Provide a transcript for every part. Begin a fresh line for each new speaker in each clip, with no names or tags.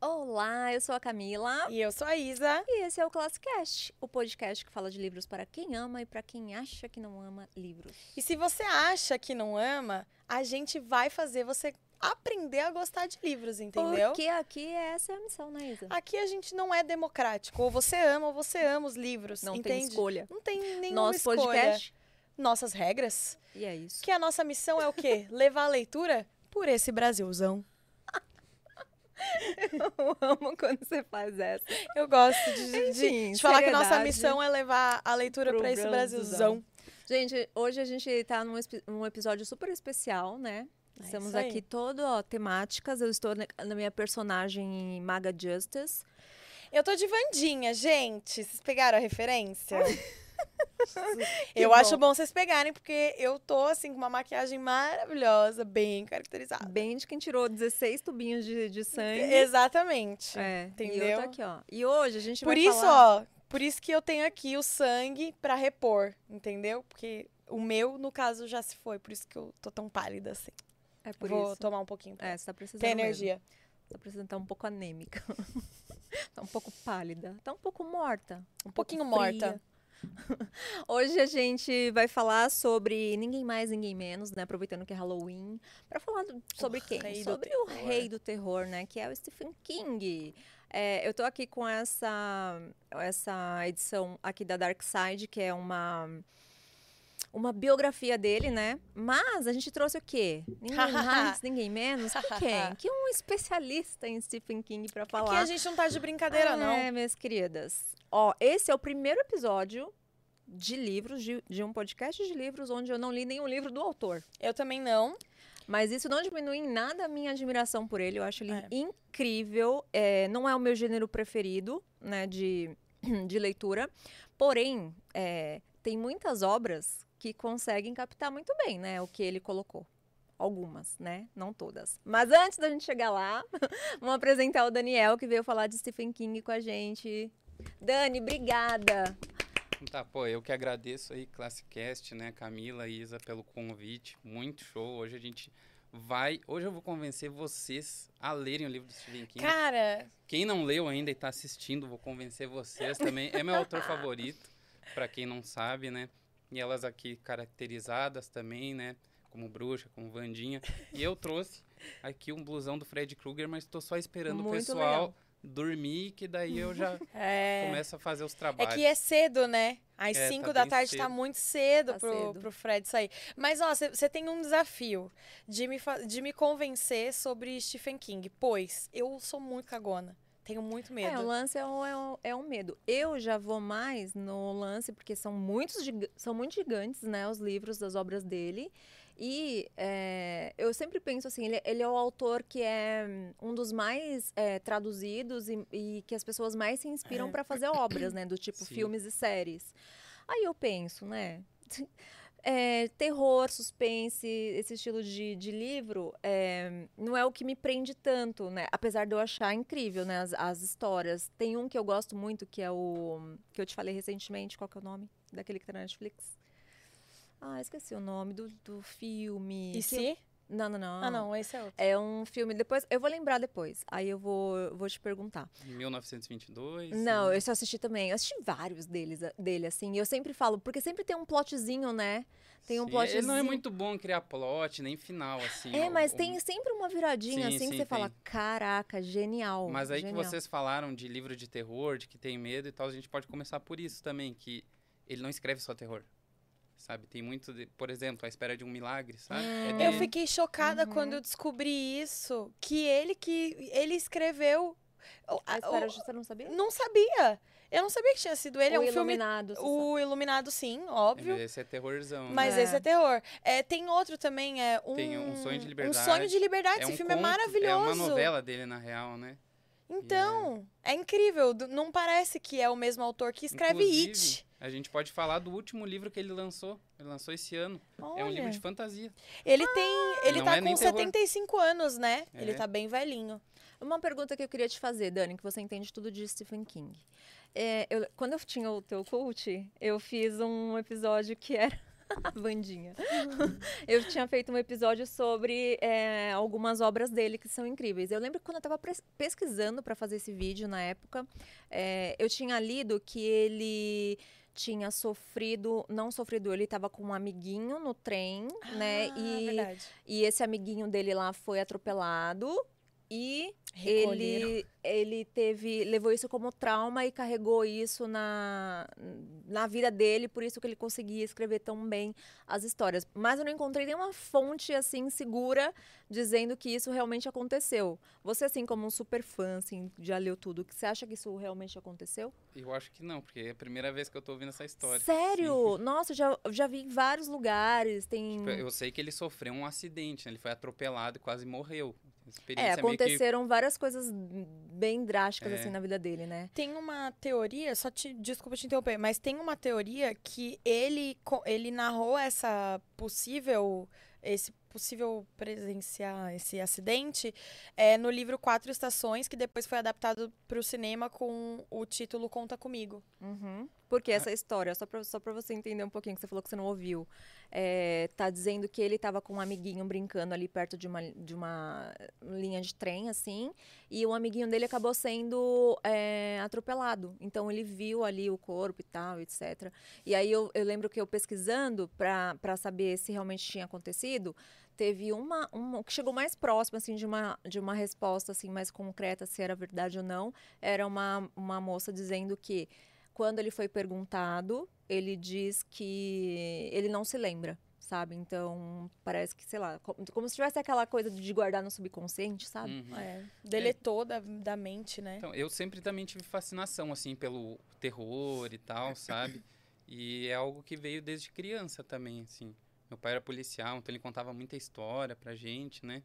Olá, eu sou a Camila
E eu sou a Isa.
e esse é o Classicast, o podcast que fala de livros para quem ama e para quem acha que não ama livros.
E se você acha que não ama, a gente vai fazer você aprender a gostar de livros, entendeu? Ah,
Porque aqui é essa é a missão, né, Isa?
Aqui a gente não é democrático. Ou você ama ou você ama os livros.
Não tem
entende?
escolha.
Não tem nenhuma
Nosso
escolha.
podcast.
Nossas regras.
E é isso.
Que a nossa missão é o quê? Levar a leitura por esse Brasilzão.
Eu amo quando você faz essa.
Eu gosto de, de- de
Enfim,
falar que a nossa
seriedade.
missão é levar a leitura
Pro
para esse
Brasilzão.
Brasilzão.
Gente, hoje a gente tá num, espi- num episódio super especial, né?
É
Estamos
isso aí.
aqui todo, ó, temáticas. Eu estou na na minha personagem Maga Justice.
Eu tô de Vandinha, gente. Vocês pegaram a referência?
Que
eu acho bom vocês pegarem, porque eu tô, assim, com uma maquiagem maravilhosa, bem caracterizada.
Bem de quem tirou 16 tubinhos de, de sangue.
Exatamente.
É, E eu
entendeu?
tô aqui, ó. E hoje a gente
Por
vai
isso,
falar...
ó, por isso que eu tenho aqui o sangue pra repor, entendeu? Porque o meu, no caso, já se foi, por isso que eu tô tão pálida assim.
É por
Vou
isso.
tomar um pouquinho pra
É, você tá precisando
ter
mesmo.
energia.
Tá precisando tá um pouco anêmica. tá um pouco pálida. Tá um pouco morta. Um
pouquinho
pouco
morta.
fria. Hoje a gente vai falar sobre ninguém mais, ninguém menos, né? Aproveitando que é Halloween. Pra falar do- sobre quem?
rei do
sobre o
terror.
rei do terror, né? Que é o Stephen King. É, eu tô aqui com essa, essa edição aqui da Dark Side, que é uma. Uma biografia dele, né? Mas a gente trouxe o quê? Ninguém mais, ninguém menos. Que quem? Que um especialista em Stephen King pra
Aqui
falar.
a gente não tá de brincadeira, não.
É, minhas queridas. Ó, esse é o primeiro episódio de livros, de, de um podcast de livros, onde eu não li nenhum livro do autor.
Eu também não.
Mas isso não diminui em nada a minha admiração por ele. Eu acho ele
É.
incrível. É, não é o meu gênero preferido, né, de, de leitura. Porém, é, tem muitas obras que conseguem captar muito bem, né, o que ele colocou. Algumas, né? Não todas. Mas antes da gente chegar lá, vamos apresentar o Daniel, que veio falar de Stephen King com a gente. Dani, obrigada!
Tá, pô, eu que agradeço aí, Classicast, né, Camila e Isa, pelo convite. Muito show. Hoje a gente vai. Hoje eu vou convencer vocês a lerem o livro do Stephen King.
Cara,
Quem não leu ainda e tá assistindo, vou convencer vocês também. É meu autor favorito, pra quem não sabe, né? E elas aqui caracterizadas também, né? Como bruxa, como Vandinha. E eu trouxe aqui um blusão do Fred Krueger, mas tô só esperando
Muito
o pessoal dormir, que daí eu já
é.
começo a fazer os
É
trabalhos.
que é cedo, né? Às
É,
5
tá
da
bem
tarde tá
cedo.
muito cedo,
Tá
pro,
cedo.
pro Fred sair. Mas, ó, você tem um desafio de me, fa- de me convencer sobre Stephen King, pois eu sou muito cagona. Tenho muito medo.
É, o lance é um, é, um, é um medo. Eu já vou mais no lance, porque são, muitos, giga- são muito gigantes, né? Os livros, as obras dele. E é, eu sempre penso assim, ele, ele é o autor que é hum, um dos mais é, traduzidos e, e que as pessoas mais se inspiram pra fazer obras, né? Do tipo
Sim.
filmes e séries. Aí eu penso, né? é, terror, suspense, esse estilo de, de livro, é, não é o que me prende tanto, né? Apesar de eu achar incrível, né? As, as histórias. Tem um que eu gosto muito, que é o... Que eu te falei recentemente, qual que é o nome? Daquele que tá na Netflix. Ah, esqueci o nome do, do filme.
e
que eu-
se?
Não, não, não.
Ah, não, esse é outro.
É um filme, depois... Eu vou lembrar depois. Aí eu vou, vou te perguntar.
1922.
Não,
né?
eu só assisti também. Eu assisti vários deles, a- dele, assim. E eu sempre falo, porque sempre tem um plotzinho, né? Tem um
Sim,
plotzinho.
Ele não é muito bom em criar plot, nem final, assim.
É,
o-
mas
o-
tem sempre uma viradinha,
Sim,
assim, que
sim,
você fala,
tem.
caraca, genial.
Mas aí
genial."
que vocês falaram de livro de terror, de que tem medo e tal, a gente pode começar por isso também, que ele não escreve só terror. Sabe? Tem muito, de- por exemplo, A Espera de um Milagre, sabe? É
Ah, Eu
dele.
fiquei chocada
Uhum.
quando eu descobri isso, que ele que ele escreveu. O-
Ah,
a-
espera,
o-
você não sabia?
não sabia. Eu não sabia que tinha sido ele.
o
é um filme.
Iluminado. você sabe.
O Iluminado, sim,
É,
óbvio.
Esse é terrorzão. né?
Mas
É.
esse é terror. É, tem outro também, é um...
Tem Um Sonho de
Um
Liberdade.
Sonho de Liberdade,
É
esse
um
filme
conto,
é maravilhoso.
É uma novela dele, na real, né?
Então, é incrível. do- Não parece que é o mesmo autor que escreve
Inclusive,
It.
A gente pode falar do último livro que ele lançou. Ele lançou esse ano. É um livro
Olha.
de fantasia.
Ele tem... Ele
Não
tá
é nem
com
terror.
75 anos, né?
É.
Ele tá bem velhinho.
Uma pergunta que eu queria te fazer, Dani, que você entende tudo de Stephen King. É, eu- quando eu tinha o teu cult, eu fiz um episódio que era Vandinha. eu tinha feito um episódio sobre é, algumas obras dele que são incríveis. Eu lembro que quando eu estava pesquisando para fazer esse vídeo na época, é, eu tinha lido que ele tinha sofrido, não sofrido, ele estava com um amiguinho no trem, né?
Ah,
E,
verdade.
e esse amiguinho dele lá foi atropelado e
Recolheram.
ele, ele teve levou isso como trauma e carregou isso na, na vida dele, por isso que ele conseguia escrever tão bem as histórias. Mas eu não encontrei nenhuma fonte assim segura dizendo que isso realmente aconteceu. Você assim como um super fã assim, já leu tudo, que você acha que isso realmente aconteceu?
Eu acho que não, porque é a primeira vez que eu tô ouvindo essa história.
Sério? Nossa, eu já eu já vi em vários lugares, tem
Tipo, eu sei que ele sofreu um acidente, né? Ele foi atropelado e quase morreu.
É,
Experiência meio que-
aconteceram várias coisas bem drásticas,
É.
assim, na vida dele, né?
Tem uma teoria, só te, desculpa te interromper, mas tem uma teoria que ele co- ele narrou essa possível esse possível presenciar esse acidente é, no livro Quatro Estações, que depois foi adaptado para o cinema com o título Conta Comigo.
É.
Porque essa história, só pra, só pra você entender um pouquinho, que você falou que você não ouviu, é, tá dizendo que ele tava com um amiguinho brincando ali perto de uma, de uma linha de trem, assim, e o amiguinho dele acabou sendo é, atropelado. Então ele viu ali o corpo e tal, etc. E aí eu, eu lembro que eu pesquisando pra, pra saber se realmente tinha acontecido, teve uma, uma que chegou mais próximo assim de uma de uma resposta assim mais concreta se era verdade ou não era uma, uma moça dizendo que quando ele foi perguntado ele diz que ele não se lembra sabe então parece que sei lá co- como, se tivesse aquela coisa de guardar no subconsciente sabe
Uhum.
É, deletou da, da mente, né?
Então, eu sempre também tive fascinação, assim, pelo terror e tal, sabe? E é algo que veio desde criança também, assim. Meu pai era policial, então ele contava muita história pra gente, né?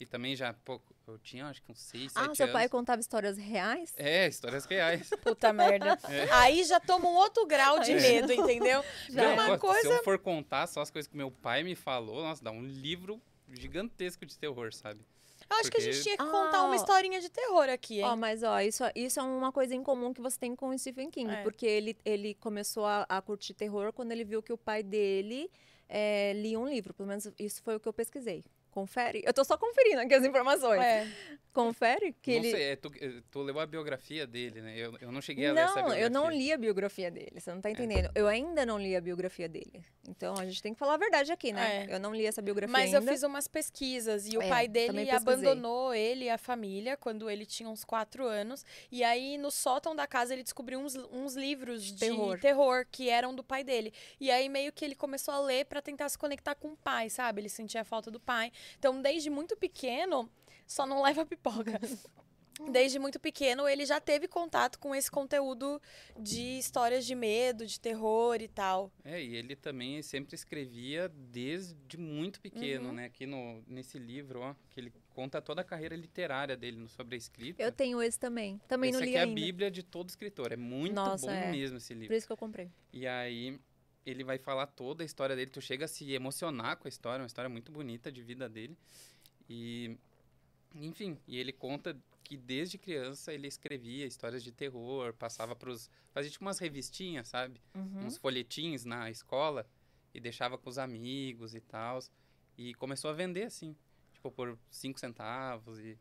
E também já, pô, eu tinha acho que uns 6, 7
ah seu
anos.
pai contava histórias reais
É, histórias reais.
Puta merda. Aí já toma um outro grau de
Aí-
medo, entendeu?
Já
Não,
é.
uma
pô, Se
coisa-
eu for contar só as coisas que meu pai me falou, nossa, dá um livro gigantesco de terror, sabe?
Eu acho que a
Porque-
gente tinha que contar
Ah,
uma
ó.
historinha de terror aqui, hein?
Ó, mas ó, isso, isso é uma coisa em comum que você tem com o Stephen King,
É.
porque ele, ele começou a, a curtir terror quando ele viu que o pai dele é, lia um livro. Pelo menos isso foi o que eu pesquisei. Confere. Eu tô só conferindo aqui as informações.
É.
Confere que
não
ele.
sei, é, tu, é, tu leu a biografia dele, né? Eu, eu não cheguei a ler essa
Não,
biografia.
eu não li a biografia dele, você não
É.
tá entendendo. Eu ainda não li a biografia dele. Então a gente tem que falar a verdade aqui, né?
É.
Eu não li essa biografia
Mas eu
ainda.
fiz umas pesquisas e o
É,
pai
também
dele
pesquisei.
abandonou ele e a família quando ele tinha uns quatro anos. E aí no sótão da casa ele descobriu uns, uns livros de
terror.
terror. que eram do pai dele. E aí meio que ele começou a ler pra tentar se conectar com o pai, sabe? Ele sentia a falta do pai. Então desde muito pequeno, só não leva pipoca. Desde muito pequeno, ele já teve contato com esse conteúdo de histórias de medo, de terror e tal.
É, e ele também sempre escrevia desde muito pequeno,
Uhum.
né? Aqui no, nesse livro, ó, que ele conta toda a carreira literária dele no- sobre a escrita.
Eu tenho esse também. Também
esse
não li
aqui é
ainda.
a Bíblia de todo escritor. É muito
Nossa,
bom
é.
mesmo esse
Por
livro.
isso que eu comprei.
E aí ele vai falar toda a história dele. Tu chega a se emocionar com a história, uma história muito bonita de vida dele. E enfim, e ele conta que desde criança ele escrevia histórias de terror, passava pros, fazia tipo umas revistinhas, sabe?
Uhum.
uns folhetins na escola e deixava com os amigos e tal. E começou a vender assim, tipo por 5 centavos e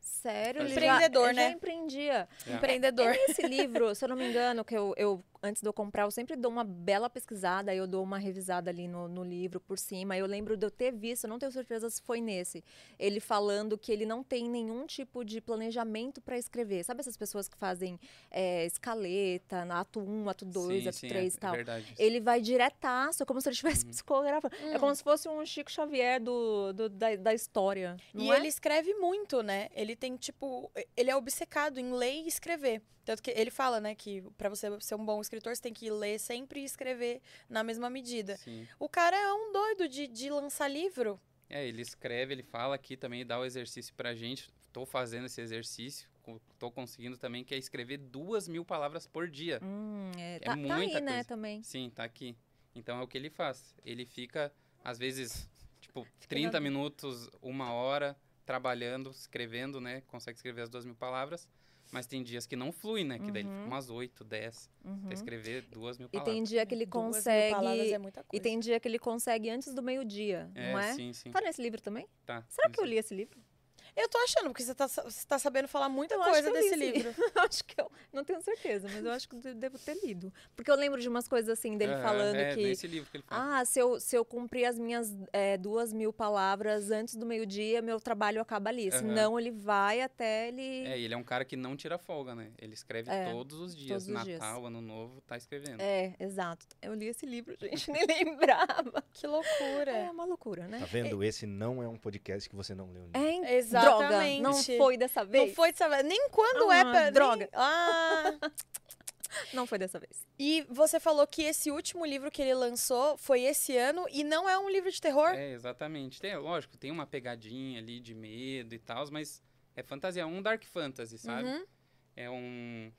Sério,
Faz
ele já-
Empreendedor,
eu já
né?
empreendia.
É.
Empreendedor.
É, Esse livro, se eu não me engano, que eu, eu antes de eu comprar, eu sempre dou uma bela pesquisada, aí eu dou uma revisada ali no, no livro por cima. Eu lembro de eu ter visto, eu não tenho certeza se foi nesse, ele falando que ele não tem nenhum tipo de planejamento para escrever. Sabe essas pessoas que fazem é, escaleta, na ato 1, ato 2,
sim,
ato
sim,
3 e
é,
tal.
É verdade. Uhum.
Ele vai diretaço, é como se ele estivesse psicografando. É
Hum.
como se fosse um Chico Xavier do, do- da, da história. Não
E
é?
ele escreve muito, né? Ele tem, tipo, ele é obcecado em ler e escrever. Tanto que ele fala, né, que pra você ser um bom escritor, você tem que ler sempre e escrever na mesma medida.
Sim.
O cara é um doido de, de lançar livro.
É, ele escreve, ele fala aqui também, dá o exercício pra gente. Tô fazendo esse exercício, co- tô conseguindo também, que é escrever duas mil palavras por dia.
Hum, é, tá, tá
muita
aí, né,
coisa.
também.
Sim, tá aqui. Então é o que ele faz. Ele fica, às vezes, tipo,
na
30
dúvida.
minutos, uma hora, trabalhando, escrevendo, né? Consegue escrever as duas mil palavras. Mas tem dias que não flui, né? Que daí ele fica umas 8, 10. Até escrever duas mil
Uhum. E
palavras.
tem dia É que ele
Duas mil
consegue.
palavras é muita
e
coisa.
tem dia que ele consegue antes do meio-dia,
É,
não é?
sim, sim.
Tá nesse livro também?
Tá.
Será que eu
Isso.
li esse livro?
Eu tô achando, porque você tá, sa- você tá sabendo falar muita
Eu acho
coisa
que é eu
desse
li, sim.
livro.
Eu acho que eu. Não tenho certeza, mas eu acho que eu devo ter lido. Porque eu lembro de umas coisas assim dele
Aham,
falando
é,
que.
nesse livro que ele fala.
Ah, se eu, se eu cumprir as minhas é, duas mil palavras antes do meio-dia, meu trabalho acaba ali.
Aham.
Senão ele vai até ele.
É, e ele é um cara que não tira folga, né? Ele escreve todos os dias.
É, todos os
Natal,
dias.
Ano Novo, tá escrevendo.
É, exato. Eu li esse livro, gente, nem lembrava.
Que
É
loucura.
uma loucura, né?
Tá vendo? Esse não é um podcast que você não leu. né?
É, hein?
Exatamente.
Droga, não foi dessa vez.
Não foi dessa vez. Nem quando é
Ah,
pra. nem-
droga.
Ah.
Não foi dessa vez.
E você falou que esse último livro que ele lançou foi esse ano e não é um livro de terror?
É, exatamente. Tem, lógico, tem uma pegadinha ali de medo e tal, mas é fantasia, é um dark fantasy, sabe?
Uhum.
É um.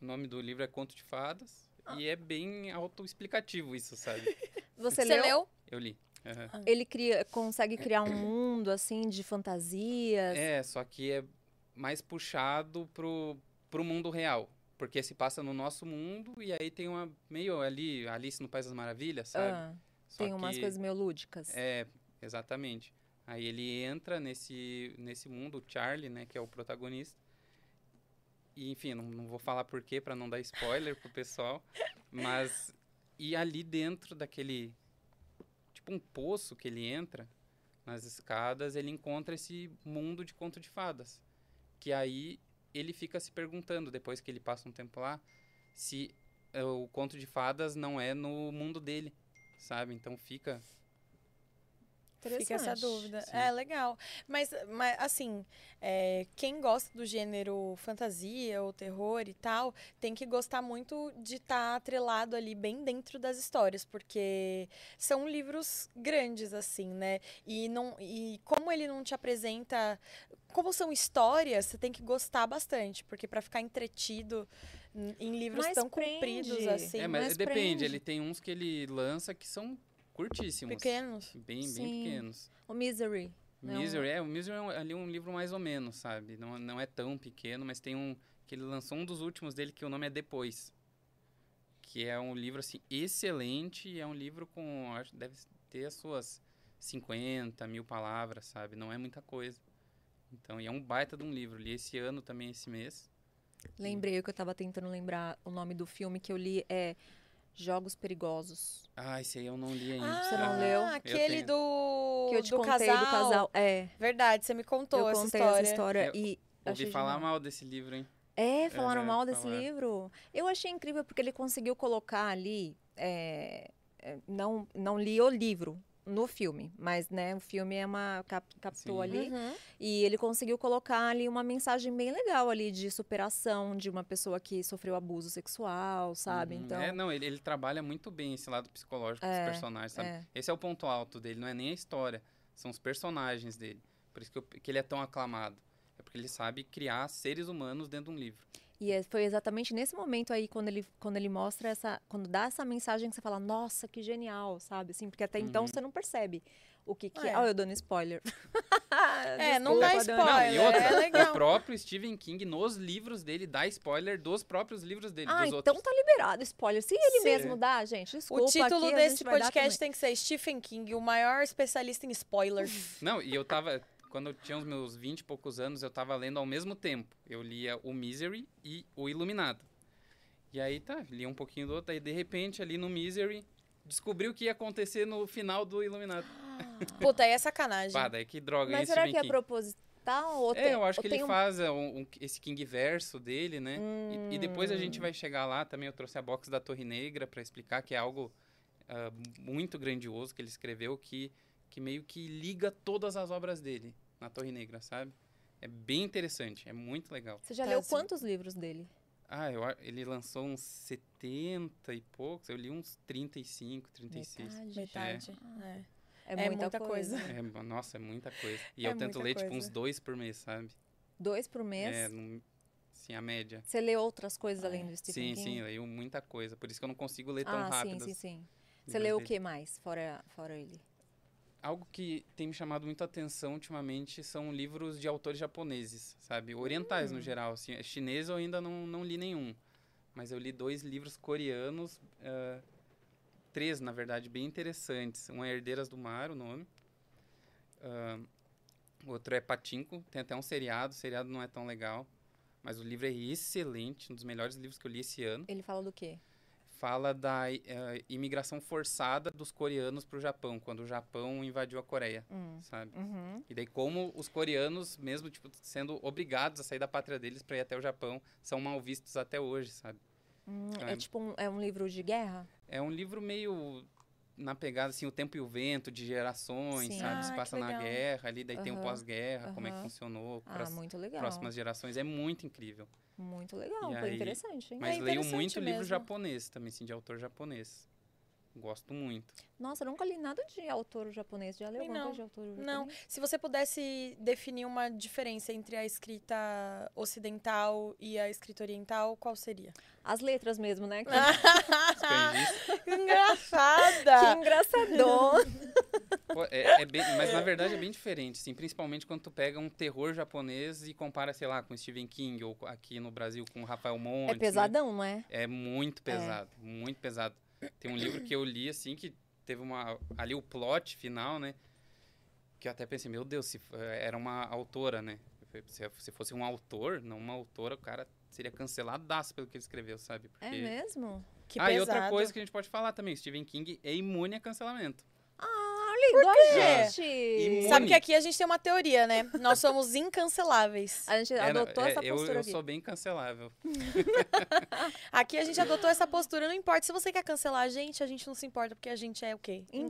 O nome do livro é Conto de Fadas.
Ah.
E é bem autoexplicativo isso, sabe?
Você,
Você,
leu?
leu?
Eu li. Aham.
Ele cria, consegue criar um mundo assim de fantasias. Ah,
É, só que é mais puxado pro, pro mundo real. Porque se passa no nosso mundo e aí tem uma. meio ali, Alice no País das Maravilhas, sabe?
Ah,
Só
tem umas
que-
coisas meio lúdicas.
É, exatamente. Aí ele entra nesse, nesse mundo, o Charlie, né, que é o protagonista. E, enfim, não, não vou falar por quê pra não dar spoiler pro pessoal, mas e ali dentro daquele tipo um poço que ele entra nas escadas, ele encontra esse mundo de conto de fadas, que aí ele fica se perguntando depois que ele passa um tempo lá, se eh, o conto de fadas não é no mundo dele, sabe? Então fica
Fica essa
Interessante.
dúvida.
Sim.
É, legal. Mas, mas assim, é, quem gosta do gênero fantasia ou terror e tal, tem que gostar muito de estar atrelado ali bem dentro das histórias, porque são livros grandes, assim, né? E, não, e como ele não te apresenta. Como são histórias, você tem que gostar bastante, porque para ficar entretido em- em livros
Mas
tão
prende.
compridos assim,
É, mas,
mas
depende.
prende.
Ele tem uns que ele lança que são curtíssimos.
pequenos.
Bem,
Sim.
bem pequenos.
O Misery. Não.
Misery, é, o Misery é um- ali um livro mais ou menos, sabe? Não, não é tão pequeno, mas tem um que ele lançou um dos últimos dele que o nome é Depois. Que é um livro, assim, excelente. e É um livro com, acho, que deve ter as suas 50 mil palavras, sabe? Não é muita coisa. Então, e é um baita de um livro. Li esse ano também, esse mês.
Lembrei o que eu tava tentando lembrar. O nome do filme que eu li é Jogos Perigosos.
Ah, esse aí eu não li ainda.
Você não
Ah,
leu?
Aquele
tenho.
do,
que eu te
do
contei
casal.
do casal. É,
Verdade, você me contou
eu
essa
contei
história.
essa história
Eu
e achei
É, Ouvi falar
demais.
mal desse livro, hein?
É, falaram
É,
mal desse
falaram.
livro. Eu achei incrível porque ele conseguiu colocar ali. é, é, não, não li o livro no filme, mas né, o filme é uma cap- captou
Sim.
ali
Uhum.
e ele conseguiu colocar ali uma mensagem bem legal ali de superação de uma pessoa que sofreu abuso sexual, sabe?
Uhum.
Então,
É, não, ele, ele trabalha muito bem esse lado psicológico
É,
dos personagens, sabe?
é.
Esse é o ponto alto dele, não é nem a história, são os personagens dele. Por isso que, eu- que ele é tão aclamado. É porque ele sabe criar seres humanos dentro de um livro.
E é- foi exatamente nesse momento aí quando ele, quando ele mostra essa. Quando dá essa mensagem que você fala, nossa, que genial, sabe? Assim, porque até então
Uhum.
você não percebe o que, que
É.
é. Ó, eu dando spoiler.
É, não dá
Desculpa, Dani.
spoiler.
Não, e outra,
é legal.
o próprio Stephen King, nos livros dele, dá spoiler dos próprios livros dele,
Ah,
dos
então
outros.
tá liberado spoiler. Se ele
Sim.
mesmo dá, gente, desculpa.
o título
aqui, a
desse
gente vai dar
podcast é
também.
tem que ser Stephen King, o maior especialista em spoilers.
Não, e eu tava. Quando eu tinha os meus 20 e poucos anos, eu tava lendo ao mesmo tempo. Eu lia o Misery e o Iluminado. E aí tá, lia um pouquinho do outro, aí de repente ali no Misery, descobri o que ia acontecer no final do Iluminado.
Uhum.
Puta, aí é sacanagem.
Bah, daí que droga, hein,
Mas será
Stephen
que é
King?
proposital? Ou tem-
É, eu acho
ou
que
tem
ele
um-
faz é, um- um- esse King Verso dele, né? E, e depois a gente
Hum.
vai chegar lá também. Eu trouxe a box da Torre Negra para explicar que é algo ah, muito grandioso que ele escreveu que, que meio que liga todas as obras dele na Torre Negra, sabe? É bem interessante, é muito legal.
Você já
Tá,
leu
assim.
quantos livros dele?
Ah, eu a- ele lançou uns 70 e poucos, eu li uns 35, 36.
Metade. é.
É,
É
muita,
muita coisa.
coisa.
É, nossa, é muita coisa. E
É
eu tento
muita
ler tipo
coisa.
uns dois por mês, sabe?
Dois por mês.
É, num, assim, a média.
Você lê outras coisas além do
Sim,
Stephen
sim,
King?
eu leio muita coisa. Por isso que eu não consigo ler tão
Ah,
rápido.
sim,
assim.
sim,
os
sim. Você
livros
leu o
dele.
que mais, fora, fora ele?
algo que tem me chamado muito a atenção ultimamente são livros de autores japoneses, sabe? Orientais, no geral. Assim, É chinês eu ainda não, não li nenhum. Mas eu li dois livros coreanos, ah, três, na verdade, bem interessantes. Um é Herdeiras do Mar, o nome. Ah, outro é Patinco. Tem até um seriado. O seriado não é tão legal. Mas o livro é excelente, um dos melhores livros que eu li esse ano
Ele fala do quê?
fala da eh, imigração forçada dos coreanos para o Japão, quando o Japão invadiu a Coreia,
Hum.
sabe?
Uhum.
E daí como os coreanos, mesmo tipo sendo obrigados a sair da pátria deles para ir até o Japão, são mal vistos até hoje, sabe?
Hum,
Então,
é
é-
tipo um, é um livro de guerra?
É um livro meio na pegada assim, o tempo e o vento de gerações,
Sim.
sabe?
Ah,
Se
que
passa na
legal.
guerra, ali daí tem o
Aham,
pós-guerra, como é que
aham.
funcionou
Ah,
para as
muito legal.
próximas gerações, é muito incrível.
Muito legal,
E
foi
aí-
É interessante, hein?
Mas leio
interessante
muito livro
mesmo.
japonês também, assim, de autor japonês. Gosto muito.
Nossa, eu nunca li nada de autor japonês. Já leu
Também
alguma
não.
coisa de autor japonês?
Não. Se você pudesse definir uma diferença entre a escrita ocidental e a escrita oriental, qual seria?
As letras mesmo, né?
Ah.
Que,
Os kanjis
que
Engraçada!
engraçadão.
Pô, é- é bem- mas na verdade é bem diferente, assim, principalmente quando tu pega um terror japonês e compara, sei lá, com Stephen King ou co- aqui no Brasil com Rafael Montes.
É
né?
pesadão, não é?
É muito pesado, muito pesado. Tem um livro que eu li, assim, que teve uma. Ali o plot final, né? Que eu até pensei, meu Deus, se f- eh, era uma autora, né? Se se fosse um autor, não uma autora, o cara seria canceladaço pelo que ele escreveu, sabe? Porque...
É mesmo?
Que
ah,
pesado.
e outra coisa que a gente pode falar também, Stephen King é imune a cancelamento.
Igual a
quê?
gente!
Sabe que
Moni.
aqui a gente tem uma teoria, né? Nós somos incanceláveis.
A gente
É, não,
adotou
é,
essa
eu,
postura
eu
aqui.
sou bem cancelável.
Aqui a gente adotou essa postura, não importa. Se você quer cancelar a gente, a gente não se importa, porque a gente é o quê?
Incancelável.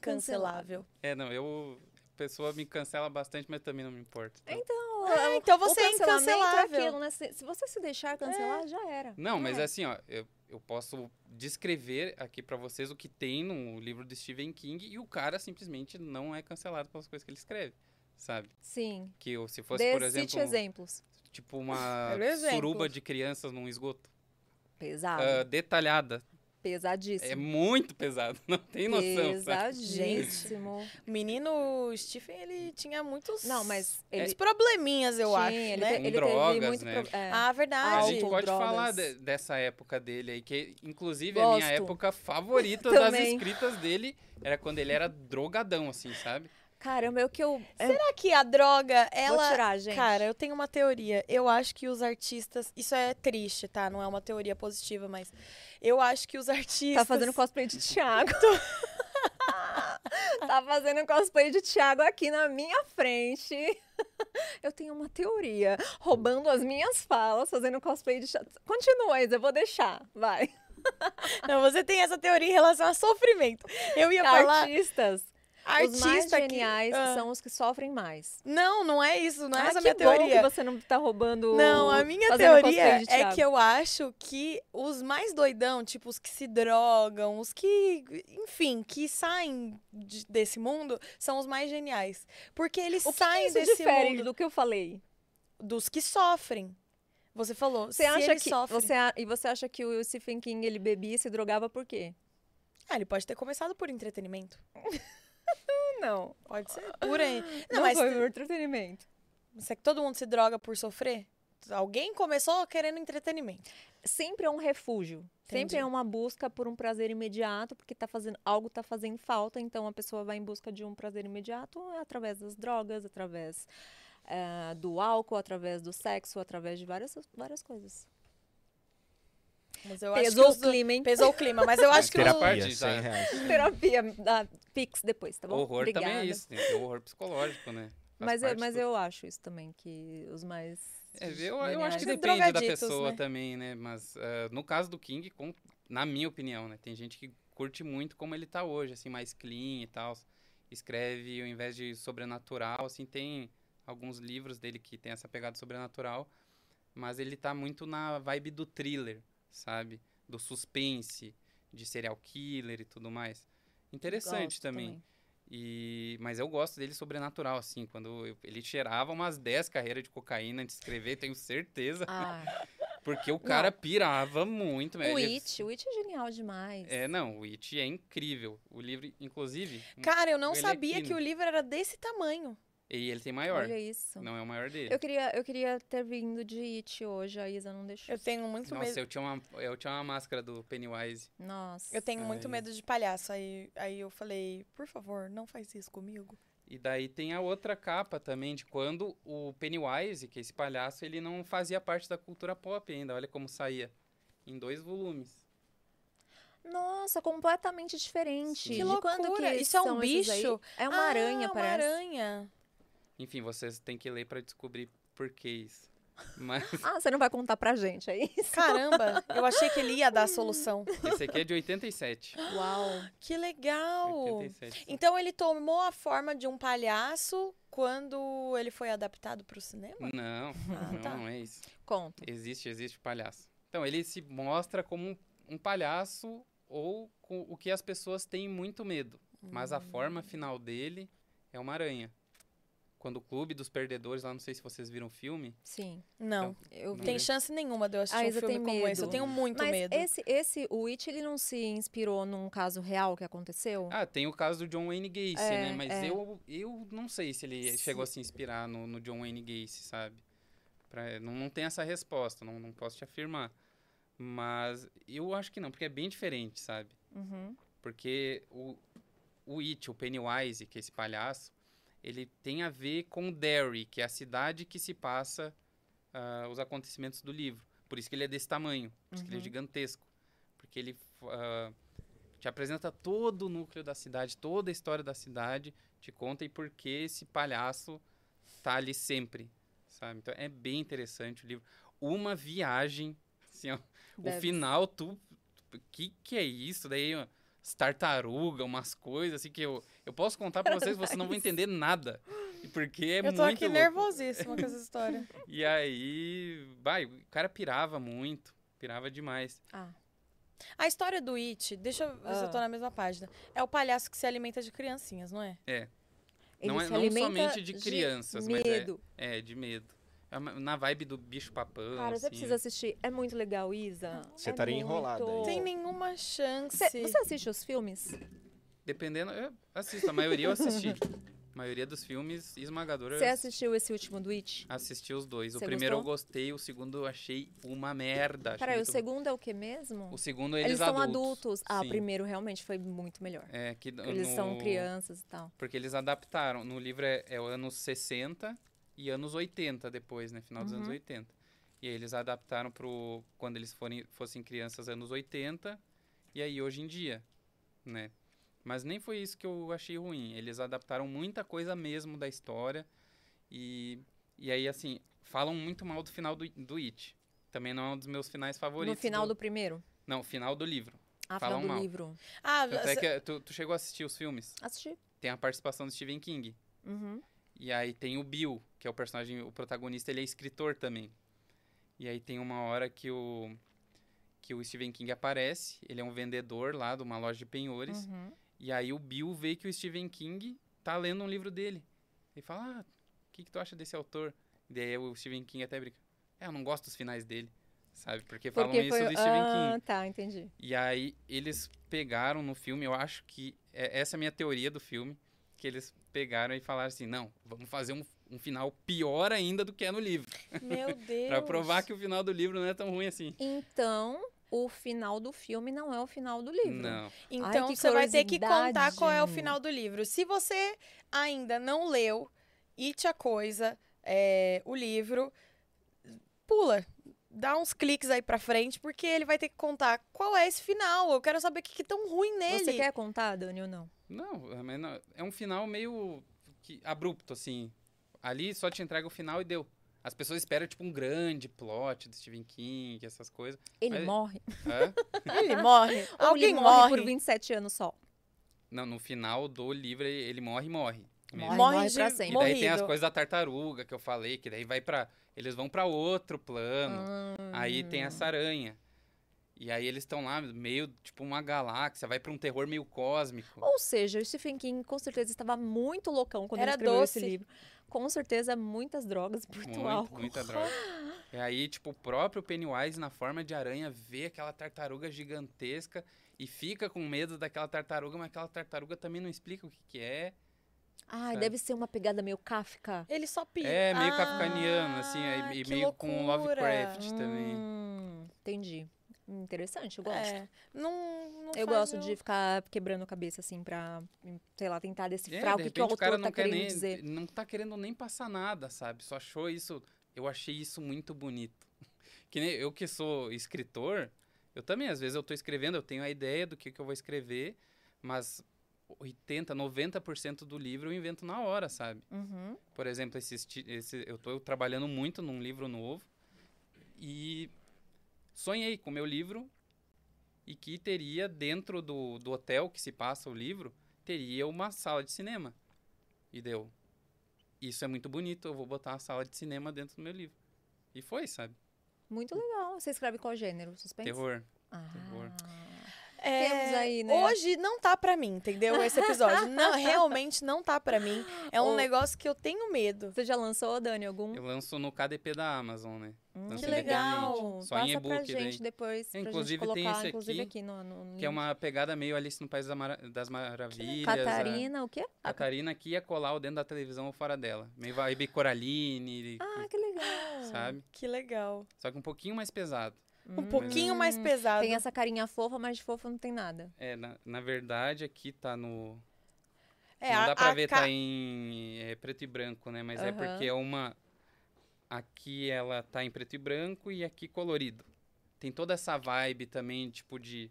Incancelável.
É, não, eu. A pessoa me cancela bastante, mas também não me importa. tá?
Ah,
então você
o
é
cancelamento
incancelável.
É aquilo, né? se, se você se deixar cancelar, já era.
Não, mas
é.
assim, ó, eu, eu posso descrever aqui pra vocês o que tem no livro do Stephen King e o cara simplesmente não é cancelado pelas coisas que ele escreve, sabe?
Sim.
Que eu, se fosse,
Dê
por exemplo, um-
exemplos.
tipo
É
uma
um
Quero exemplos.
suruba de crianças num esgoto,
Pesado.
ah, detalhada, é
pesadíssimo.
muito pesado, não É, tem noção, né? sabe?
Pesadíssimo.
O Menino Stephen, ele tinha muitos.
Não, mas
É,
ele
Uns probleminhas, eu
Sim,
acho.
Ele,
né?
te-
Com
ele teve
drogas,
muito
né?
pro- é.
Ah,
A
verdade.
gente pode
Drogas.
falar de- dessa época dele aí, que inclusive a minha
Gosto.
época favorita das
Também.
escritas dele era quando ele era drogadão, assim, sabe?
Caramba, é o que eu. é,
Será que a droga,
Vou
ela.
tirar, gente.
Cara, eu tenho uma teoria. Eu acho que os artistas. Isso é triste, tá? Não é uma teoria positiva, mas. Eu acho que os artistas.
tá fazendo cosplay de Thiago. tá fazendo cosplay de Thiago aqui na minha frente. Eu tenho uma teoria. Roubando as minhas falas, fazendo cosplay de Thiago. Continua, Isa, eu vou deixar. Vai.
Não, você tem essa teoria em relação a sofrimento. Eu ia falar.
Artistas. os
Artista
mais
que-
geniais
Ah.
são os que sofrem mais.
Não, não é isso. Não é
Ah,
essa a
que
minha
bom
teoria.
que você não tá roubando.
Não, a minha
fazendo
teoria
cosplay de
é
Thiago.
que eu acho que os mais doidão, tipo os que se drogam, os que, enfim, que saem de- desse mundo, são os mais geniais. Porque eles
O que que
saem
isso
desse
difere
mundo
do que eu falei?
dos que sofrem. Você falou,
Você
se
acha
ele
que
sofre...
você a- e você acha que o Stephen King ele bebia e se drogava por quê?
Ah, ele pode ter começado por entretenimento.
Não,
Pode ser por aí. Não,
Ah, não,
mas
foi por entretenimento.
se é que todo mundo se droga por sofrer? Alguém começou querendo entretenimento.
Sempre é um refúgio, sempre
Entendi.
é uma busca por um prazer imediato, porque tá fazendo algo tá fazendo falta, então a pessoa vai em busca de um prazer imediato através das drogas, através eh, do álcool, através do sexo, através de várias várias coisas.
Mas eu
Pesou
acho que
o
os...
clima, hein?
Pesou o clima, mas eu acho que
terapia.
o-
parte,
Ia,
tá?
100 reais.
Terapia da Pix depois, tá bom?
horror também é
Obrigada.
isso, tem o horror psicológico, né? Faz
Mas, eu,
parte
mas
do-
eu acho isso também, que os mais.
É, eu, eu acho
geniais-
que
Esses
depende da
drogaditos,
pessoa
né?
também, né? Mas ah, no caso do King, com- na minha opinião, né? Tem gente que curte muito como ele tá hoje, assim, mais clean e tal. Escreve, ao invés de sobrenatural, assim, tem alguns livros dele que tem essa pegada sobrenatural. Mas ele tá muito na vibe do thriller, sabe? Do suspense, de serial killer e tudo mais. Interessante
Gosto
também. E... Mas eu gosto dele sobrenatural, assim. Quando eu- ele cheirava umas 10 carreiras de cocaína antes de escrever, tenho certeza.
Ah,
Porque o cara pirava muito.
O
ele-
It, o It é genial demais.
É, não, o It é incrível. O livro, inclusive,
Cara, eu não
Ele é
sabia que
fino.
o livro era desse tamanho.
e ele tem maior.
Olha isso.
Não é o maior dele.
Eu queria, eu queria ter vindo de It hoje, a Isa não deixou.
Eu tenho muito
Nossa,
medo.
eu tinha, uma, eu tinha uma máscara do Pennywise.
Nossa.
Eu tenho muito
Ai.
medo de palhaço. Aí, aí eu falei, por favor, não faz isso comigo.
E daí tem a outra capa também, de quando o Pennywise, que é esse palhaço, ele não fazia parte da cultura pop ainda. Olha como saía. Em dois volumes.
Nossa, completamente diferente.
Sim.
De
Que
quando que
loucura. Isso é um
são esses aí?
bicho?
É uma
Ah,
aranha,
uma
parece.
aranha.
Enfim, vocês têm que ler pra descobrir por que isso. Mas
Ah, você não vai contar pra gente, é isso?
Caramba, eu achei que ele ia dar a solução.
esse aqui é de 87.
Uau.
Que legal!
87.
Então ele tomou a forma de um palhaço quando ele foi adaptado para o cinema?
Não,
Ah,
não,
tá.
não é isso.
Conta.
Existe, existe palhaço. Então, ele se mostra como um, um palhaço ou com o que as pessoas têm muito medo. Mas a
Hum.
forma final dele é uma aranha. Quando o Clube dos Perdedores, lá não sei se vocês viram o filme.
Sim,
Não.
eu
Não
vi.
Tem
vi.
chance nenhuma de eu assistir
A
um
Isa
filme
tem
como esse. Eu
medo.
tenho muito
Mas
medo.
esse, esse, o It, ele não se inspirou num caso real que aconteceu?
Ah, tem o caso do John Wayne Gacy,
É,
né? Mas
é.
eu, eu não sei se ele
Se-
chegou a se inspirar no, no John Wayne Gacy, sabe? Pra- não, não tem essa resposta, não, não posso te afirmar. Mas eu acho que não, porque é bem diferente, sabe?
Uhum.
Porque o, o It, o Pennywise, que é esse palhaço, ele tem a ver com Derry, que é a cidade que se passa ah, os acontecimentos do livro. Por isso que ele é desse tamanho, por isso que ele é
Uhum.
gigantesco. Porque ele ah, te apresenta todo o núcleo da cidade, toda a história da cidade, te conta e por que esse palhaço tá ali sempre, sabe? Então é bem interessante o livro. Uma viagem, assim, ó, o
Deve-
final, tu. Que que é isso? Daí, ó, as tartaruga, umas coisas assim que eu, eu posso contar pra vocês, vocês não vão entender nada. E Porque é
eu tô
muito
aqui
louco.
nervosíssima com essa história.
E aí, vai, o cara pirava muito, pirava demais.
Ah,
A história do It, deixa eu ver se eu tô
Ah.
na mesma página. É o palhaço que se alimenta de criancinhas, não é?
ele
não é
se
não
alimenta
somente de crianças, mas é,
medo.
é de medo. É uma- na vibe do bicho papão,
Cara, você
assim.
precisa assistir. É muito legal, Isa.
Você
é
estaria
muito...
enrolada aí.
Tem nenhuma chance.
Você, você assiste os filmes?
Dependendo, eu assisto, a maioria eu assisti. A maioria dos filmes esmagadora
Você
eu
assistiu esse último do It?
assisti os dois. O
Você
primeiro eu gostei, o segundo eu achei uma merda. achei
Peraí, o
muito-
segundo é o que mesmo?
O segundo eles,
são
adultos.
adultos. Ah,
sim.
o primeiro realmente foi muito melhor.
É, que d-
Eles são
no-
crianças e tal.
Porque eles adaptaram. No livro é, é o anos 60 e anos 80 depois, né? Final dos anos
Uhum.
80. E aí eles adaptaram pro quando eles forem, fossem crianças anos 80 e aí hoje em dia, né? Mas nem foi isso que eu achei ruim. Eles adaptaram muita coisa mesmo da história e, e aí, assim, falam muito mal do final do, do It. Também não é um dos meus finais favoritos.
No final do primeiro?
Não, final do livro.
Ah,
Falam
final do
mal.
livro.
Ah,
Tanto é
cê-
que tu, tu chegou a assistir os filmes.
Assisti.
Tem a participação do Stephen King.
Uhum.
E aí tem o Bill, que é o personagem, o protagonista, ele é escritor também. E aí tem uma hora que o que o Stephen King aparece, ele é um vendedor lá de uma loja de penhores,
Uhum.
e aí o Bill vê que o Stephen King tá lendo um livro dele. Ele fala: "Ah, o que que tu acha desse autor?" E daí o Stephen King até brinca: "É, eu não gosto dos finais dele." Sabe? Porque falam
Porque
isso
foi...
do Stephen King.
ah, tá, entendi.
E aí eles pegaram no filme, eu acho que é, essa é a minha teoria do filme, que eles pegaram e falaram assim, não, vamos fazer um, um final pior ainda do que é no livro,
meu Deus.
Pra provar que o final do livro não é tão ruim assim.
Então, o final do filme não é o final do livro.
Não.
Então
que
você vai ter que contar
curiosidade.
qual é o final do livro. Se você ainda não leu It a Coisa, é, o livro, pula. Dá uns cliques aí pra frente, porque ele vai ter que contar qual é esse final. Eu quero saber o que, que é tão ruim nele.
Você quer contar, Dani, ou não?
Não, é, mas não- é um final meio que abrupto, assim. Ali só te entrega o final e deu. As pessoas esperam, tipo, um grande plot do Stephen King, essas coisas.
Ele
Mas-
morre?
Hã?
Ele morre.
Ou
Alguém
ele
morre.
morre, por 27 anos só?
Não, no final do livro ele ele morre, morre. mesmo.
Morre,
Morre
morre
de-
pra
E
sempre.
daí tem as
Morrido.
coisas da tartaruga que eu falei, que daí vai pra. Eles vão pra outro plano. Aí tem
Hum.
essa aranha. E aí eles estão lá, meio tipo uma galáxia, vai pra um terror meio cósmico.
Ou seja, o Stephen King com certeza estava muito loucão quando
Era
ele escreveu
doce.
esse livro. Com certeza, muitas drogas, muito
Muito,
álcool.
muita droga. E aí, tipo, o próprio Pennywise, na forma de aranha, vê aquela tartaruga gigantesca e fica com medo daquela tartaruga, mas aquela tartaruga também não explica o que, que é.
Ai,
Sabe?
deve ser uma pegada meio Kafka.
Ele só pira.
É, meio kafkaniano, assim,
Ah,
e, e
que
meio com
loucura.
Lovecraft também.
Hum, entendi. Hum, Interessante, eu gosto.
É, não, não
Eu
faz
gosto
meu-
de ficar quebrando a cabeça, assim, pra, sei lá, tentar
É,
decifrar
de
o que, que o
repente o cara
autor
não
tá
quer
querendo
nem.
dizer.
Não tá querendo nem passar nada, sabe? Só achou isso. Eu achei isso muito bonito. Que nem eu que sou escritor, eu também, às vezes, eu tô escrevendo, eu tenho a ideia do que, que eu vou escrever, mas 80, 90% do livro eu invento na hora, sabe?
Uhum.
Por exemplo, esse, esti- esse- eu estou trabalhando muito num livro novo e sonhei com o meu livro e que teria dentro do, do hotel que se passa o livro, teria uma sala de cinema. E deu. Isso é muito bonito, eu vou botar a sala de cinema dentro do meu livro. E foi, sabe?
Muito legal. Você escreve qual gênero? Suspense?
Terror.
Ah.
terror.
É,
Temos aí, né?
Hoje não tá pra mim, entendeu? Esse episódio. não, realmente não tá pra mim. É um
Ô.
negócio que eu tenho medo.
Você já lançou, Dani, algum?
Eu lanço no KDP da Amazon, né?
Hum,
lanço
Que legal. independente.
Só
Passa
em
pra
e-book
gente
daí. É,
depois, pra
Inclusive,
gente
tem
colocar,
esse
inclusive
aqui,
aqui no, no
Que é
link.
uma pegada meio Alice no País da Mara- das Maravilhas. a-
Catarina, o
né?
quê? Ah,
Catarina que ia colar o dentro da televisão ou fora dela. Meio vibe Coraline,
Ah, que legal.
sabe?
Que legal.
Só que um pouquinho mais pesado.
Um pouquinho mais
Hum,
pesado.
Tem essa carinha fofa, mas de fofa não tem nada.
É, na, na verdade, aqui tá no.
É,
não
a-
dá pra
a
ver,
ca-
tá em é, preto e branco, né? Mas é
Aham.
porque é uma. Aqui ela tá em preto e branco e aqui colorido. Tem toda essa vibe também, tipo, de,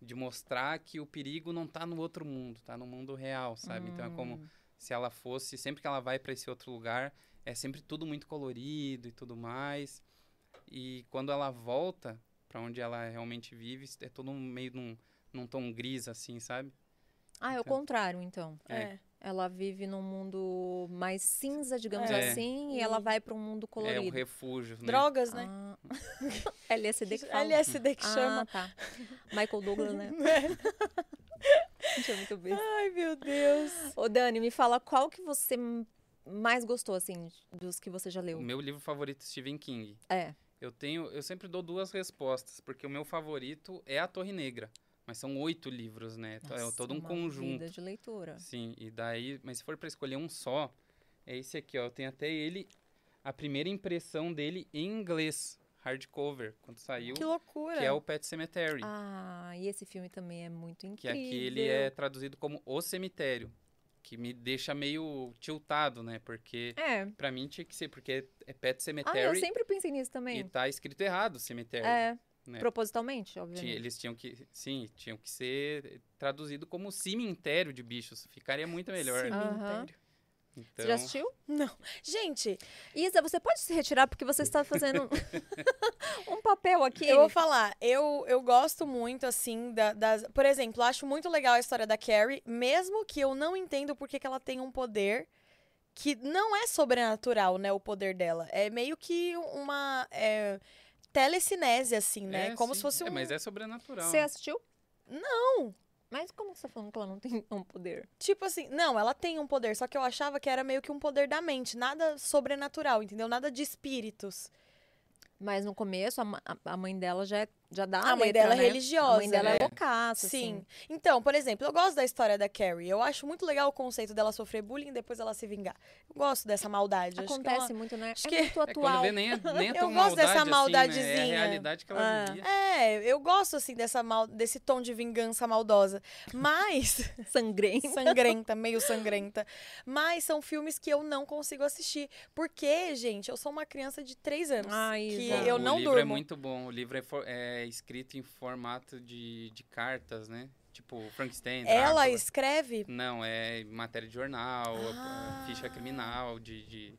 de mostrar que o perigo não tá no outro mundo, tá no mundo real, sabe? Então é como
Hum.
se ela fosse, sempre que ela vai para esse outro lugar, é sempre tudo muito colorido e tudo mais. E quando ela volta para onde ela realmente vive, é todo um meio num, num tom gris assim, sabe? um
Ah, é o
Então.
contrário, então.
né?
É.
Ela vive num mundo mais cinza, digamos
É.
assim, e ela
E-
vai pra um mundo
É um
colorido.
refúgio, né?
Drogas, né?
Ah. LSD que fala.
LSD que
Ah,
chama.
tá. Michael Douglas, né? Gente, é muito bem.
Ai, meu Deus.
Ô, Dani, me fala qual que você m- mais gostou, assim, dos que você já leu.
O meu livro favorito é Stephen King.
É.
Eu tenho, eu sempre dou duas respostas, porque o meu favorito é A Torre Negra, mas são oito livros, né? Então, é
Nossa,
todo um
uma
conjunto.
vida de leitura.
Sim, e daí, mas se for pra escolher um só, é esse aqui, ó. Eu tenho até ele, a primeira impressão dele em inglês, hardcover, quando saiu,
Que
que,
loucura.
é o Pet Cemetery,
Ah, e esse filme também é muito
que
incrível.
aqui ele é traduzido como O Cemitério, que me deixa meio tiltado, né? Porque
É.
pra mim tinha que ser, porque é
Ah,
Pet
eu
Cemetery
sempre pensei nisso
e
também.
tá escrito errado cemitério.
É,
né?
propositalmente,
Tinha-
obviamente.
eles tinham que, sim, tinham que ser traduzido como cemitério de bichos, ficaria muito melhor.
Sim.
Cemitério.
Você já
Então,
assistiu?
Não. Gente,
Isa, você pode se retirar porque você está fazendo um papel aqui.
eu vou falar. Eu, eu gosto muito, assim, da- das... Por exemplo, eu acho muito legal a história da Carrie, mesmo que eu não entendo por que que ela tem um poder que não é sobrenatural, né? O poder dela. É meio que uma... É... Telecinese, assim, né?
é,
Como
sim.
se fosse um.
É, mas é sobrenatural.
Você
né?
assistiu?
Não!
Mas como que você tá falando que ela não tem um poder?
Tipo assim, não, ela tem um poder, só que eu achava que era meio que um poder da mente, nada sobrenatural, entendeu? Nada de espíritos.
Mas no começo, a, ma- a- a mãe dela já, é- já dá a,
a mãe
letra,
dela
né?
é religiosa.
A mãe dela é
né?
loucaça,
Sim.
assim.
Então, por exemplo, eu gosto da história da Carrie. Eu acho muito legal o conceito dela sofrer bullying e depois ela se vingar. Eu gosto dessa maldade. acho que é uma-
Acontece muito, né?
acho
é
que-
muito
É, quando
atual.
vê, nem é, nem é
Eu
tão
gosto dessa
maldade assim, né? É
maldadezinha.
a realidade que ela
Ah.
vivia.
É, eu gosto, assim, dessa mal... desse tom de vingança maldosa. Mas.
Sangrento.
sangrenta, meio sangrenta. Mas são filmes que eu não consigo assistir. Porque, gente, eu sou uma criança de três anos.
Ai,
que
Isa.
eu
o
não
livro é
durmo.
muito bom. O livro é, for- é escrito em formato de, de cartas, né? Tipo, Frankenstein.
Ela
Drácula.
escreve.
Não, é matéria de jornal, é
Ah.
ficha criminal, de, de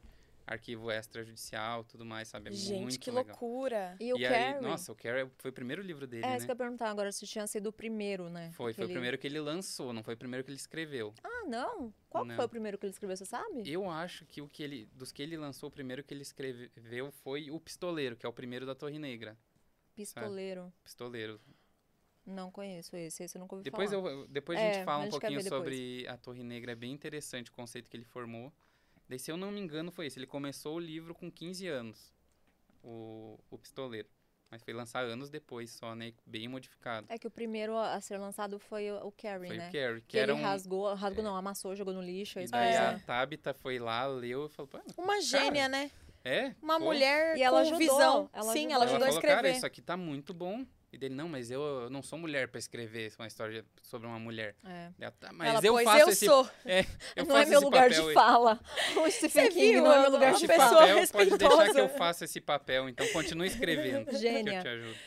arquivo extrajudicial, tudo mais, sabe? É
gente,
muito
que
legal.
loucura.
E o
e
Carrie...
aí, nossa, o Carrie foi o primeiro livro dele,
é, isso que eu
né?
ia perguntar agora, se tinha sido o primeiro, né?
Foi, foi o
Aquele-
primeiro que ele lançou, não foi o primeiro que ele escreveu.
Ah, não? Qual que
Não.
foi o primeiro que ele escreveu, você sabe?
Eu acho que o que ele. Dos que ele lançou, o primeiro que ele escreveu foi O Pistoleiro, que é o primeiro da Torre Negra.
Pistoleiro.
Pistoleiro.
Não conheço esse, esse eu nunca ouvi
Depois,
falar.
eu, eu- depois a
É,
gente fala
a
um
gente quer ver
pouquinho
depois.
sobre a Torre Negra, é bem interessante o conceito que ele formou. Daí, se eu não me engano, foi esse. Ele começou o livro com 15 anos. o, o Pistoleiro. Mas foi lançar anos depois só, né? Bem modificado.
É que o primeiro a a ser lançado foi o o Carrie,
Foi
né?
o Carrie, que,
Que ele
era um...
rasgou, rasgou não, amassou, jogou no lixo. é. aí
E daí
espalhou.
a Tabita foi lá, leu e falou, "Pô,
Uma gênia, né?
é?
Uma
pô."
mulher
E ela
com
ajudou,
visão.
ela
Sim,
ajudou.
ela
Ela
ajudou a
falou, cara,
escrever.
isso aqui tá muito bom. E dele, não, mas eu, eu não sou mulher pra escrever uma história sobre uma mulher.
É.
Ela, "Tá, mas
ela,
eu
pois
faço
eu
esse,
sou.
eu
não é
faço
meu
esse
lugar de
papel aí."
fala. O Stephen King não é meu lugar
Uma
de
pessoa
fala.
Papel, pode deixar que eu
respeitosa.
faça esse papel, então continue escrevendo. que
Gênia.
eu te ajudo.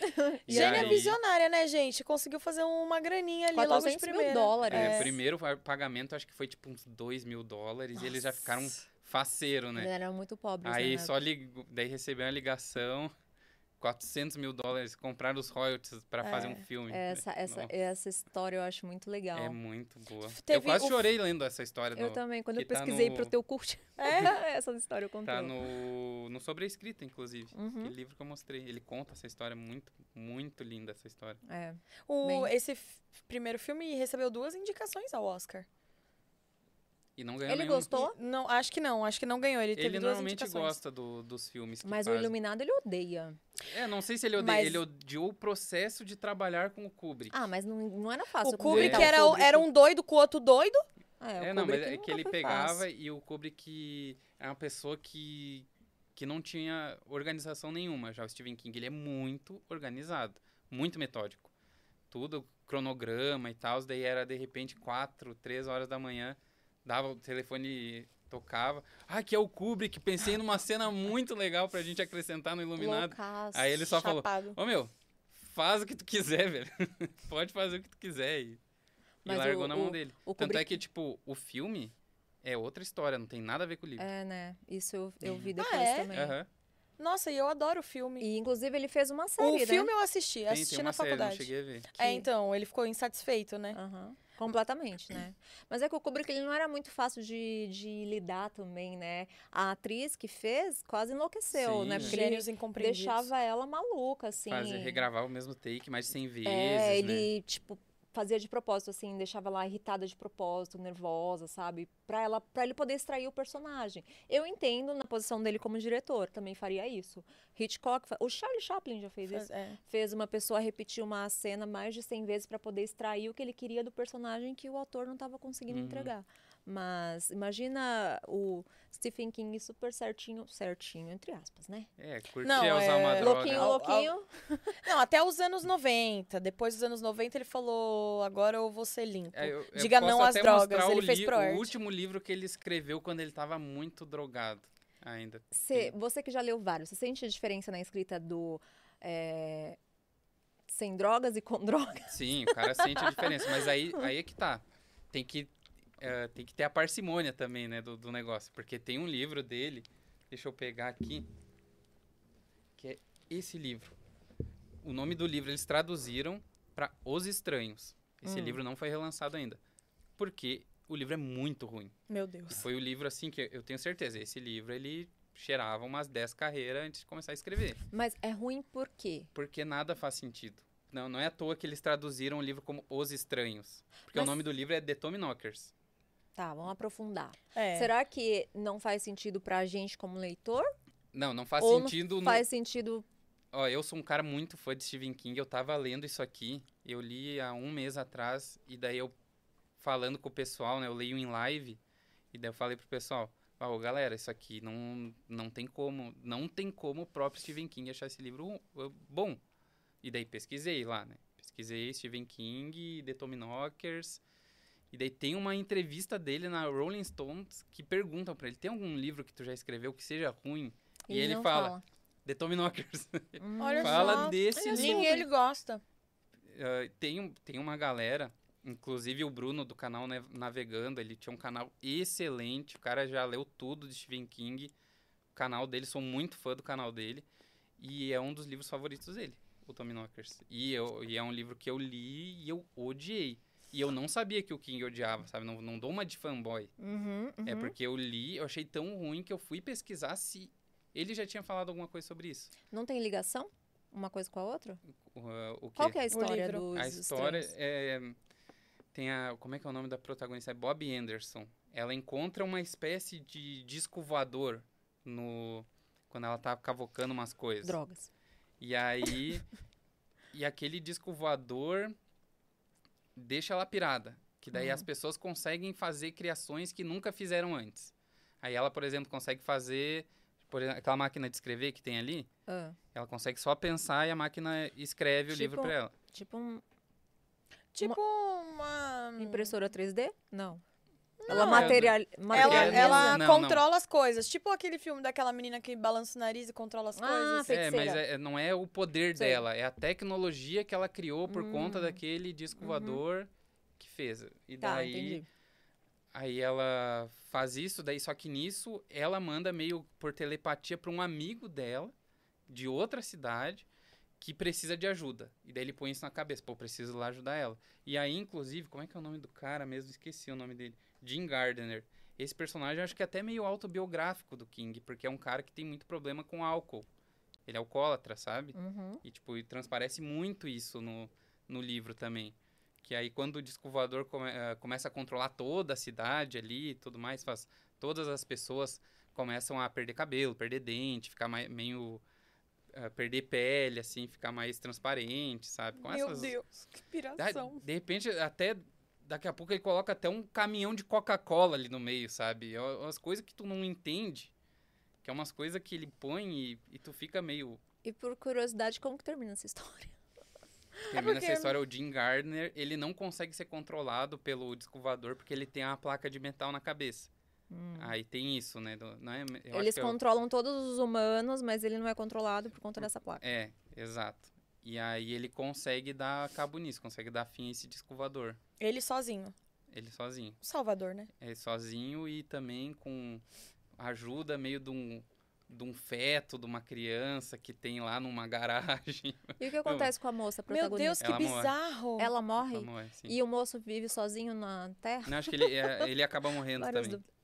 E
Gênia
aí-
visionária, né, gente? Conseguiu fazer uma graninha ali logo de
400 mil
primeira.
dólares.
É,
É.
primeiro o pagamento acho que foi tipo uns 2 mil dólares e eles já ficaram faceiro, né?
Eles eram muito pobres,
Aí
né?
só ligou, daí recebeu uma ligação, 400 mil dólares, compraram os royalties pra fazer
É,
um filme.
Essa, essa,
Nossa,
essa história eu acho muito legal.
é muito boa. eu
Teve
quase
o-
chorei lendo essa história.
Eu
do-
também, quando eu
que tá
pesquisei
no-
pro teu curte,
É.
essa história eu contei.
Tá no, no Sobre a Escrita, inclusive.
Uhum.
Que livro que eu mostrei. Ele conta essa história, muito, muito linda essa história.
É.
O,
Bem.
esse f- primeiro filme recebeu duas indicações ao Oscar.
E não ganhou
Ele
nenhum.
gostou,
E- Não, acho que não, acho que não ganhou. Ele, teve
Ele
duas
normalmente
indicações.
gosta do- dos filmes que
mas o
fazem.
Iluminado ele odeia.
É, não sei se ele odeia.
Mas-
Ele odiou o processo de trabalhar com o Kubrick.
Ah, mas não, não era fácil.
O Kubrick
publicar o
era,
Kubrick.
era um doido com o outro doido.
É, o
É, não, mas
Kubrick
é que
nunca
ele
foi
pegava
fácil.
e o Kubrick é uma pessoa que, que não tinha organização nenhuma. Já o Stephen King, ele é muito organizado, muito metódico. Tudo, cronograma e tal, daí era de repente quatro, três horas da manhã, dava o telefone, tocava. Ah, que é o Kubrick, pensei numa cena muito legal pra gente acrescentar no Iluminado.
Loucaço.
Aí ele só falou,
Chapado.
ô meu, faz o que tu quiser, velho. Pode fazer o que tu quiser. E, e
Mas
largou
o-
na mão
o-
dele.
O
Tanto
Kubrick...
é que, tipo, o filme é outra história, não tem nada a ver com o livro.
É, né? Isso eu, eu vi depois
é?
também.
Uhum. Aham.
Nossa, e eu adoro o filme.
E inclusive ele fez uma série,
o
né?
filme eu assisti,
Tem,
assisti
tem uma
na
série, não
faculdade.
cheguei a ver.
É,
que-
então, ele ficou insatisfeito, né?
Aham. Completamente, né? Mas é que o Kubrick ele não era muito fácil de, de lidar também, né? A atriz que fez quase enlouqueceu, né?
Sim.
Porque ele
Gênios incompreendidos.
deixava ela maluca, assim.
Fazer, regravar o mesmo take mais de 100 vezes,
É,
né?
ele, tipo, fazia de propósito, assim, deixava ela irritada de propósito, nervosa, sabe? Pra, ela, pra ele poder extrair o personagem. Eu entendo na posição dele como diretor, também faria isso. Hitchcock, fa- o Charlie Chaplin já fez isso.
É.
Fez uma pessoa repetir uma cena mais de 100 vezes pra poder extrair o que ele queria do personagem que o autor não tava conseguindo
Uhum.
entregar. Mas imagina o Stephen King super certinho, certinho, entre aspas, né?
É, curtia
Não,
usar uma
é-
droga.
Louquinho,
Al-
louquinho.
Não, até os anos 90. Depois dos anos 90, ele falou: agora eu vou ser limpo.
É, eu- eu
Diga
posso
não às
até
drogas,
mostrar
ele
o
fez
li-
pro
O
arte.
último livro que ele escreveu quando ele tava muito drogado ainda.
Cê- você que já leu vários, você sente a diferença na escrita do é, sem drogas e com drogas?
Sim, o cara sente a diferença. Mas aí, aí é que tá. Tem que, eh, tem que ter a parcimônia também, né, do, do negócio. Porque tem um livro dele, deixa eu pegar aqui, que é esse livro. O nome do livro eles traduziram para Os Estranhos. Esse
Hum.
livro não foi relançado ainda. Porque o livro é muito ruim.
Meu
E
Deus.
foi o livro, assim, que eu tenho certeza. Esse livro, ele cheirava umas 10 carreiras antes de começar a escrever
Mas é ruim por quê?
porque nada faz sentido. Não, não é à toa que eles traduziram o livro como Os Estranhos. Porque
Mas-
o nome do livro é The Tommyknockers.
Tá, vamos aprofundar.
É.
Será que não faz sentido pra gente como leitor?
Não, não faz
Ou não
sentido. no-
Faz sentido.
Ó, eu sou um cara muito fã de Stephen King, eu tava lendo isso aqui, eu li há um mês atrás, e daí eu falando com o pessoal, né? Eu leio em live, e daí eu falei pro pessoal, ó, galera, isso aqui não, não tem como, não tem como o próprio Stephen King achar esse livro uh, bom. E daí pesquisei lá, né? Pesquisei Stephen King, The Tommyknockers, e daí tem uma entrevista dele na Rolling Stones que perguntam pra ele, tem algum livro que tu já escreveu que seja ruim? E ele
não
fala, The Tommyknockers.
Hum,
Olha
Fala
só.
desse
Olha só,
livro.
ele gosta.
Ah, tem, um- tem uma galera, inclusive o Bruno do canal Ne- Navegando, ele tinha um canal excelente, o cara já leu tudo de Stephen King. O canal dele, sou muito fã do canal dele. E é um dos livros favoritos dele, o Tommy Knockers. E, eu, e é um livro que eu li e eu odiei. E eu não sabia que o King odiava, sabe? Não, não dou uma de fanboy.
uhum,
É
uhum.
porque eu li, eu achei tão ruim que eu fui pesquisar se ele já tinha falado alguma coisa sobre isso.
Não tem ligação? Uma coisa com a outra?
O, ah, o
Qual
quê?
que é a história
livro.
dos
A história
estranhos?
é. Tem a. Como é que é o nome da protagonista? É Bob Anderson. Ela encontra uma espécie de disco voador no, Quando ela tá cavocando umas coisas.
Drogas.
E aí. e aquele disco voador deixa ela pirada. Que daí as pessoas conseguem fazer criações que nunca fizeram antes. Aí ela, por exemplo, consegue fazer. Por exemplo, aquela máquina de escrever que tem ali.
Ah,
Ela consegue só pensar e a máquina escreve o livro
Tipo-
pra ela.
tipo um-
Tipo uma.
impressora 3D? Não.
Não,
ela
é-
material,
Ela,
materializa.
ela
Não, não.
controla as coisas. Tipo aquele filme daquela menina que balança o nariz e controla as
Ah,
coisas.
É, mas
feiticeira.
é- não é o poder
Sei.
dela, é a tecnologia que ela criou por conta
Hum.
daquele disco voador que fez. E
Tá,
daí,
entendi.
aí ela faz isso, daí só que nisso ela manda meio por telepatia pra um amigo dela de outra cidade que precisa de ajuda. E daí ele põe isso na cabeça, pô, preciso ir lá ajudar ela. E aí, inclusive, como é que é o nome do cara mesmo? Esqueci o nome dele. Jim Gardner. Esse personagem eu acho que é até meio autobiográfico do King, porque é um cara que tem muito problema com álcool. Ele é alcoólatra, sabe?
Uhum.
E, tipo, e transparece muito isso no, no livro também. Que aí, quando o disco voador come- eh, começa a controlar toda a cidade ali e tudo mais, faz, todas as pessoas começam a perder cabelo, perder dente, ficar mai- meio. eh, perder pele, assim, ficar mais transparente, sabe? Com
Meu
essas-
Deus, que
da-
piração.
de repente, até. Daqui a pouco ele coloca até um caminhão de Coca-Cola ali no meio, sabe? É umas coisas que tu não entende. Que é umas coisas que ele põe e, e tu fica meio.
E por curiosidade, como que termina essa história?
Termina
porque-
essa história, o Jim Gardner, ele não consegue ser controlado pelo descovador porque ele tem uma placa de metal na cabeça.
Hum.
Aí tem isso, né? do- não é, eu acho
Eles
que é o-
controlam todos os humanos, mas ele não é controlado por conta dessa placa.
é, exato. E aí ele consegue dar cabo nisso, consegue dar fim a esse descovador.
Ele sozinho.
Ele sozinho.
Salvador, né?
É, sozinho e também com a ajuda meio de um, de um feto, de uma criança que tem lá numa garagem.
E o que acontece com a moça
Meu
protagonista?
Deus, que
Ela morre.
bizarro.
Ela morre
Vamos, assim.
e o moço vive sozinho na terra?
Não, acho que ele, é, ele acaba morrendo
Várias
também.
dúvidas.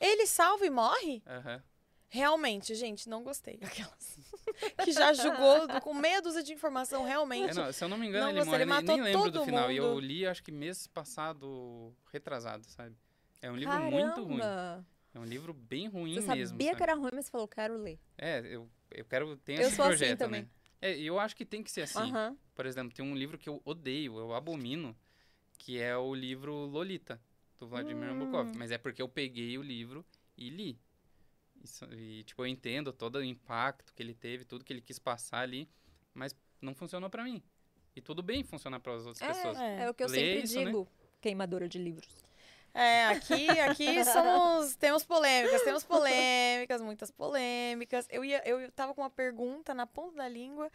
Ele salva e morre?
Aham.
Realmente, gente, não gostei. Aquelas que já julgou do- com meia dúzia de informação, realmente.
É, não, se eu não me engano,
Não,
ele
você-
mora.
ele
nem-
matou
nem lembro do
todo
final. E eu
mundo.
li, acho que mês passado, retrasado, sabe? É um livro muito ruim.
Caramba!
É um livro bem ruim
Você sabia
mesmo.
que era ruim, mas você falou, quero ler.
É, eu, eu quero ter
Eu
esse
sou assim
projeto,
também.
né? É, eu acho que tem que ser assim.
Aham.
Por exemplo, tem um livro que eu odeio, eu abomino, que é o livro Lolita, do Vladimir
Hum.
Nabokov. Mas é porque eu peguei o livro e li. Isso- e, tipo, eu entendo todo o impacto que ele teve, tudo que ele quis passar ali, mas não funcionou pra mim. E tudo bem funcionar para as outras pessoas.
É o que eu
Lê
sempre
isso, né?
digo, queimadora de livros.
É, aqui, aqui somos, temos polêmicas, temos polêmicas, muitas polêmicas. Eu ia, eu tava com uma pergunta na ponta da língua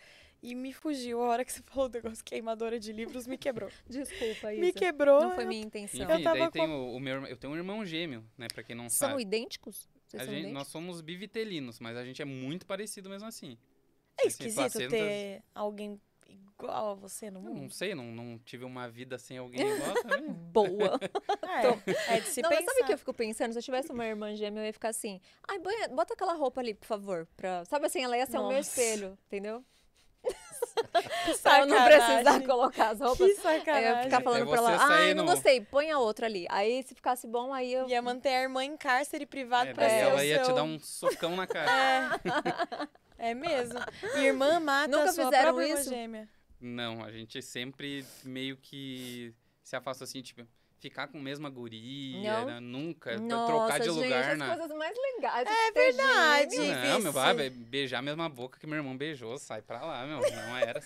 e me fugiu. A hora que você falou do negócio queimadora de livros, me quebrou.
Desculpa, Isa.
Me quebrou.
é. Não foi
eu-
minha intenção.
Enfim,
tava
daí
com-
tem o, o meu irmão- eu tenho um irmão gêmeo, né, Pra quem não
São
sabe.
idênticos? Vocês
A
são
gente-
idênticos?
nós somos bivitelinos, mas a gente é muito parecido mesmo assim.
É
Assim,
esquisito
placentas-
ter alguém igual a você no
Eu não
mundo.
sei, não, não tive uma vida sem alguém igual também.
Boa.
É, é de se
não, mas
pensar.
sabe o que eu fico pensando? Se eu tivesse uma irmã gêmea, eu ia ficar assim. Ai, banha- bota aquela roupa ali, por favor. Pra... Sabe assim, ela ia ser o meu
Nossa.
espelho, entendeu?
Que
Pra eu não precisar
sacanagem.
colocar as roupas.
Que
É, eu
sacanagem.
ficar falando
É
pra
você
ela,
sair
ai, não
no-
gostei, põe a outra ali. Aí se ficasse bom, aí eu.
Ia manter a irmã em cárcere privado
É,
pra
daí
ser
ela
o
ia
seu...
te dar um socão na cara.
É. É mesmo. Irmã mata
Nunca
a sua
fizeram
própria irmã
isso?
gêmea.
Não, a gente sempre meio que se afasta assim, tipo, ficar com a mesma guria,
Não.
né, nunca, t-
Nossa,
trocar de
gente,
lugar. né?
as
na...
coisas mais legais. É verdade.
Não, meu,
difícil.
vai vai beijar a mesma boca que meu irmão beijou, sai pra lá, meu, não é era.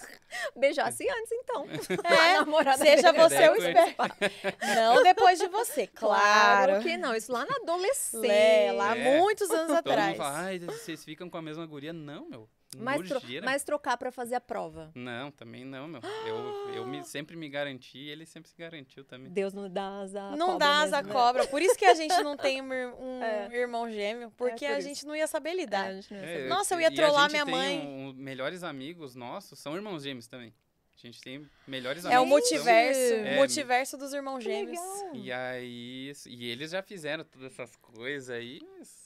Beijasse antes, então.
É,
A namorada
Seja
dele.
você o
Depois.
esperto. Não depois de você, claro.
que não. Isso lá na adolescência.
Lé, lá
É.
muitos anos
Todo mundo
atrás.
fala, ai, vocês ficam com a mesma guria. Não, meu,
Mas, tro-
nojeira.
mas trocar pra fazer a prova.
Não, também não, meu. Eu, eu me- sempre me garanti e ele sempre se garantiu também.
Deus não dá asa. à
Não
cobra
dá asa à
mesmo, né?
cobra. Por isso que a gente não tem um, ir- um
É.
irmão gêmeo. Porque
por
a
isso.
gente não ia saber
É, a
lidar.
gente não ia
É,
saber.
Nossa, eu
e
ia
a
trollar
gente
minha mãe.
tem um- melhores amigos nossos são irmãos gêmeos também. A gente tem melhores
É, o
amigos. então.
multiverso.
É.
Multiverso dos irmãos
Que
gêmeos.
legal.
E aí, isso- e eles já fizeram todas essas coisas aí. mas-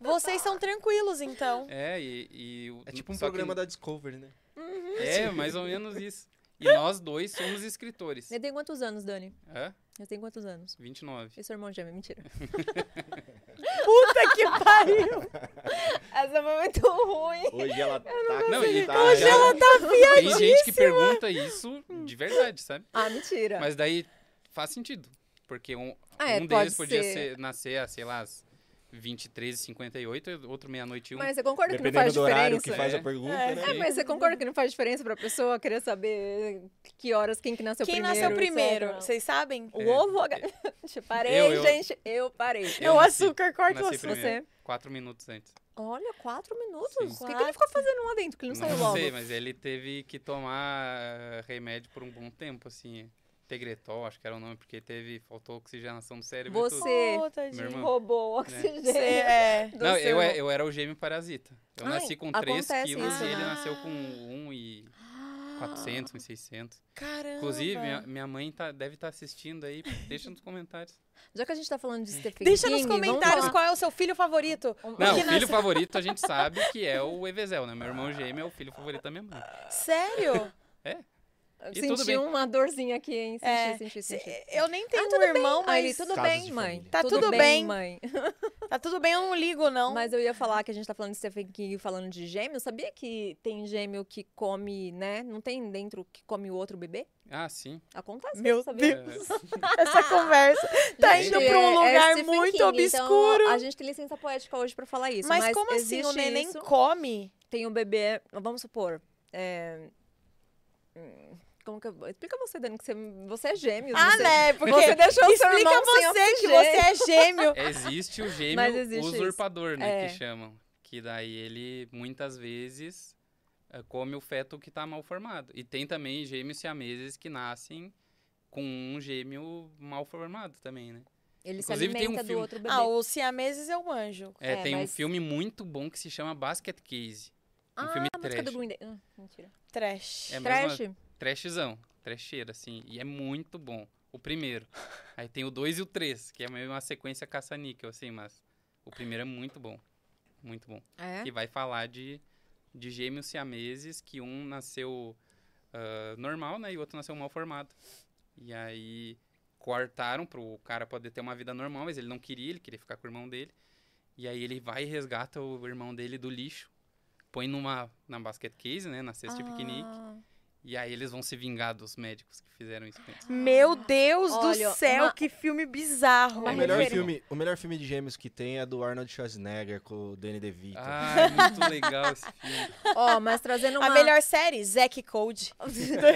Vocês são tranquilos, então.
É, e, e o-
É tipo um
só que-
programa da Discovery, né?
É, mais ou menos isso. E nós dois somos escritores.
Né?
Você tem quantos anos, Dani?
Hã?
Eu tenho quantos anos?
29.
E seu irmão gêmeo? Mentira.
Puta que pariu!
Essa foi muito ruim.
Hoje ela tá
Não, e
acreditada.
hoje ela
tá
Tem gente que pergunta isso de verdade, sabe?
Ah,
Hum.
mentira.
Mas daí faz sentido. Porque um,
Ah, é,
um
pode
deles podia
ser.
ser- nascer a, sei lá, às 23 58 outro meia-noite e um.
Mas você concorda que não
Dependendo
faz
do horário que
diferença?
faz a
É.
pergunta,
É.
né?
É, mas você concorda que não faz diferença pra pessoa querer saber que horas, quem que nasceu
Quem
primeiro?
nasceu primeiro?
etc.
Vocês sabem?
O
É.
ovo ou a galinha? Parei,
Eu, eu-
gente. Eu parei.
Eu
o
nasci-
açúcar corta o
nasci
açúcar.
primeiro.
Você?
Quatro minutos antes.
Olha, quatro minutos.
Sim.
O que, que ele ficou fazendo lá dentro? Que ele não, saiu logo.
sei, mas ele teve que tomar remédio por um bom tempo, assim. Tegretol, acho que era o nome, porque teve, faltou oxigenação do cérebro e tudo.
Você
Ô,
Meu
tadinho.
irmão.
roubou o oxigênio.
Você é.
do
Não,
seu
eu, é-
irmão.
eu era o gêmeo parasita. Eu
Ai,
nasci com 3
acontece
quilos
isso,
e ele
né?
nasceu com 1 e
Ah,
400, 1 e 600.
Caramba.
Inclusive, minha, minha mãe tá, deve estar assistindo aí. Deixa nos comentários.
Já que a gente tá falando de Stephen
Deixa
King,
nos
vamos
comentários
falar-
qual é o seu filho favorito.
Não, o
Que
filho
nasce-
favorito a gente sabe que é o Evezel, né? Meu irmão gêmeo é o filho favorito da minha mãe.
Sério?
Eu
E tudo
Senti
bem.
uma dorzinha aqui, hein? Senti,
É,
senti,
Se-
senti.
Eu nem
Ah,
tenho
tudo
um irmão,
Aí ele,
mas.
tudo
Casos
bem,
de
mãe.
família.
Tá tudo bem. Então
mãe.
Tá tudo bem, eu não ligo, não.
Mas eu ia falar que a gente tá falando de Stephen King falando de gêmeo. Sabia que tem gêmeo que come, né? Não tem dentro que come o outro bebê?
Ah, sim.
Acontece.
Meu
sabia?
É,
Deus. Essa conversa tá
Gente,
indo
é-
pra um
é
lugar
Stephen
muito
King, então
obscuro.
a gente tem licença poética hoje pra falar isso.
mas,
Mas,
como assim? O
existe
neném
isso.
come?
Tem o bebê, vamos supor. é, hum, Como que eu... vou- Explica você, Dani, que você, você é gêmeo.
Ah,
você...
né? Porque
Você deixou o seu
explica
irmão sem
você que
oxigênio.
você é gêmeo.
Existe o gêmeo
Mas existe isso.
usurpador, né?
É.
Que chamam. Que daí ele, muitas vezes, eh, come o feto que tá mal formado. E tem também gêmeos siameses que nascem com um gêmeo mal formado também, né?
é
Ele se
Inclusive, tem um
alimenta do
filme-
outro bebê.
Ah, o siameses é o anjo.
É,
É,
tem um
mas-
filme muito bom que se chama Basket Case. Um
Ah,
filme
a música do
trash.
Green Day. Ah, mentira.
Trash.
É a mesma-
Trash?
Trashzão. Trasheira, assim. E é muito bom. O primeiro. Aí tem o 2 e o 3, que é meio uma sequência caça-níquel, assim, mas o primeiro é muito bom. Muito bom.
É?
que vai falar de, de gêmeos siameses que um nasceu ah, normal, né? E o outro nasceu mal formado. E aí cortaram pro cara poder ter uma vida normal, mas ele não queria, ele queria ficar com o irmão dele. E aí ele vai e resgata o irmão dele do lixo. Põe numa na basket case, né? Na cesta de piquenique.
Ah.
E aí eles vão se vingar dos médicos que fizeram isso com eles.
Meu Deus
Ah. Olha,
do céu,
uma-
que filme bizarro.
É
Uma
O melhor,
referência.
filme, o melhor filme de gêmeos que tem é do Arnold Schwarzenegger com o Danny DeVito.
Ah, é muito legal esse filme.
Ó, mas trazendo uma...
A melhor série, Zack Code.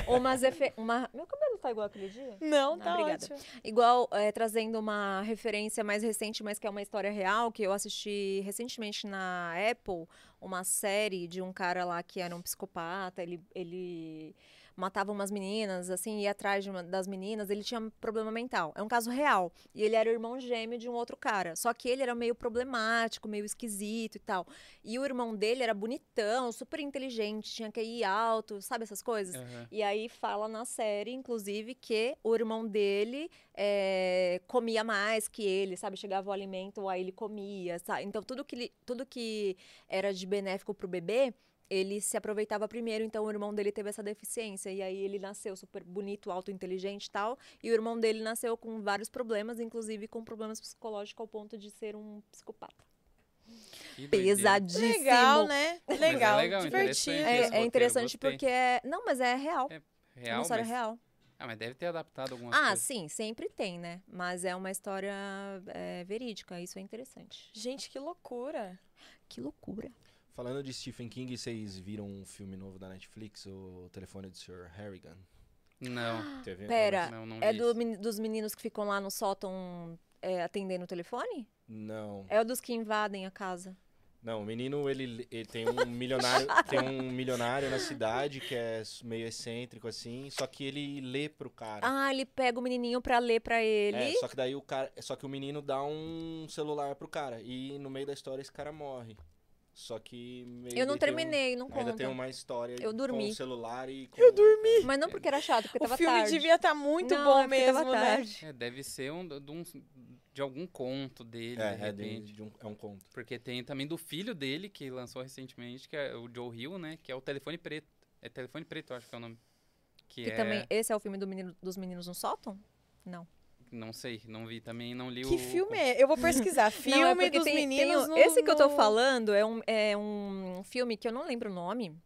umas efe- uma... Meu cabelo tá igual aquele dia?
Não, tá
obrigada.
ótimo.
Igual, é, trazendo uma referência mais recente, mas que é uma história real, que eu assisti recentemente na Apple, uma série de um cara lá que era um psicopata, ele, ele matava umas meninas, assim, ia atrás de uma- das meninas, ele tinha problema mental. É um caso real. E ele era o irmão gêmeo de um outro cara. Só que ele era meio problemático, meio esquisito e tal. E o irmão dele era bonitão, super inteligente, tinha QI alto, sabe essas coisas?
Aham.
E aí fala na série, inclusive, que o irmão dele eh, comia mais que ele, sabe? Chegava o alimento, aí ele comia, sabe? Então tudo que, ele- tudo que era de benéfico pro bebê, ele se aproveitava primeiro, então o irmão dele teve essa deficiência. E aí ele nasceu super bonito, alto, inteligente e tal. E o irmão dele nasceu com vários problemas, inclusive com problemas psicológicos ao ponto de ser um psicopata.
Que doideira.
Pesadíssimo.
Legal, né? Legal,
legal,
divertido.
interessante.
É,
Esse
é
roteiro,
interessante
gostei.
porque é. Não, mas é real.
É
é uma
Real,
história
mas...
real.
Ah, mas deve ter adaptado algumas
Ah,
coisas.
sim, sempre tem, né? Mas é uma história é, verídica, isso é interessante.
Gente, que loucura.
Que loucura.
Falando de Stephen King, vocês viram um filme novo da Netflix, o Telefone do Sr. Harrigan?
Não.
Teve-
Pera,
Não, não
é
vi
do
isso.
meni- dos meninos que ficam lá no sótão é, atendendo o telefone?
Não.
É o dos que invadem a casa.
Não, o menino, ele, ele tem um milionário, tem um milionário na cidade que é s- meio excêntrico assim, só que ele lê pro cara.
Ah, ele pega o menininho pra ler pra
É,
ele.
só que daí o cara, só que o menino dá um celular pro cara e no meio da história esse cara morre. Só que meio
eu não
que tem um-
terminei, não
Ainda tem um
conta.
uma história
Eu dormi.
com o celular e Eu dormi.
Mas não porque era chato, porque
O
tava
filme
tarde.
devia estar muito
Não,
bom
é porque tava
mesmo, né?
tarde.
É, deve ser um, do- de, um, de algum conto dele,
É,
de
é, de-
repente.
de um- é um conto.
Porque tem também do filho dele, que lançou recentemente, que é o Joe Hill, né? Que é o Telefone Preto. É Telefone Preto, eu acho que é o nome. Que
E
é...
também, esse é o filme do menino- dos meninos no sótão? Não.
Não sei, não vi também, não li o.
Que filme é? Eu vou pesquisar.
Não, é
Filme
porque
dos
tem- tem
meninos.
o-
no-
esse que eu tô
no-
falando é um, é um filme que eu não lembro o nome.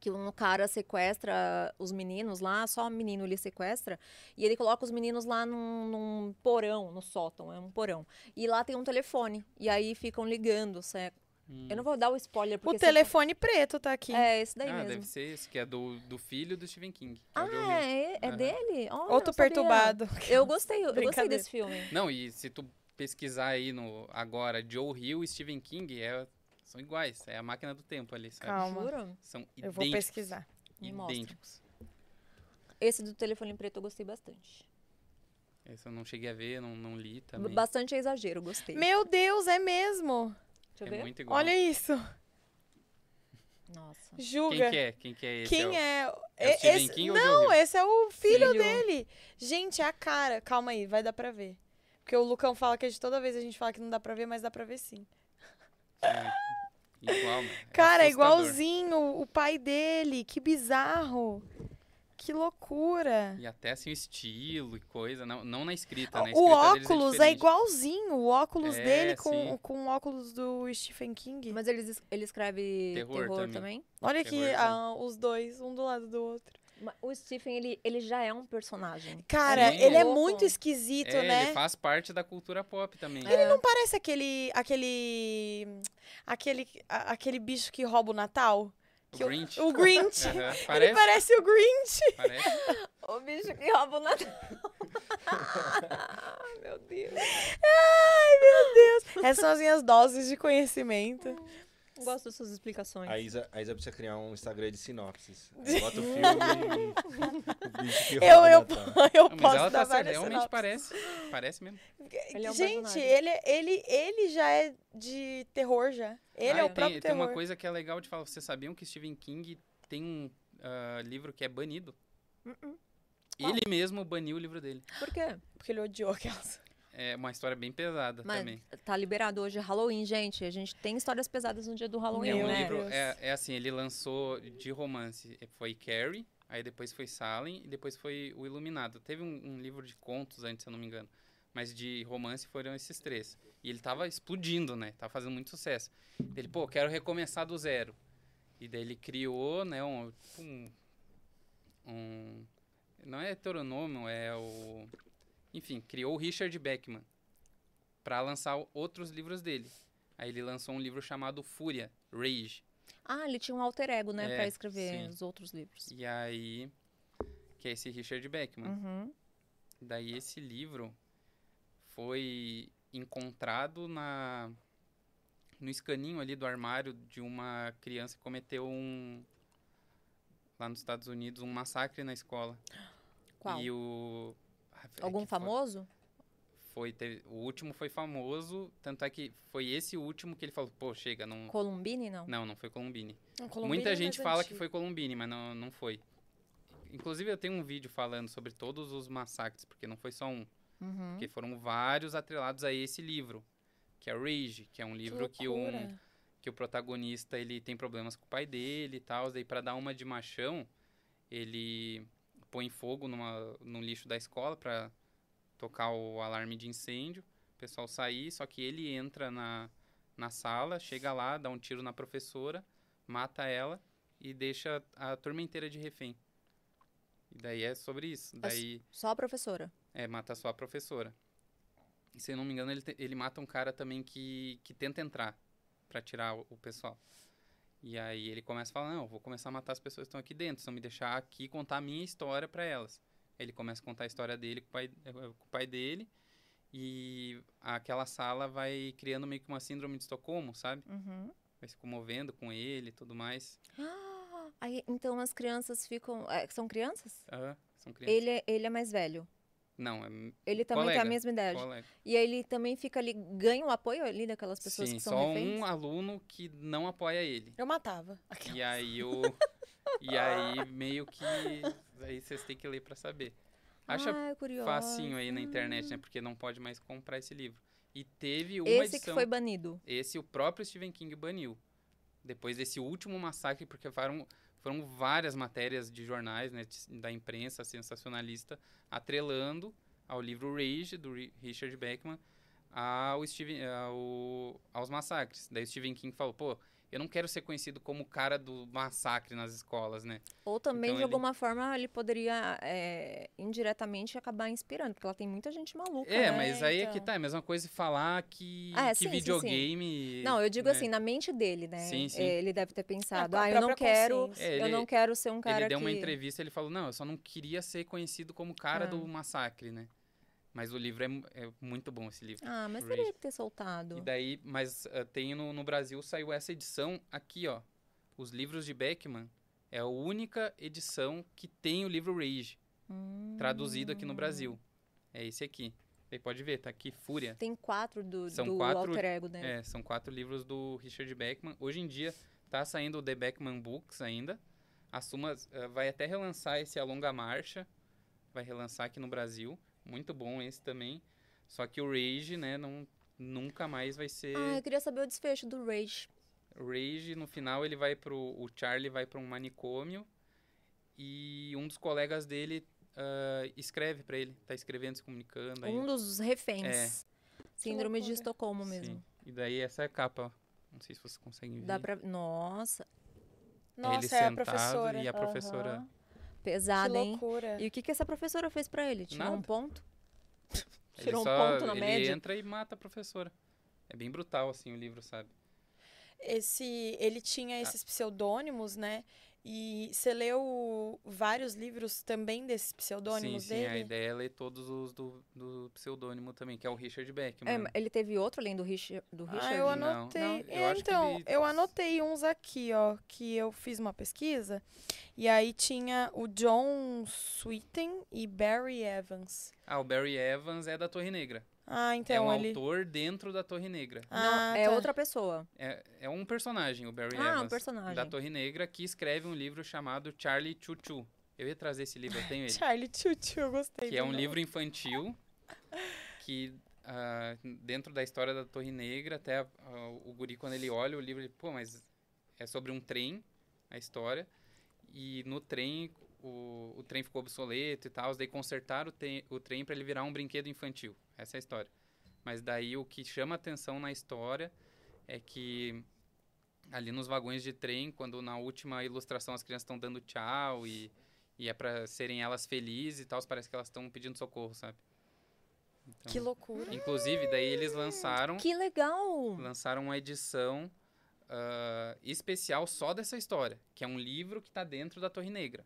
Que um cara sequestra os meninos lá, só um menino ele sequestra, e ele coloca os meninos lá num, num porão, no sótão, é um porão. E lá tem um telefone, e aí ficam ligando. se-
Hum.
Eu não vou dar o spoiler, porque...
O
se-
telefone preto tá aqui.
É, esse daí
Ah, deve
mesmo.
ser esse, que é do, do filho do Stephen King. que é o de
Ah,
Ouvido.
é, é
Aham.
dele? Olha,
Outro
eu sabia.
perturbado.
Eu gostei, eu gostei
Brincadeira.
desse filme.
Não, e se tu pesquisar aí no agora Joe Hill e Stephen King, é- são iguais, é a máquina do tempo ali, sabe?
Calma.
Juro?
São idênticos.
Eu vou pesquisar.
Me mostra.
Idênticos.
Esse do telefone preto eu gostei bastante.
Esse eu não cheguei a ver, não, não li também.
Bastante é exagero, gostei.
Meu Deus, é mesmo.
Deixa eu
É
ver.
muito igual.
Olha isso.
Nossa.
Julga.
Quem que é? Quem que é esse?
Quem
o-
é?
é o
E-
Stephen
esse-
King ou o Joe
Não,
Hill?
esse é o filho,
Filho.
dele. Gente, é a cara. Calma aí, vai dar pra ver. Porque o Lucão fala que é de toda vez a gente fala que não dá pra ver, mas dá pra ver sim.
É, Igual, mano.
Cara, é
assustador.
igualzinho o pai dele. Que bizarro. Que loucura.
E até assim o estilo e coisa, não, não na escrita, né? A
O
escrita deles
óculos é
diferente.
igualzinho. O óculos
É,
dele
sim.
com, com o óculos do Stephen King.
Mas ele, es- ele escreve
Terror
terror,
também.
também.
Olha aqui
terrorzão.
ah, os dois, um do lado do outro.
Ma- O Stephen, ele, ele já é um personagem.
Cara,
Sim.
ele é
Louco.
muito esquisito,
É,
né?
ele faz parte da cultura pop também.
Ele não
Parece aquele. aquele. aquele. a- aquele bicho que rouba o Natal.
O
que eu-
Grinch.
O Grinch.
Aham,
Ele
Parece,
parece o Grinch.
parece.
O bicho que rouba o Natal. Meu Deus.
Essas são as minhas doses de conhecimento.
Gosto das suas explicações.
A Isa, a Isa precisa criar um Instagram de sinopses. Aí Bota o filme e tá? o bicho que
Eu,
rouba
eu,
o Natal.
eu
Não,
posso
mas ela
dar
tá certa,
várias
realmente
sinopses.
parece. Parece mesmo.
Ele é um
Gente,
personagem.
ele, ele, ele já é de terror já. Ele é
Ah, e
o
tem,
próprio
Tem uma
terror.
coisa que é legal de falar. Vocês sabiam que Stephen King tem um ah, livro que é banido?
Uh-uh.
Ele mesmo baniu o livro dele.
Por quê?
Porque ele odiou aquelas.
É uma história bem pesada
Mas
também.
tá liberado hoje Halloween, gente. A gente tem histórias pesadas no dia do Halloween,
É um
Meu
né?
livro.
Deus.
É, é assim, ele lançou de romance. É, Foi Carrie, aí depois foi Salem e depois foi O Iluminado. Teve um, um livro de contos antes, se eu não me engano. Mas de romance foram esses três. E ele tava explodindo, né? Tava fazendo muito sucesso. Ele, pô, quero recomeçar do zero. E daí ele criou, né, um. tipo um- um- não é heteronômio, é o. Enfim, criou o Richard Beckman para lançar o- outros livros dele. Aí ele lançou um livro chamado Fúria, Rage.
Ah, ele tinha um alter ego, né?
É,
pra escrever
sim.
os outros livros.
E aí. Que é esse Richard Beckman.
Uhum.
Daí esse livro foi encontrado na no escaninho ali do armário de uma criança que cometeu um lá nos Estados Unidos um massacre na escola.
Qual?
E o Ah, é
Algum
que foi-
famoso?
Foi, teve- o último foi famoso, tanto é que foi esse último que ele falou, pô, chega, não
Columbine, não?
não, não foi Columbine.
Um Columbine
Muita
é
gente
mais
fala que
antigo.
foi Columbine, mas não, não foi. Inclusive, eu tenho um vídeo falando sobre todos os massacres, porque não foi só um.
Uhum.
Hum?
Porque foram vários atrelados a esse livro, que é Rage, que é um livro que, um,
loucura.
que o protagonista ele tem problemas com o pai dele e tal. Daí, pra dar uma de machão, ele põe fogo numa, no lixo da escola pra tocar o alarme de incêndio, o pessoal sair, só que ele entra na, na sala, chega lá, dá um tiro na professora, mata ela e deixa a turma inteira de refém. E daí é sobre isso. Daí...
Só a professora.
É, mata só a professora. E, se eu não me engano, ele, te- ele mata um cara também que, que tenta entrar pra tirar o, o pessoal. E aí ele começa a falar, não, eu vou começar a matar as pessoas que estão aqui dentro, se eu me deixar aqui contar a minha história pra elas. Ele começa a contar a história dele com o pai, eh, com o pai dele e aquela sala vai criando meio que uma síndrome de Estocolmo, sabe?
Uhum.
Vai se comovendo com ele e tudo mais.
Ah, aí, então as crianças ficam. é, são crianças?
Aham, são crianças.
Ele, é- ele é mais velho.
Não, é
Ele também tem
Colega.
a mesma idade.
colega.
E aí ele também fica ali, ganha o apoio ali daquelas pessoas
Sim,
que são
só
reféns.
um aluno que não apoia ele.
Eu matava.
E aí o. E aí meio que. Aí vocês têm que ler pra saber. Acha
ah, é curioso.
facinho aí na internet, né? Porque não pode mais comprar esse livro. E teve uma
Esse que
edição.
foi banido.
Esse o próprio Stephen King baniu. Depois desse último massacre, porque foram, foram várias matérias de jornais, né, de- da imprensa sensacionalista, atrelando ao livro Rage, do Ri- Richard Beckman, ao Steven, ao, aos massacres. Daí o Stephen King falou, pô, eu não quero ser conhecido como o cara do massacre nas escolas, né?
Ou também,
Então,
de
ele-
alguma forma, ele poderia é, indiretamente acabar inspirando, porque ela tem muita gente maluca. né?
É, mas aí é que
então.
tá, é a mesma coisa falar que,
Ah, é,
que
sim, sim, sim.
videogame...
Não, eu digo
né?
assim, na mente dele, né?
Sim, É, sim.
É, Ele deve ter pensado,
com a
ah, eu não
própria
quero,
consciência.
É,
eu
ele-
não quero ser um cara
ele deu uma
que-
entrevista, ele falou, não, eu só não queria ser conhecido como o cara
Ah.
do massacre, né? Mas o livro é, mu- é muito bom, esse livro.
Ah, mas
Rage.
teria que ter
E
soltado.
daí, mas ah, tem no, no Brasil, saiu essa edição aqui, ó. Os livros de Beckman é a única edição que tem o livro Rage,
Hum.
traduzido aqui no Brasil. É esse aqui. Aí pode ver, tá aqui, Fúria.
Tem quatro do,
São
do
quatro-
alter ego, né?
É, são quatro livros do Richard Beckman. Hoje em dia tá saindo o The Beckman Books ainda. A Suma eh, vai até relançar esse A Longa Marcha. Vai relançar aqui no Brasil. Muito bom esse também. Só que o Rage, né, não, nunca mais vai ser...
Ah, é eu queria saber o desfecho do Rage.
Rage, no final, ele vai pro... O Charlie vai para um manicômio. E um dos colegas dele ah, escreve para ele. Tá escrevendo, se comunicando. ainda.
Um dos reféns. Síndrome de
loucura.
Estocolmo mesmo.
É. Sim. assim. E daí essa é a capa, ó. Não sei se vocês conseguem ver.
Dá pra... Nossa,
Nossa,
ele
é a
sentado
professora.
e a professora...
Aham. Que
pesada, hein?
loucura.
E o que, que essa professora fez pra ele? Tirou um
Nada.
ponto?
Ele
Tirou um
só-
ponto na
ele
média?
entra e mata a professora. É bem brutal, assim, o livro, sabe?
Esse, ele
Ah.
tinha esses pseudônimos, né? E você leu vários livros também desses pseudônimos
sim, sim, a
dele?
ideia é ler todos os do, do pseudônimo também, que é o Richard
É,
Beckman.
mas ele teve outro além do Richard? Do
Ah,
Richard?
eu
Richard, não.
anotei.
Não, eu
É,
acho que
então,
ele-
eu anotei uns aqui, ó, que eu fiz uma pesquisa. E aí tinha o John Sweeten e Barry Evans.
Ah, o Barry Evans é da Torre Negra.
Ah,
é um
então ele.
autor dentro da Torre Negra.
Não,
Ah,
é
tá.
outra pessoa.
É, é um personagem, o Barry
Ah, um
Evans.
personagem.
Da Torre Negra, que escreve um livro chamado Charlie Chuchu. Eu ia trazer esse livro, eu tenho ele.
Charlie Chuchu, eu gostei.
que é
do
um
nome.
livro infantil que ah, dentro da história da Torre Negra até ah, o guri quando ele olha o livro ele, pô mas é sobre um trem a história e no trem o, o trem ficou obsoleto e tal daí consertaram o, te- o trem para ele virar um brinquedo infantil essa é a história mas daí o que chama atenção na história é que ali nos vagões de trem quando na última ilustração as crianças estão dando tchau e e é pra serem elas felizes e tal, parece que elas estão pedindo socorro, sabe? Então,
Que loucura.
Inclusive, daí eles lançaram,
Que legal!
lançaram uma edição ah, especial só dessa história, que é um livro que tá dentro da Torre Negra,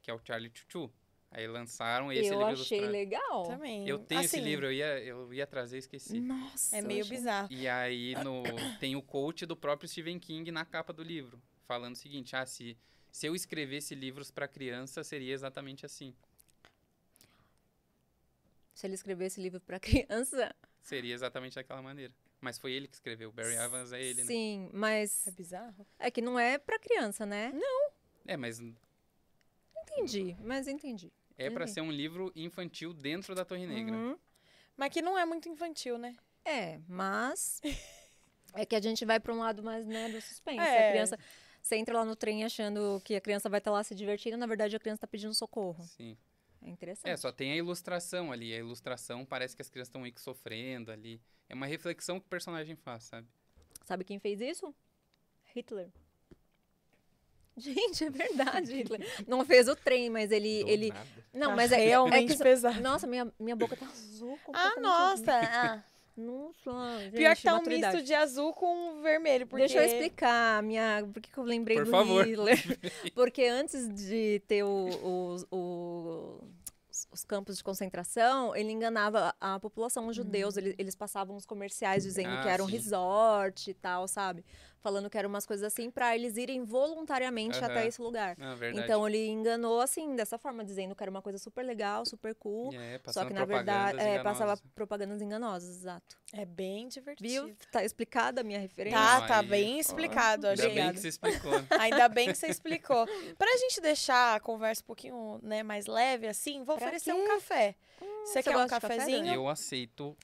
que é o Charlie Chuchu. Aí lançaram esse
eu
livro
achei
ilustrado.
legal.
Também.
Eu tenho esse
Assim,
livro, eu ia, eu ia trazer e esqueci.
Nossa,
É
eu
meio
achei-
bizarro.
E aí no, tem o coach do próprio Stephen King na capa do livro, falando o seguinte: ah, se, se eu escrevesse livros pra criança, seria exatamente assim.
Se ele escrever esse livro pra criança.
Seria exatamente daquela maneira. Mas foi ele que escreveu. O Barry Evans é ele, né?
Sim, mas
É bizarro?
é que não é pra criança, né?
É, mas
Entendi, mas entendi.
é pra
Uhum.
ser um livro infantil dentro da Torre Negra.
Uhum.
Mas que não é muito infantil, né?
É, mas é que a gente vai pra um lado mais, né, do suspense.
É.
A criança, você entra lá no trem achando que a criança vai estar lá se divertindo, na verdade a criança tá pedindo socorro.
Sim.
É interessante.
É, só tem a ilustração ali. A ilustração parece que as crianças estão meio que sofrendo ali. É uma reflexão que o personagem faz, sabe?
É.
Sabe quem fez isso? Hitler. Gente, é verdade, Hitler. Não fez o trem, mas ele.
Do
ele...
nada.
Não,
Tá
mas é, é
realmente
que.
pesado.
Nossa, minha, minha boca tá azul.
Ah,
completamente
nossa! ah.
azul. Nossa, gente,
Pior que tá um
maturidade.
misto de azul com vermelho, porque...
Deixa eu explicar a minha. Por que, que eu lembrei
Por
do
favor.
Hitler? Porque antes de ter o- os- o- os- os campos de concentração, ele enganava a população, os judeus. Ele- Eles, passavam uns comerciais dizendo
Hum. Ah,
que era um
sim.
resort e tal, sabe? Falando que eram umas coisas assim, pra eles irem voluntariamente
Aham.
até esse lugar.
Na verdade.
Então ele enganou assim, dessa forma, dizendo que era uma coisa super legal, super cool.
é, passando
Só que, na verdade,
propagandas
é, passava
enganosas.
propagandas enganosas, exato.
É bem divertido.
Viu? Tá explicada a minha referência?
Tá,
Não,
tá
aí-
bem explicado,
Ainda bem
obrigada.
que se explicou.
Ainda bem que você explicou. Pra gente deixar a conversa um pouquinho né, mais leve, assim, vou
Pra
oferecer
quê? Hum,
um café. você
você
quer um
gosta de café,
cafezinho?
Dani?
eu aceito.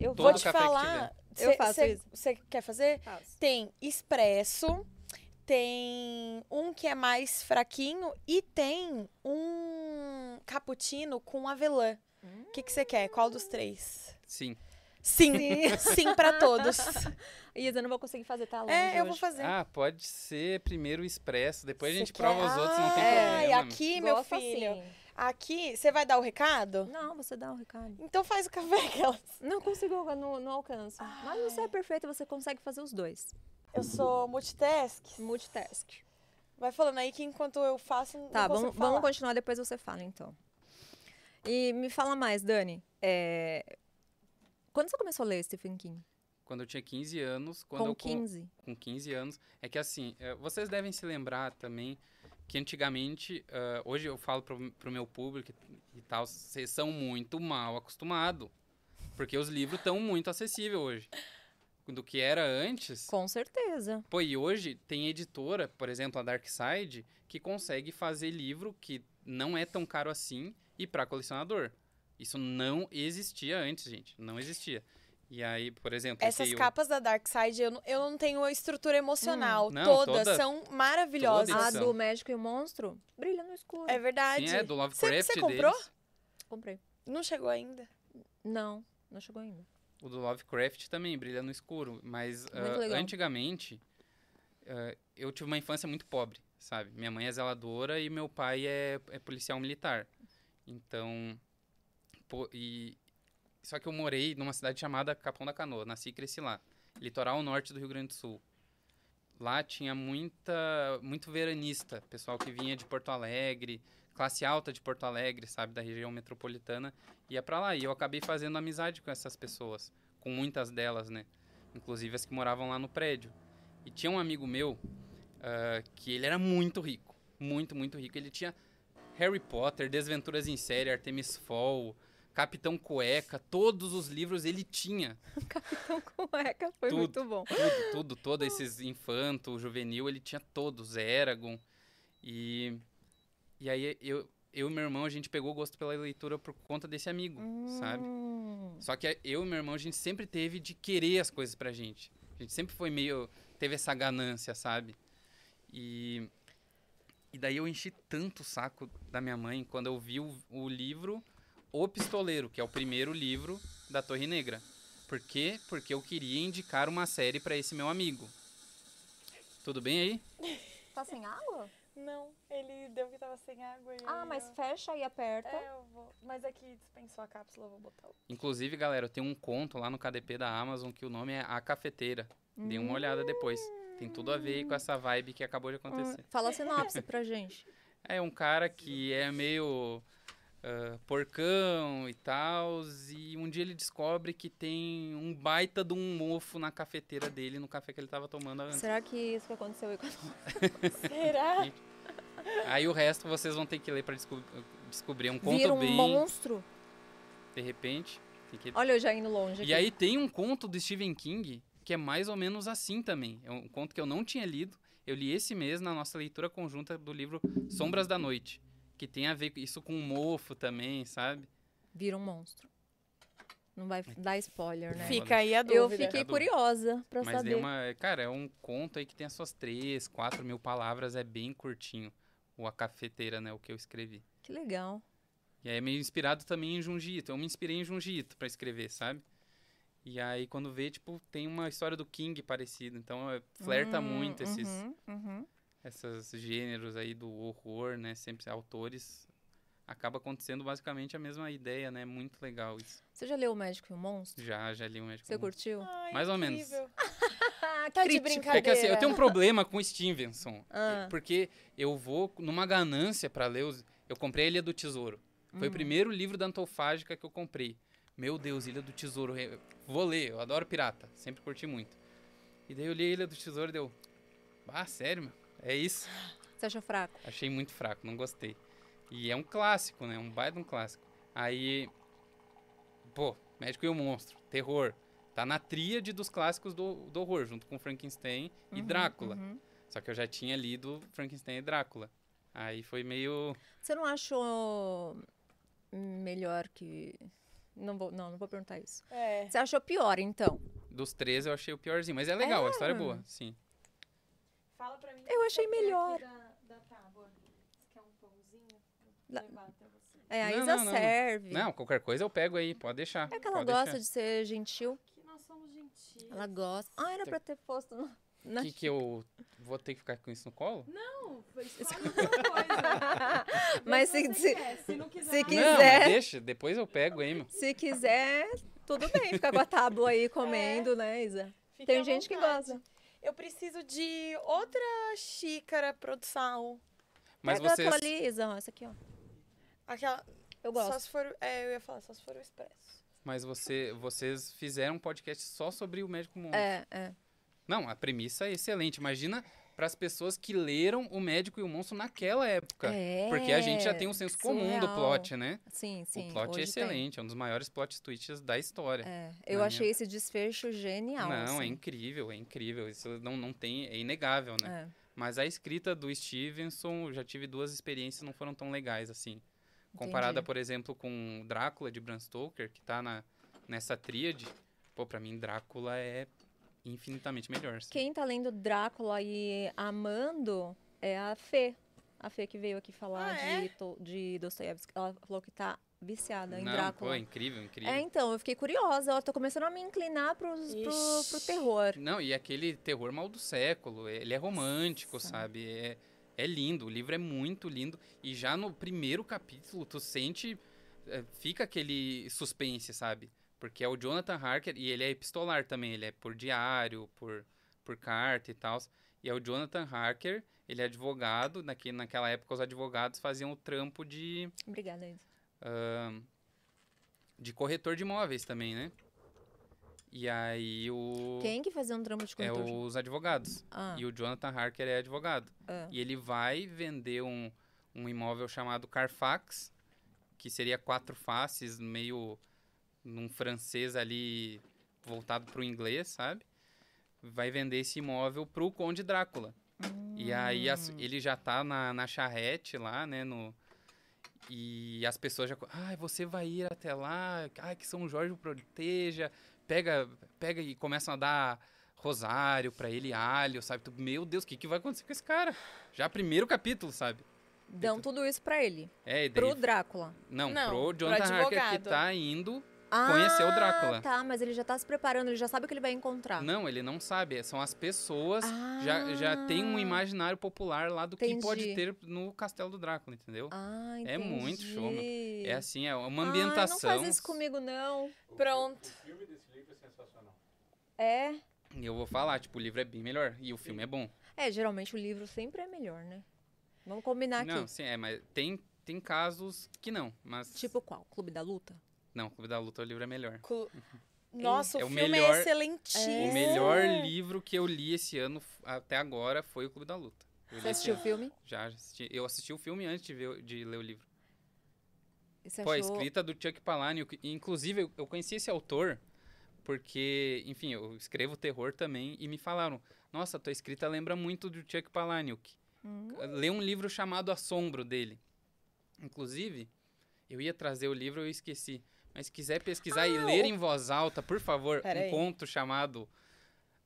Eu
Todo
vou
vou
te
café que
falar.
tiver. Eu faço isso.
Você quer fazer? Tem expresso, tem um que é mais fraquinho e tem um cappuccino com avelã. O que, que você quer? Qual dos três?
Sim.
Sim. Sim, pra todos.
Isa, eu não vou conseguir fazer, tá longe.
É, eu vou
hoje.
fazer.
Ah, pode ser primeiro o expresso, depois a
Você
gente
quer?
prova os outros, não
É,
tem
Ai,
problema. né, meu.
É, aqui, meu
Gosto
filho.
assim.
Aqui, você vai dar o recado?
Não, você dá o recado.
Então faz o café, aquelas.
Não consigo, eu não, não alcanço. Mas você é perfeita, você consegue fazer os dois.
Eu sou multitask.
Multitask.
Vai falando aí que enquanto eu faço, não
Tá,
consigo
vamos, vamos
falar.
continuar, depois você fala, então. E me fala mais, Dani. é, Quando você começou a ler Stephen King?
Quando eu tinha 15 anos, quando
Com
eu con-
15?
com 15 anos. É que assim, eh, vocês devem se lembrar também que antigamente, ah, hoje eu falo pro, pro meu público e tal, vocês são muito mal acostumados. Porque os livros estão muito acessíveis hoje. Do que era antes.
Com certeza.
Pô, e hoje tem editora, por exemplo, a Darkside, que consegue fazer livro que não é tão caro assim e para colecionador. Isso não existia antes, gente. Não existia. E aí, por exemplo, esse
Essas
aí, o-
capas da Dark Side, eu não, eu não tenho a estrutura emocional.
Hum. Não,
todas
toda-
são maravilhosas.
A
Todas.
do Médico e o Monstro brilha no escuro.
É verdade.
sim, é do Lovecraft
Você comprou?
deles.
Comprei.
Não chegou ainda.
Não, não chegou ainda.
O do Lovecraft também brilha no escuro, mas ah,
Muito legal.
antigamente ah, eu tive uma infância muito pobre, sabe? Minha mãe é zeladora e meu pai é, é policial militar. Então, pô, e só que eu morei numa cidade chamada Capão da Canoa, nasci e cresci lá, litoral norte do Rio Grande do Sul. Lá tinha muita muito veranista, pessoal que vinha de Porto Alegre, classe alta de Porto Alegre, sabe, da região metropolitana, ia pra lá e eu acabei fazendo amizade com essas pessoas com muitas delas, né? Inclusive as que moravam lá no prédio. E tinha um amigo meu ah, que ele era muito rico, muito, muito rico. Ele tinha Harry Potter, Desventuras em Série, Artemis Fowl, Capitão Cueca, todos os livros ele tinha.
Capitão Cueca foi
Tudo.
muito bom.
Tudo, tudo, todo esses infanto, juvenil, ele tinha todos, Eragon. E e aí eu, eu e meu irmão a gente pegou gosto pela leitura por conta desse amigo, sabe?
Hum.
Só que eu e meu irmão, a gente sempre teve de querer as coisas pra gente. A gente sempre foi meio. teve essa ganância, sabe? E. E daí eu enchi tanto o saco da minha mãe quando eu vi o, o livro O Pistoleiro, que é o primeiro livro da Torre Negra. Por quê? Porque eu queria indicar uma série pra esse meu amigo. Tudo bem aí?
Tá sem água?
Não, ele deu que tava sem água.
Ah, mas fecha e aperta.
"É, eu vou. Mas aqui dispensou a cápsula, eu vou botar o.
Inclusive, galera, eu tenho um conto lá no KDP da Amazon que o nome é A Cafeteira. Dê um
Hum,
uma olhada depois. Tem tudo a ver com essa vibe que acabou de acontecer.
Fala a sinopse pra gente.
É um cara que é meio ah, porcão e tal, e um dia ele descobre que tem um baita de um mofo na cafeteira dele, no café que ele tava tomando antes.
Será que isso que aconteceu é aí com a
Será?
Aí o resto vocês vão ter que ler pra desco- descobrir. É um conto
Vira um
bem,
monstro?
de repente. tem que- é
Olha eu já indo longe aqui.
E aí tem um conto do Stephen King que é mais ou menos assim também. É um conto que eu não tinha lido. Eu li esse mês na nossa leitura conjunta do livro Sombras da Noite, que tem a ver com isso com um mofo também, sabe?
Vira um monstro. Não vai dar spoiler, né?
Fica
aí a
Eu fiquei
É dúvida.
curiosa pra
Mas
saber.
deu uma. Cara, é um conto aí que tem as suas três, quatro mil palavras, é bem curtinho. Ou a cafeteira, né? O que eu escrevi.
Que legal.
E aí é meio inspirado também em Jungito. Eu me inspirei em Jungito pra escrever, sabe? E aí quando vê, tipo, tem uma história do King parecida. Então é, flerta
Hum,
muito esses,
uhum, uhum.
esses gêneros aí do horror, né? Sempre autores. Acaba acontecendo basicamente a mesma ideia, né? Muito legal isso.
Você já leu O Médico e o Monstro?
Já, já li um médico.
Você curtiu?
Mais ou menos.
Tá de
Ah, Crítico.
brincadeira.
É que assim, eu tenho um problema com Stevenson.
Ah.
Porque eu vou numa ganância pra ler os... Eu comprei a Ilha do Tesouro. Foi
Hum.
o primeiro livro da Antofágica que eu comprei. Meu Deus, Ilha do Tesouro. eu Vou ler, eu adoro pirata. Sempre curti muito. E daí eu li a Ilha do Tesouro e deu... Ah, sério, meu? É isso.
Você achou fraco?
Achei muito fraco, não gostei. E é um clássico, né? Um baita um clássico. Aí... Pô, Médico e o Monstro, terror. Tá na tríade dos clássicos do, do horror, junto com Frankenstein e
Uhum,
Drácula.
uhum.
Só que eu já tinha lido Frankenstein e Drácula. Aí foi meio.
Você não achou melhor que... Não, vou, não, não vou perguntar isso.
É.
Você achou pior, então?
Dos três eu achei o piorzinho. Mas é legal, a história é
Ah.
boa, sim.
Fala pra mim.
Eu achei melhor.
Da, da tábua. Você quer um pãozinho?
Da-
Levar até você.
É, a
Não,
Isa
não, não, não.
serve.
Não, qualquer coisa eu pego aí, pode deixar.
É que ela
pode
gosta
deixar.
de ser gentil.
Que nós somos gentis.
Ela gosta. Ah, era
Tá.
pra ter posto. no- na-
Que, que eu vou ter que ficar com isso no colo?
Não, escolhe outra coisa.
Mas se, se,
se não quiser,
se
Não,
quiser,
mas deixa, depois eu pego, hein, meu.
se quiser, tudo bem. Ficar com a tábua aí comendo, né, Isa?
fique
Tem
É. à
gente que
vontade.
gosta.
Eu preciso de outra xícara produção.
Mas
Pega
vocês.
aquela ali, Isa, ó, essa aqui, ó.
Aquela.
Eu
Só
gosto.
se for. É, eu ia falar, só se for o expresso.
Mas você, vocês fizeram um podcast só sobre o médico
um
mundo.
É, é.
Não, a premissa é excelente. Imagina para as pessoas que leram O Médico e o Monstro naquela época.
É.
Porque a gente já tem um senso comum do
surreal.
plot, né?
Sim, é sim.
o plot
hoje
é
tem.
excelente, é um dos maiores plot twists da história.
É, eu
Na
achei
minha-
esse desfecho genial.
não, é
assim.
incrível, é incrível. Isso não, não tem, é inegável, né?
É.
Mas a escrita do Stevenson, eu já tive duas experiências, não foram tão legais assim. Comparada,
Entendi.
por exemplo, com Drácula de Bram Stoker, que tá na, nessa tríade. Pô, pra mim, Drácula é infinitamente melhor. assim.
Quem tá lendo Drácula e amando é a Fê. A Fê que veio aqui falar
Ah, é?
de, to- de Dostoiévski. Ela falou que tá viciada em
não,
Drácula.
pô, incrível, incrível.
É, então, eu fiquei curiosa. Eu tô começando a me inclinar pros, pro,
Ixi.
pro terror.
Não, e aquele terror mal do século, ele é romântico,
Nossa.
sabe? É, é lindo, o livro é muito lindo. E já no primeiro capítulo, tu sente. eh, Fica aquele suspense, sabe? Porque é o Jonathan Harker, e ele é epistolar também, ele é por diário, por, por carta e tal. E é o Jonathan Harker, ele é advogado, naque, naquela época os advogados faziam o trampo de
Obrigada, Isa.
de corretor de imóveis também, né? E aí o.
Quem que fazia um trampo de
É
corretor?
os advogados.
Ah,
E o Jonathan Harker é advogado.
Ah.
E ele vai vender um, um imóvel chamado Carfax, que seria quatro faces, meio num francês ali voltado pro inglês, sabe? Vai vender esse imóvel pro Conde Drácula. E aí as- ele já tá na, na charrete lá, né? No, e as pessoas já. co- Ai, você vai ir até lá. Ai, que São Jorge o proteja. Pega, pega e começam a dar rosário pra ele, alho, sabe? Tu, meu Deus, o que, que vai acontecer com esse cara? Já primeiro capítulo, sabe?
dão tudo isso pra ele.
É, e daí,
Pro Drácula.
não,
Não,
pro
pro
Jonathan Harker que
advogado.
tá indo.
Ah,
Conheceu o Drácula.
tá, mas ele já tá se preparando. Ele já sabe o que ele vai encontrar.
Não, ele não sabe. é, São as pessoas. Já, já tem um
Ah.
imaginário popular lá do que pode
Entendi.
ter no Castelo do Drácula, entendeu?
Ah,
É
entendi.
muito show, meu. É assim, é uma
Ai,
ambientação.
não faz isso comigo, não.
Pronto.
É.
E eu vou falar, tipo, o livro é bem melhor e o filme é bom.
É, geralmente o livro sempre é melhor, né? Vamos combinar aqui.
Não, sim, é, mas tem, tem casos que não, mas...
Tipo qual? Clube da Luta?
Não, Clube da Luta, o livro é melhor.
Cu- Nossa, o
É o
filme
melhor-
é excelentíssimo.
O melhor livro que eu li esse ano, f- até agora, foi o Clube da Luta. Eu li
Você
esse
assistiu o
ano.
filme?
Já assisti. Eu assisti o filme antes de, ver, de ler o livro.
E Você
Pô, a
achou...
escrita do Chuck Palahniuk. Inclusive, eu- eu conheci esse autor porque, enfim, eu escrevo terror também e me falaram, nossa, tua escrita lembra muito do Chuck Palahniuk.
Hum.
Lê um livro chamado Assombro dele. Inclusive, eu ia trazer o livro, eu esqueci. Mas se quiser pesquisar
Ah,
e ler em voz alta, por favor,
Pera
um
aí.
conto chamado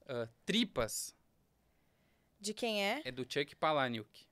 ah, Tripas,
De quem é?
é do Chuck Palahniuk.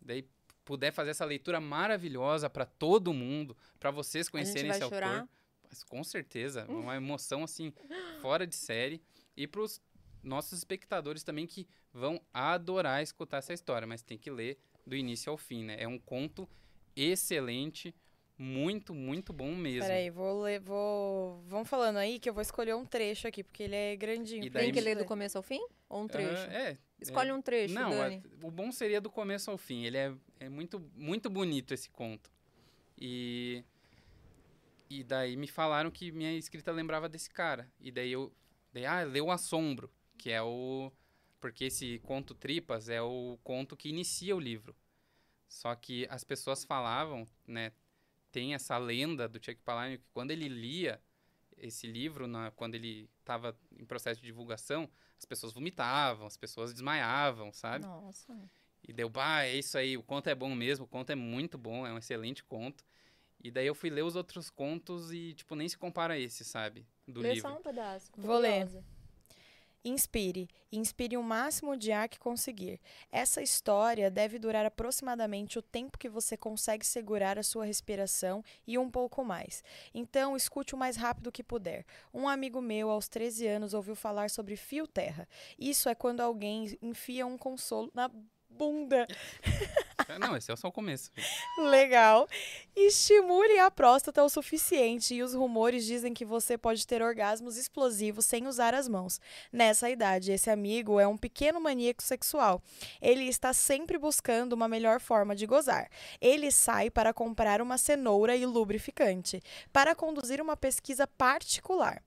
Daí puder fazer essa leitura maravilhosa para todo mundo, para vocês conhecerem
vai
esse autor.
chorar?
Mas com certeza,
Hum.
uma emoção assim fora de série e para os nossos espectadores também que vão adorar escutar essa história, mas tem que ler do início ao fim, né? É um conto excelente, muito, muito bom mesmo.
um
Peraí, vou ler, vou... Vamos falando aí que eu vou escolher um trecho aqui, porque ele é grandinho.
E
pra
daí-
Tem que
gente
ler do começo ao fim? Ou um
Ah,
trecho?
é,
Escolhe um trecho,
não, é,
Dani.
a- o bom seria do começo ao fim. Ele é, é muito, muito bonito esse conto. E e daí me falaram que minha escrita lembrava desse cara. E daí eu, daí ah, leu o Assombro, que é o porque esse conto Tripas é o conto que inicia o livro. Só que as pessoas falavam, né? Tem essa lenda do Chuck Palahniuk que quando ele lia esse livro, na, quando ele estava em processo de divulgação, as pessoas vomitavam, as pessoas desmaiavam, sabe?
Nossa.
E deu, bah, é isso aí, o conto é bom mesmo, o conto é muito bom, é um excelente conto. E daí eu fui ler os outros contos e, tipo, nem se compara a esse, sabe? Do
Lê
livro.
só um pedaço. tô
Vou ler.
curiosa.
Inspire. Inspire o máximo de ar que conseguir. Essa história deve durar aproximadamente o tempo que você consegue segurar a sua respiração e um pouco mais. Então, escute o mais rápido que puder. Um amigo meu, aos 13 anos, ouviu falar sobre fio terra. Isso é quando alguém enfia um consolo na bunda.
um.
Não, esse é só o começo.
Legal. Estimule a próstata o suficiente e os rumores dizem que você pode ter orgasmos explosivos sem usar as mãos. Nessa idade, esse amigo é um pequeno maníaco sexual. Ele está sempre buscando uma melhor forma de gozar. Ele sai para comprar uma cenoura e lubrificante para conduzir uma pesquisa particular.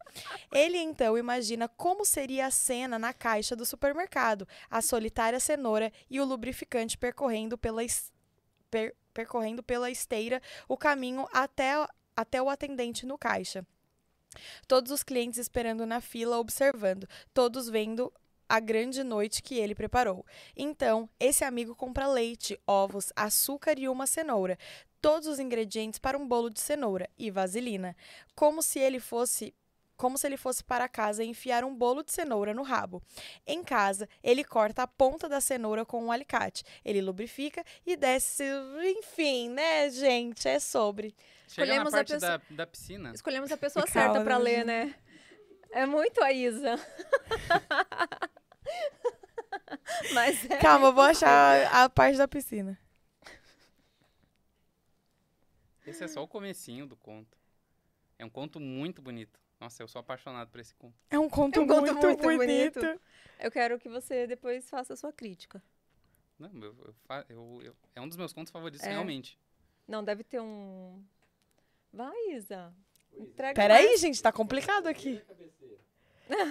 Ele então imagina como seria a cena na caixa do supermercado, a solitária cenoura e o lubrificante percorrendo pela es- per- percorrendo pela esteira o caminho até, até o atendente no caixa. Todos os clientes esperando na fila, observando, todos vendo a grande noite que ele preparou. Então, esse amigo compra leite, ovos, açúcar e uma cenoura, todos os ingredientes para um bolo de cenoura e vaselina, como se ele fosse como se ele fosse para casa enfiar um bolo de cenoura no rabo. Em casa, ele corta a ponta da cenoura com um alicate. Ele lubrifica e desce, enfim, né, gente, é sobre.
Chega na
Escolhemos a
parte
pessoa-
da, da piscina. né?
Escolhemos a pessoa
Calma,
certa pra ler,
gente.
né? É muito a Isa. Mas é.
Calma, eu vou achar a parte da piscina.
Esse é só o comecinho do conto. É um conto muito bonito. Nossa, eu sou apaixonado por esse conto.
É um conto,
É um conto
muito,
muito bonito.
bonito.
Eu quero que você depois faça a sua crítica.
Não, eu, eu fa- eu- eu- é um dos meus contos favoritos,
É.
realmente.
Não, deve ter um. Vai, Isa. Entrega mais.
Peraí, gente, tá complicado aqui.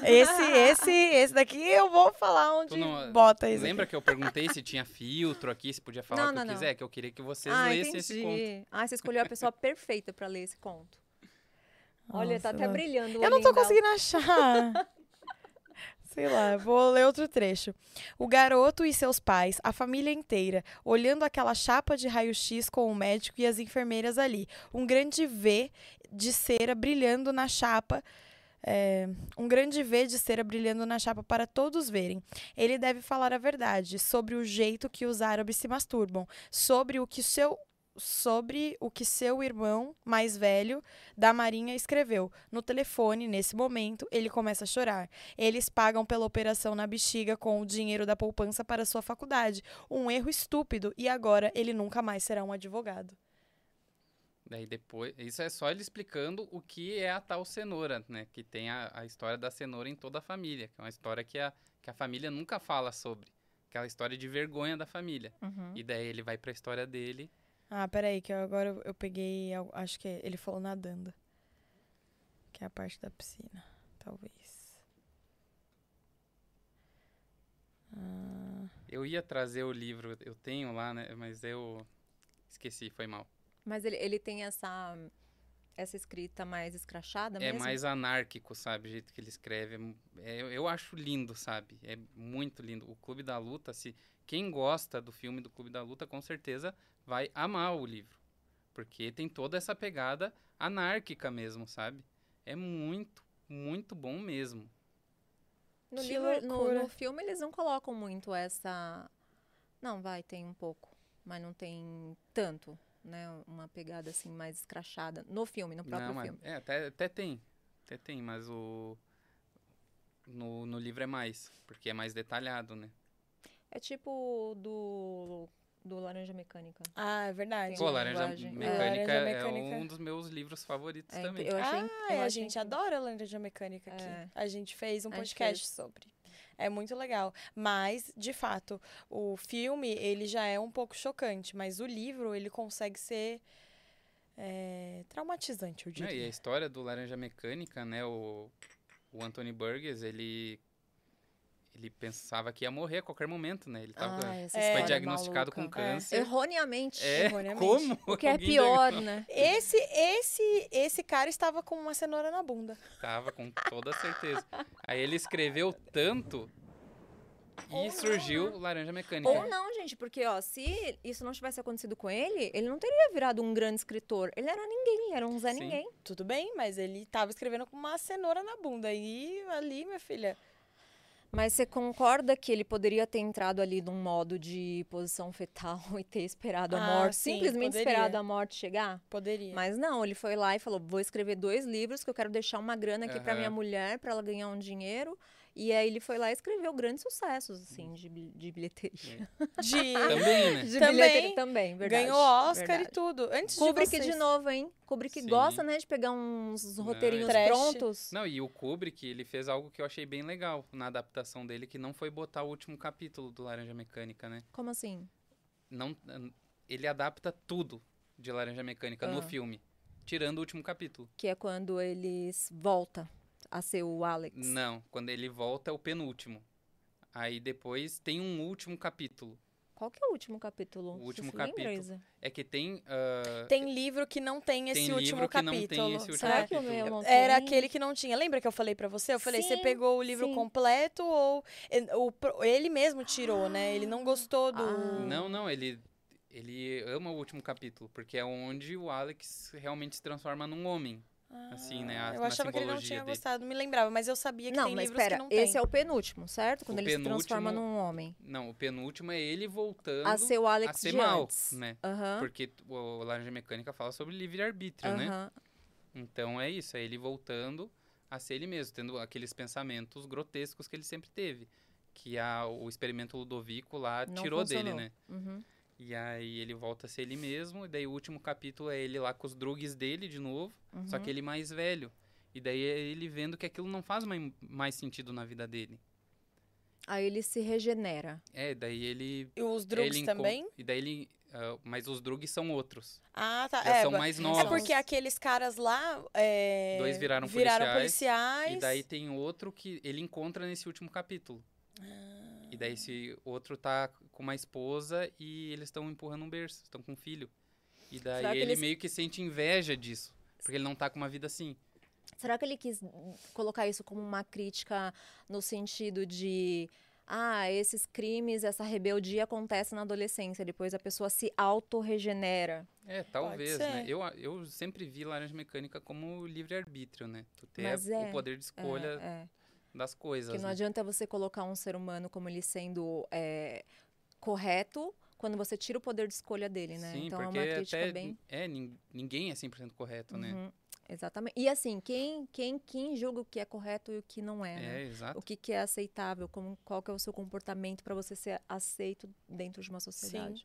Esse, esse, esse daqui eu vou falar onde
Tu não-
bota isso.
Lembra que eu perguntei se tinha filtro aqui, se podia falar
Não,
o que
não,
eu
não.
quiser? Que eu queria que vocês
ah,
lessem esse conto.
entendi. Ah, você escolheu a pessoa perfeita pra ler esse conto.
aqui.
Olha, tá
Nossa,
até
lá.
brilhando. o
Eu não tô
olhinho dela.
conseguindo achar. Sei lá, vou ler outro trecho. O garoto e seus pais, a família inteira, olhando aquela chapa de raio-x com o médico e as enfermeiras ali. Um grande V de cera brilhando na chapa. é, um grande V de cera brilhando na chapa para todos verem. Ele deve falar a verdade sobre o jeito que os árabes se masturbam, sobre o que seu sobre o que seu irmão mais velho da Marinha escreveu. No telefone, nesse momento, ele começa a chorar. Eles pagam pela operação na bexiga com o dinheiro da poupança para sua faculdade. Um erro estúpido e agora ele nunca mais será um advogado.
Daí depois. Isso é só ele explicando o que é a tal cenoura, né? Que tem a, a história da cenoura em toda a família. Que é uma história que a, que a família nunca fala sobre. Aquela história de vergonha da família.
Uhum.
E daí ele vai pra história dele.
Ah, peraí, que eu- agora eu- eu peguei. al- Acho que é- ele falou nadando. Que é a parte da piscina, talvez. Ah,
Eu ia trazer o livro, eu tenho lá, né? Mas eu esqueci, foi mal.
Mas ele, ele tem essa, essa escrita mais escrachada
É
mesmo?
mais anárquico, sabe? O jeito que ele escreve. É mu- é- eu, eu acho lindo, sabe? É muito lindo. O Clube da Luta, se quem gosta do filme do Clube da Luta, com certeza vai amar o livro. Porque tem toda essa pegada anárquica mesmo, sabe? É muito, muito bom mesmo.
No,
Que
livro, no,
loucura.
no filme eles não colocam muito essa. Não, vai, tem um pouco. Mas não tem tanto, né? Uma pegada assim mais escrachada. No filme, no próprio
Não, é-
filme.
é, até, até tem. Até tem, mas o. No, no livro é mais, porque é mais detalhado, né?
É tipo do, do Laranja Mecânica.
ah, é verdade.
Tem
Pô,
uma
Laranja
linguagem.
Mecânica,
Laranja
é
Mecânica.
um dos meus livros favoritos
É,
também.
eu achei,
Ah,
eu
é, a
achei
gente
que-
adora laranja mecânica aqui.
É.
A gente fez um
A gente
podcast
fez.
sobre. É muito legal. Mas, de fato, o filme, ele já é um pouco chocante, mas o livro, ele consegue ser é, traumatizante, eu
Não, É, e a
diria.
história do Laranja Mecânica, né? O, o Anthony Burgess, ele, ele pensava que ia morrer a qualquer momento, né? Ele tava,
Ah, essa
É,
foi
história é
diagnosticado com
maluca.
câncer.
Erroneamente.
É,
erroneamente.
como?
O que é
Alguém
pior, né?
Esse, esse, esse cara estava com uma cenoura na bunda.
Tava com toda certeza. Aí ele escreveu tanto e
Ou não,
surgiu o Laranja Mecânica.
Ou não, gente, porque ó, se isso não tivesse acontecido com ele, ele não teria virado um grande escritor. Ele era ninguém, ele era um Zé
Sim.
Ninguém.
Tudo bem, mas ele estava escrevendo com uma cenoura na bunda. E ali, minha filha,
Mas você concorda que ele poderia ter entrado ali num modo de posição fetal e ter esperado a
Ah,
morte,
sim,
simplesmente
poderia.
esperado a morte chegar?
Poderia.
Mas não, ele foi lá e falou: vou escrever dois livros que eu quero deixar uma grana aqui pra
Aham.
minha mulher, pra ela ganhar um dinheiro. E aí ele foi lá e escreveu grandes sucessos, assim, de, bil- de bilheteria.
De...
Também, né?
De
Também.
bilheteria também, É verdade.
Ganhou Oscar
verdade.
e tudo. Antes
Kubrick
de
de,
vocês.
novo, hein? Kubrick
Sim.
gosta, né, de pegar uns roteirinhos
Trash.
prontos.
Não, e o Kubrick, ele fez algo que eu achei bem legal na adaptação dele, que não foi botar o último capítulo do Laranja Mecânica, né?
Como assim?
Não, ele adapta tudo de Laranja Mecânica no
Ah.
filme, tirando o último capítulo.
Que é quando eles volta a ser o Alex.
Não, quando ele volta é o penúltimo. Aí depois tem um último capítulo.
Qual que é o último capítulo?
O
Você
último
se lembra,
capítulo.
Isa?
É que tem. ah,
Tem livro que não tem esse
tem
último
livro que
capítulo.
não tem esse último
sabe?
Será que o
capítulo.
meu não
Era
tem?
aquele que não tinha. Lembra que eu falei pra você? Eu falei, você
Sim,
pegou o livro
sim.
completo ou eh, o pro- ele mesmo tirou, né? Ele não gostou do
Ah.
Não, não, ele, ele ama o último capítulo, porque é onde o Alex realmente se transforma num homem.
Ah.
assim, né, a-
eu
na
achava que ele não
simbologia
tinha
dele.
gostado, não me lembrava, mas eu sabia que
Não,
tem
mas
livros
espera,
que não tem.
esse é o penúltimo, certo? Quando
O
ele se transforma
penúltimo-
num homem.
Não, o penúltimo é ele voltando
A ser o Alex
a ser
de
mal,
antes.
né?
Aham.
Porque t- o Laranja Mecânica fala sobre livre-arbítrio, né?
aham.
Então é isso, é ele voltando a ser ele mesmo, tendo aqueles pensamentos grotescos que ele sempre teve. Que a, o experimento Ludovico lá
Não
tirou
funcionou.
dele, né?
Uhum.
E aí ele volta a ser ele mesmo, e daí o último capítulo é ele lá com os drugs dele de novo, só
uhum.
que ele mais velho. E daí é ele vendo que aquilo não faz mai- mais sentido na vida dele.
Aí ele se regenera.
É, daí ele
E os
ele
drugs
encon-
também?
E daí ele. ah, mas os drugs são outros.
Ah, tá.
Já
é,
são
ba-
mais
é
é
novos.
porque aqueles caras lá. é,
Dois viraram
policiais.
E daí tem outro que ele encontra nesse último capítulo.
Ah.
E daí esse outro tá com uma esposa e eles estão empurrando um berço, estão com um filho. E daí
Será que
ele
eles-
meio que sente inveja disso. Porque ele não tá com uma vida assim.
Será que ele quis colocar isso como uma crítica no sentido de. Ah, esses crimes, essa rebeldia acontece na adolescência, depois a pessoa se autorregenera.
É, talvez,
ser.
né? Eu, a- eu sempre vi Laranja Mecânica como livre-arbítrio, né? Tu ter
Mas
o
é,
poder de
É,
escolha
é.
das coisas.
Porque não
né?
adianta você colocar um ser humano como ele sendo é, correto quando você tira o poder de escolha dele, né?
Sim,
então é
porque
uma crítica
até
bem.
é, nin- ninguém é 100% correto, né?
Uhum, Exatamente. E assim, quem, quem, quem julga o que é correto e o que não é, né?
É, exato.
O que, que é aceitável, como, qual que é o seu comportamento para você ser aceito dentro de uma sociedade.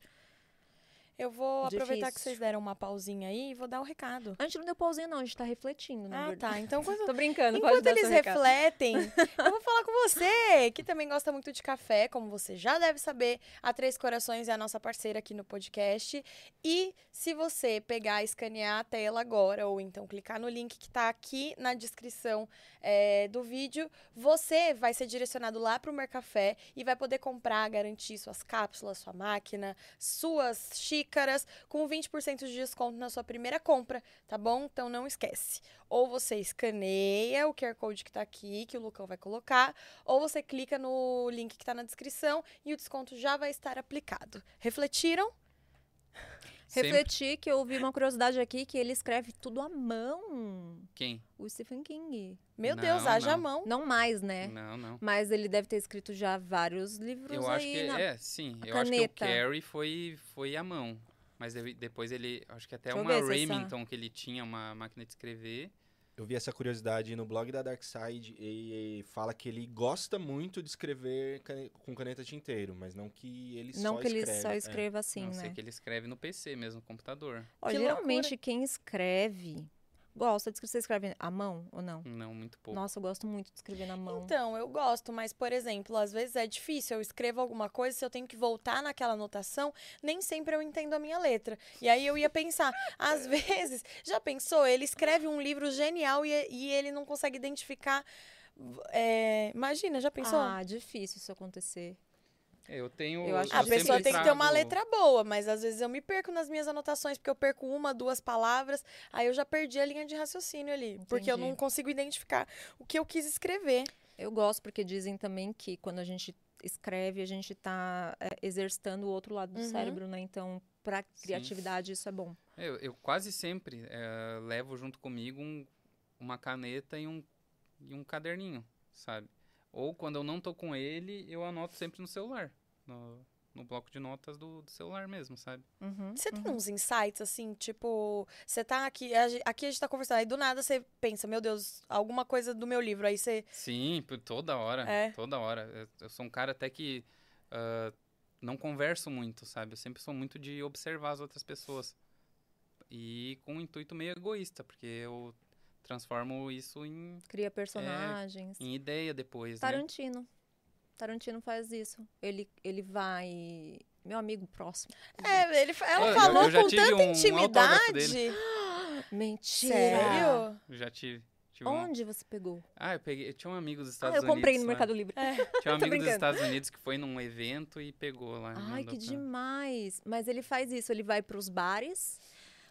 Eu vou aproveitar que
Difícil.
vocês deram uma pausinha aí e vou dar o recado.
A gente não deu pausinha, não, a gente tá refletindo, na
Ah,
verdade.
tá. Então, quando
Tô brincando, pode
Enquanto
dar
eles
seu recado.
refletem, eu vou falar com você, que também gosta muito de café, como você já deve saber. A Três Corações é a nossa parceira aqui no podcast. E se você pegar, escanear a tela agora, ou então clicar no link que tá aqui na descrição eh, do vídeo, você vai ser direcionado lá pro Mercafé e vai poder comprar, garantir suas cápsulas, sua máquina, suas xícaras, com 20% de desconto na sua primeira compra, tá bom? Então não esquece ou você escaneia o QR Code que tá aqui, que o Lucão vai colocar, ou você clica no link que tá na descrição e o desconto já vai estar aplicado. Refletiram?
Sempre
Refleti que eu ouvi uma curiosidade aqui que ele escreve tudo à mão.
quem?
O Stephen King.
Meu
Não,
Deus, haja
não.
a mão.
Não mais, né?
Não, não.
Mas ele deve ter escrito já vários livros aí,
Eu
né?
acho que
na-
é, sim.
a
Eu acho que o
caneta.
Carrie foi foi a mão. Mas ele- depois ele, acho que até
Deixa eu
uma
ver se essa-
Remington que ele tinha uma máquina de escrever.
Eu vi essa curiosidade no blog da Darkseid e, e fala que ele gosta muito de escrever cane- com caneta tinteiro, mas não que ele
não
só
que ele
escreve.
só
É.
escreva assim,
não sei
né?
que ele escreve no PC mesmo, no computador.
Ó,
Que
geralmente quem escreve gosta de escrever. Você escreve à mão ou não?
Não, muito pouco.
Nossa, eu gosto muito de escrever na mão.
Então, eu gosto, mas, por exemplo, às vezes é difícil. Eu escrevo alguma coisa, se eu tenho que voltar naquela anotação, nem sempre eu entendo a minha letra. E aí eu ia pensar, às vezes, já pensou? Ele escreve um livro genial e, e ele não consegue identificar. é, imagina, já pensou?
ah, difícil isso acontecer.
É, Eu tenho.
Eu acho que
Ah, A
Eu sempre
pessoa tem que ter uma
trago-
letra boa, mas às vezes eu me perco nas minhas anotações, porque eu perco uma, duas palavras, aí eu já perdi a linha de raciocínio ali, porque eu
Entendi.
não consigo identificar o que eu quis escrever.
Eu gosto porque dizem também que quando a gente escreve, a gente tá é, exercitando o outro lado do
Uhum.
cérebro, né? Então, pra
Sim.
criatividade, isso é bom.
É, Eu, eu quase sempre eh, levo junto comigo um- uma caneta e um, e um caderninho, sabe? Ou quando eu não tô com ele, eu anoto sempre no celular. No, no bloco de notas do, do celular mesmo, sabe?
Uhum,
Você tem
uhum.
uns insights, assim, tipo, você tá aqui, a gen- aqui a gente tá conversando, aí do nada você pensa, meu Deus, alguma coisa do meu livro, aí você.
Sim, por toda hora.
É.
Toda hora. Eu- Eu sou um cara até que ah, não converso muito, sabe? Eu sempre sou muito de observar as outras pessoas. E com um intuito meio egoísta, porque eu transformo isso em,
Cria personagens.
em ideia depois, né?
Tarantino. Tarantino faz isso. Ele, ele vai. Meu amigo próximo.
É, ele, fa- ela
Olha, eu-
falou
eu já
com
tive
tanta
um autógrafo dele.
intimidade.
Mentira!
Sério?
Eu Já tive. tive um-
Onde você pegou? É.
Ah, eu peguei. Eu tinha um amigo dos
Ah,
Estados
eu comprei
Unidos.
no
né?
Mercado Livre.
Tinha um
Tô
amigo dos
brincando.
Estados Unidos que foi num evento e pegou lá.
Ai,
mandou
que
pra-
demais! Mas ele faz isso, ele vai para os bares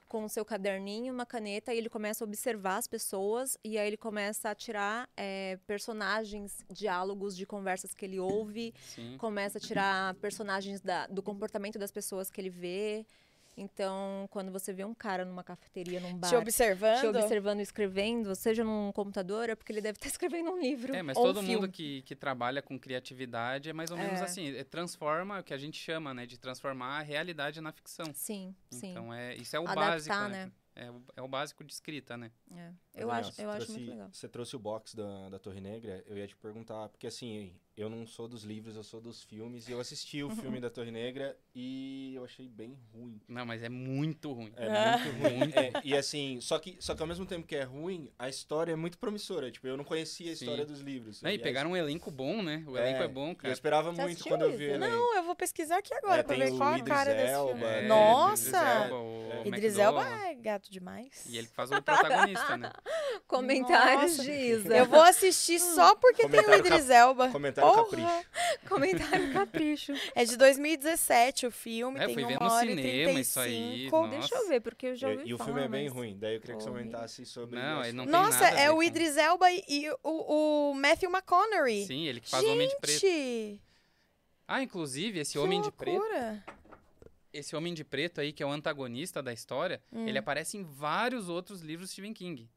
com o seu caderninho, uma caneta, e ele começa a observar as pessoas, e aí ele começa a tirar eh, personagens, diálogos de conversas que ele ouve,
Sim.
começa a tirar personagens da- do comportamento das pessoas que ele vê. Então, quando você vê um cara numa cafeteria, num bar,
Te observando.
te observando escrevendo, seja num computador, é porque ele deve estar escrevendo um livro.
É, mas
ou um
todo mundo
filme.
que, que trabalha com criatividade é mais ou menos
É.
assim, é, transforma o que a gente chama, né, de transformar a realidade na ficção.
Sim, sim.
Então é, isso é o
Adaptar,
básico, né?
né?
É, o, é o básico de escrita, né?
É.
Ô,
Eu,
Daniel,
acho,
você
eu acho
trouxe-
muito legal.
Você trouxe o box da, da Torre Negra, eu ia te perguntar, porque assim, eu não sou dos livros, eu sou dos filmes, e eu assisti o filme da Torre Negra e eu achei bem ruim.
Não, mas é muito ruim.
É
Ah.
muito ruim. É, e assim, só que, só que ao mesmo tempo que é ruim, a história é muito promissora. Tipo, eu não conhecia a
Sim.
história dos livros.
Não, e
a-
pegaram um elenco bom, né? O elenco é, bom,
Eu
cara.
esperava
Você
muito
assistiu,
quando eu vi
Isa?
ele.
Não, eu vou pesquisar aqui agora
É,
pra
tem
ver
o
qual a
Idris
cara desse
Elba,
filme.
É,
Idris
Nossa!
Elba, o
Idris Elba
McDowell,
é gato demais.
E ele que faz o protagonista, né?
Comentários
Nossa.
de Isa.
Eu vou assistir
Hum.
só porque tem o
Comentário
Idris Elba.
Comentário
Porra!
capricho.
Comentário capricho.
É de 2017 o filme,
É, eu
tem
fui ver
uma
no
hora
cinema
e
isso aí,
35.
nossa.
Deixa eu ver, porque eu já ouvi
E, e o
falar,
filme é bem
mas-
ruim. Daí eu queria que você
Pô,
comentasse sobre
Não,
as
ele não
coisas.
tem
Nossa,
nada a
é
ver
o
com-
Idris Elba e, e o, o Matthew McConaughey.
Sim, ele que faz o Homem de Preto.
Gente,
Ah, inclusive, esse
que
Homem de Preto,
loucura.
esse Homem de Preto aí, que é o antagonista da história,
É.
ele aparece em vários outros livros de Stephen King.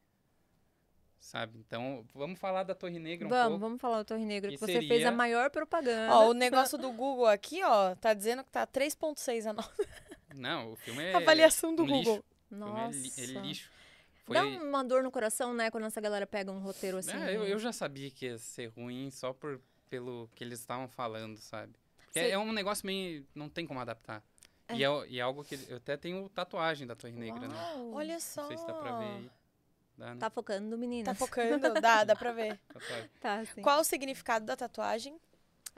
Sabe? Então, vamos falar da Torre Negra um
Vamos,
pouco.
vamos falar do Torre Negra,
Que
que você fez
seria-
a maior propaganda.
Ó, o negócio do Google aqui, ó, tá dizendo que tá 3.6 a nossa
Não, o filme é.
avaliação do
um
Google.
Lixo. O filme é li-
Nossa.
é, lixo. Foi.
Dá uma dor no coração, né, quando essa galera pega um roteiro assim.
Ah, eu, eu já sabia que ia ser ruim só por, pelo que eles estavam falando, sabe? Porque
Cê-
é um negócio meio. Não tem como adaptar. E, é, o- e é algo que. Eu até tenho tatuagem da Torre Negra, né?
Uau.
Olha só.
Não sei se dá pra ver aí. Dá, né?
Tá focando, menina.
Tá focando? Dá, dá pra ver.
Tatuagem.
Tá, sim.
Qual o significado da tatuagem?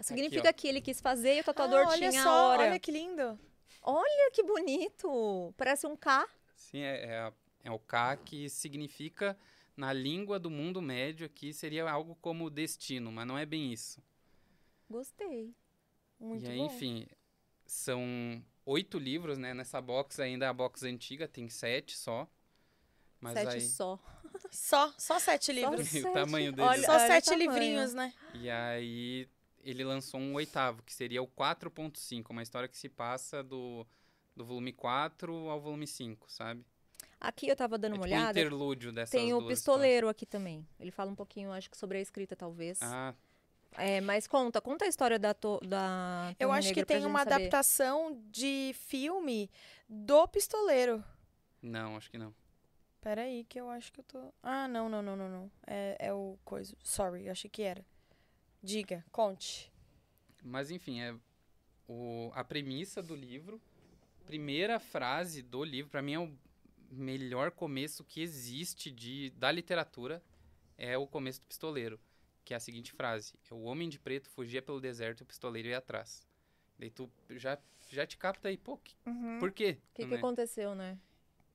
Significa que ele quis fazer e o tatuador
Ah, olha
tinha
só,
a hora.
olha que lindo.
Olha que bonito! Parece um K.
Sim, é, é, a- é o K que significa, na língua do mundo médio aqui, seria algo como destino, mas não é bem isso.
Gostei.
Muito
e aí,
bom.
enfim, são oito livros, né? Nessa box ainda, a box antiga tem sete só. Mas
Sete
aí...
só.
Só, só sete livros.
o
sete.
tamanho dele.
Olha,
Só
olha o
sete
tamanho.
livrinhos, né?
E aí ele lançou um oitavo, que seria o 4.5, uma história que se passa do, do volume 4 ao volume 5, sabe?
Aqui eu tava dando
é
uma
tipo um
olhada.
interlúdio dessas
Tem o
duas histórias.
pistoleiro aqui também. Ele fala um pouquinho, acho que sobre a escrita, talvez.
Ah,
É, mas conta, conta a história da, to, da
Eu
Torre
acho que
Negra pra
tem
gente
uma
saber.
adaptação de filme do Pistoleiro.
não, acho que não.
Peraí, que eu acho que eu tô. Ah, não, não, não, não, não. É, é o coisa. Sorry, eu achei que era. Diga, conte.
Mas enfim, é o, a premissa do livro, primeira frase do livro, pra mim é o melhor começo que existe de, da literatura, é o começo do pistoleiro, que é a seguinte frase: O homem de preto fugia pelo deserto e o pistoleiro ia atrás. Daí tu já, já te capta aí, pô, que- por quê?
O Uhum. que, que
né?
aconteceu, né?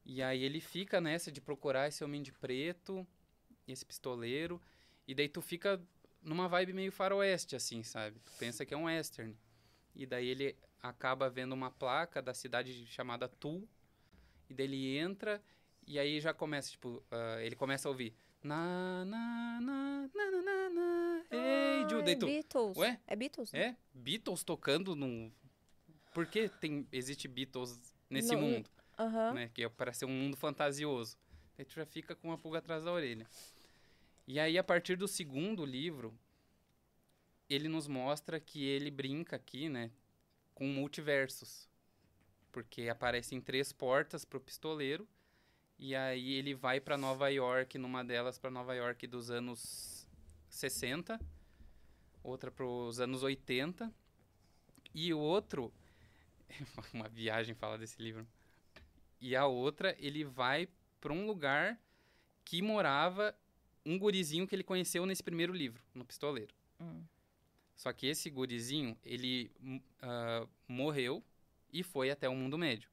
E aí ele fica nessa de procurar esse homem de preto, esse pistoleiro, e daí tu fica numa vibe meio faroeste, assim, sabe? Tu pensa que é um western. E daí ele acaba vendo uma placa da cidade chamada Tul, e daí ele entra, e aí já começa, tipo, ah, ele começa a ouvir. Na, na, na, na, na, na, na, hey, Jude.
Ah,
Daí
é
tu,
Beatles.
Ué?
É Beatles? né?
é? Beatles tocando num... Por que tem, existe Beatles nesse
Não,
mundo?
Aham.
né? Que é para ser um mundo fantasioso. Aí tu já fica com uma pulga atrás da orelha. E aí, a partir do segundo livro, ele nos mostra que ele brinca aqui, né, com multiversos. Porque aparecem três portas pro pistoleiro e aí ele vai pra Nova York, numa delas pra Nova York dos anos 60, outra pros anos 80 e o outro uma viagem falar desse livro. E a outra, ele vai pra um lugar que morava um gurizinho que ele conheceu nesse primeiro livro, no Pistoleiro.
Hum.
Só que esse gurizinho, ele hum, ah, morreu e foi até o mundo médio.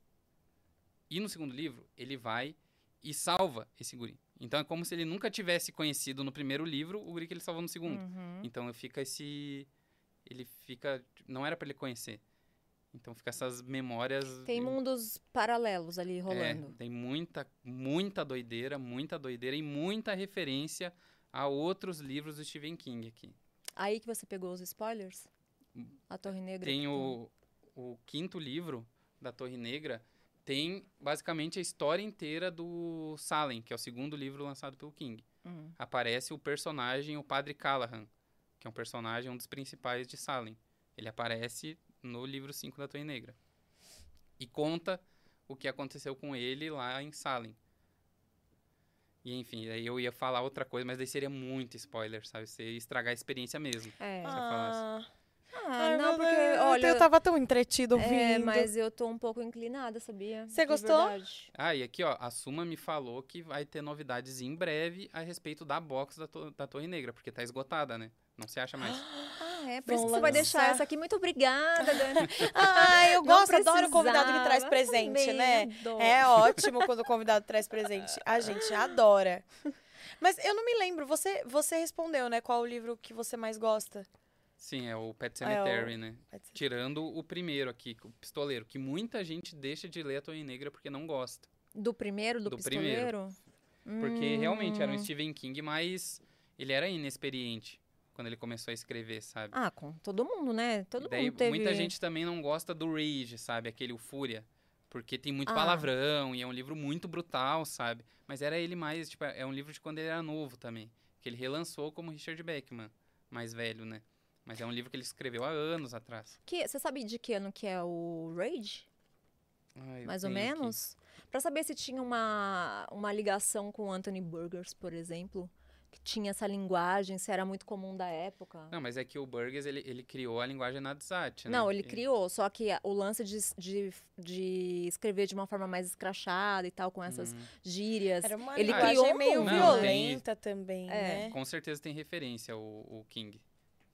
E no segundo livro, ele vai e salva esse guri. Então é como se ele nunca tivesse conhecido no primeiro livro o guri que ele salvou no segundo.
Uhum.
Então fica esse. Ele fica. Não era pra ele conhecer. Então fica essas memórias.
Tem mundos paralelos ali
É,
rolando.
tem muita, muita doideira, muita doideira e muita referência a outros livros do Stephen King aqui.
Aí que você pegou os spoilers? A Torre Negra.
Hum. Tem
que
o, o quinto livro da Torre Negra, tem basicamente a história inteira do Salem, que é o segundo livro lançado pelo King.
Hum.
Aparece o personagem, o Padre Callahan, que é um personagem, um dos principais de Salem. Ele aparece no livro 5 da Torre Negra. E conta o que aconteceu com ele lá em Salem. E enfim, aí eu ia falar outra coisa, mas daí seria muito spoiler, sabe? Você ia estragar a experiência mesmo.
É.
Ah, falasse.
Ah,
Ai,
não,
meu
porque,
Deus,
olha.
eu tava tão entretido ouvindo.
É, mas eu tô um pouco inclinada, sabia?
Você
De
gostou?
verdade.
Ah, e aqui, ó, a Suma me falou que vai ter novidades em breve a respeito da box da, to- da Torre Negra, porque tá esgotada, né? Não se acha mais.
Ah, é. Por isso
Vão
que você vai deixar
lançar.
essa aqui. Muito obrigada, Dani.
Ai, eu
Não
gosto, adoro
precisava.
o convidado que traz presente,
Também
né?
adoro.
É ótimo quando o convidado traz presente. A gente adora. Mas eu não me lembro, você, você respondeu, né? Qual o livro que você mais gosta?
Sim, é o Pet
Ah, é o-
Cemetery, né? Tirando o primeiro aqui, o Pistoleiro, que muita gente deixa de ler a Torre Negra porque não gosta.
Do primeiro, do,
Do
pistoleiro?
primeiro. Porque realmente era um
Hum.
Stephen King, mas ele era inexperiente quando ele começou a escrever, sabe?
Ah, com todo mundo, né? Todo
Daí,
mundo teve...
muita gente também não gosta do Rage, sabe? Aquele o Fúria. Porque tem muito
Ah.
palavrão e é um livro muito brutal, sabe? Mas era ele mais, tipo, é um livro de quando ele era novo também. Que ele relançou como Richard Beckman, mais velho, né? Mas é um livro que ele escreveu há anos atrás.
Que, você sabe de que ano que é o Rage?
Ai, eu
mais ou
tenho aqui.
menos. Pra saber se tinha uma, uma ligação com Anthony Burgers, por exemplo, que tinha essa linguagem, se era muito comum da época.
Não, mas é que o Burgess, ele, ele criou a linguagem Nadsat, né?
Não, ele criou, só que a- o lance de, de, de escrever de uma forma mais escrachada e tal, com essas
Hum.
gírias.
Era uma
Ele
linguagem
criou um
meio
mundo,
né?
violenta também,
É.
né?
Com certeza tem referência ao, ao King.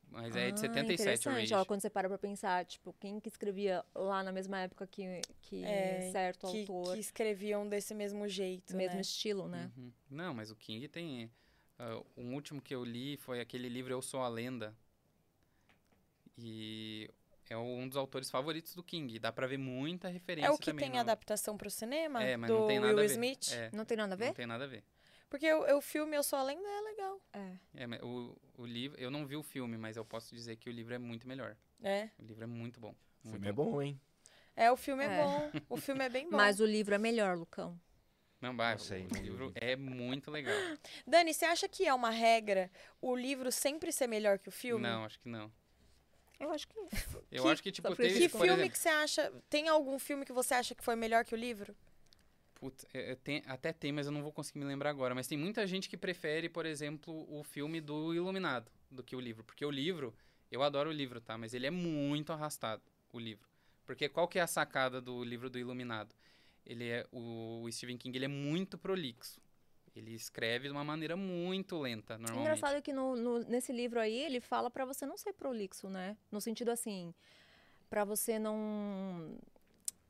Mas
Ah,
é de 77 o
interessante,
Rage.
ó, quando você para pra pensar, tipo, quem que escrevia lá na mesma época que, que
É,
certo
Que,
autor,
que escreviam desse mesmo jeito,
mesmo
né?
estilo, né?
Uhum. Não, mas o King tem. ah, um último que eu li foi aquele livro Eu Sou a Lenda. E é um dos autores favoritos do King. Dá pra ver muita referência
É o que
também.
tem
no-
adaptação pro cinema
É, mas
do
não tem nada
Will
a ver.
Smith.
É,
Não tem nada a
não
ver?
tem nada a ver.
Porque o, o filme Eu Sou a Lenda é legal.
É.
É, mas o, o livro, eu não vi o filme, mas eu posso dizer que o livro é muito melhor.
É.
O livro é muito bom.
O
muito
filme é bom, hein?
É, o filme é,
É.
bom. O filme é bem bom.
Mas o livro é melhor, Lucão.
Não, bah,
Não sei,
o
não li o
livro
livro.
é muito legal.
Dani, você acha que é uma regra o livro sempre ser melhor que o filme?
Não, acho que não.
Eu acho que
Eu
Que-
acho que, tipo,
por
teve,
Que
isso,
por
filme
exemplo,
que você acha. Tem algum filme que você acha que foi melhor que o livro?
Putz, é, é, tem- até tem, mas eu não vou conseguir me lembrar agora. Mas tem muita gente que prefere, por exemplo, o filme do Iluminado do que o livro. Porque o livro, eu adoro o livro, tá? Mas ele é muito arrastado, o livro. Porque qual que é a sacada do livro do Iluminado? Ele é, o, o Stephen King ele é muito prolixo. Ele escreve de uma maneira muito lenta, normalmente.
Engraçado que no, no- nesse livro aí ele fala pra você não ser prolixo, né? No sentido assim, pra você não.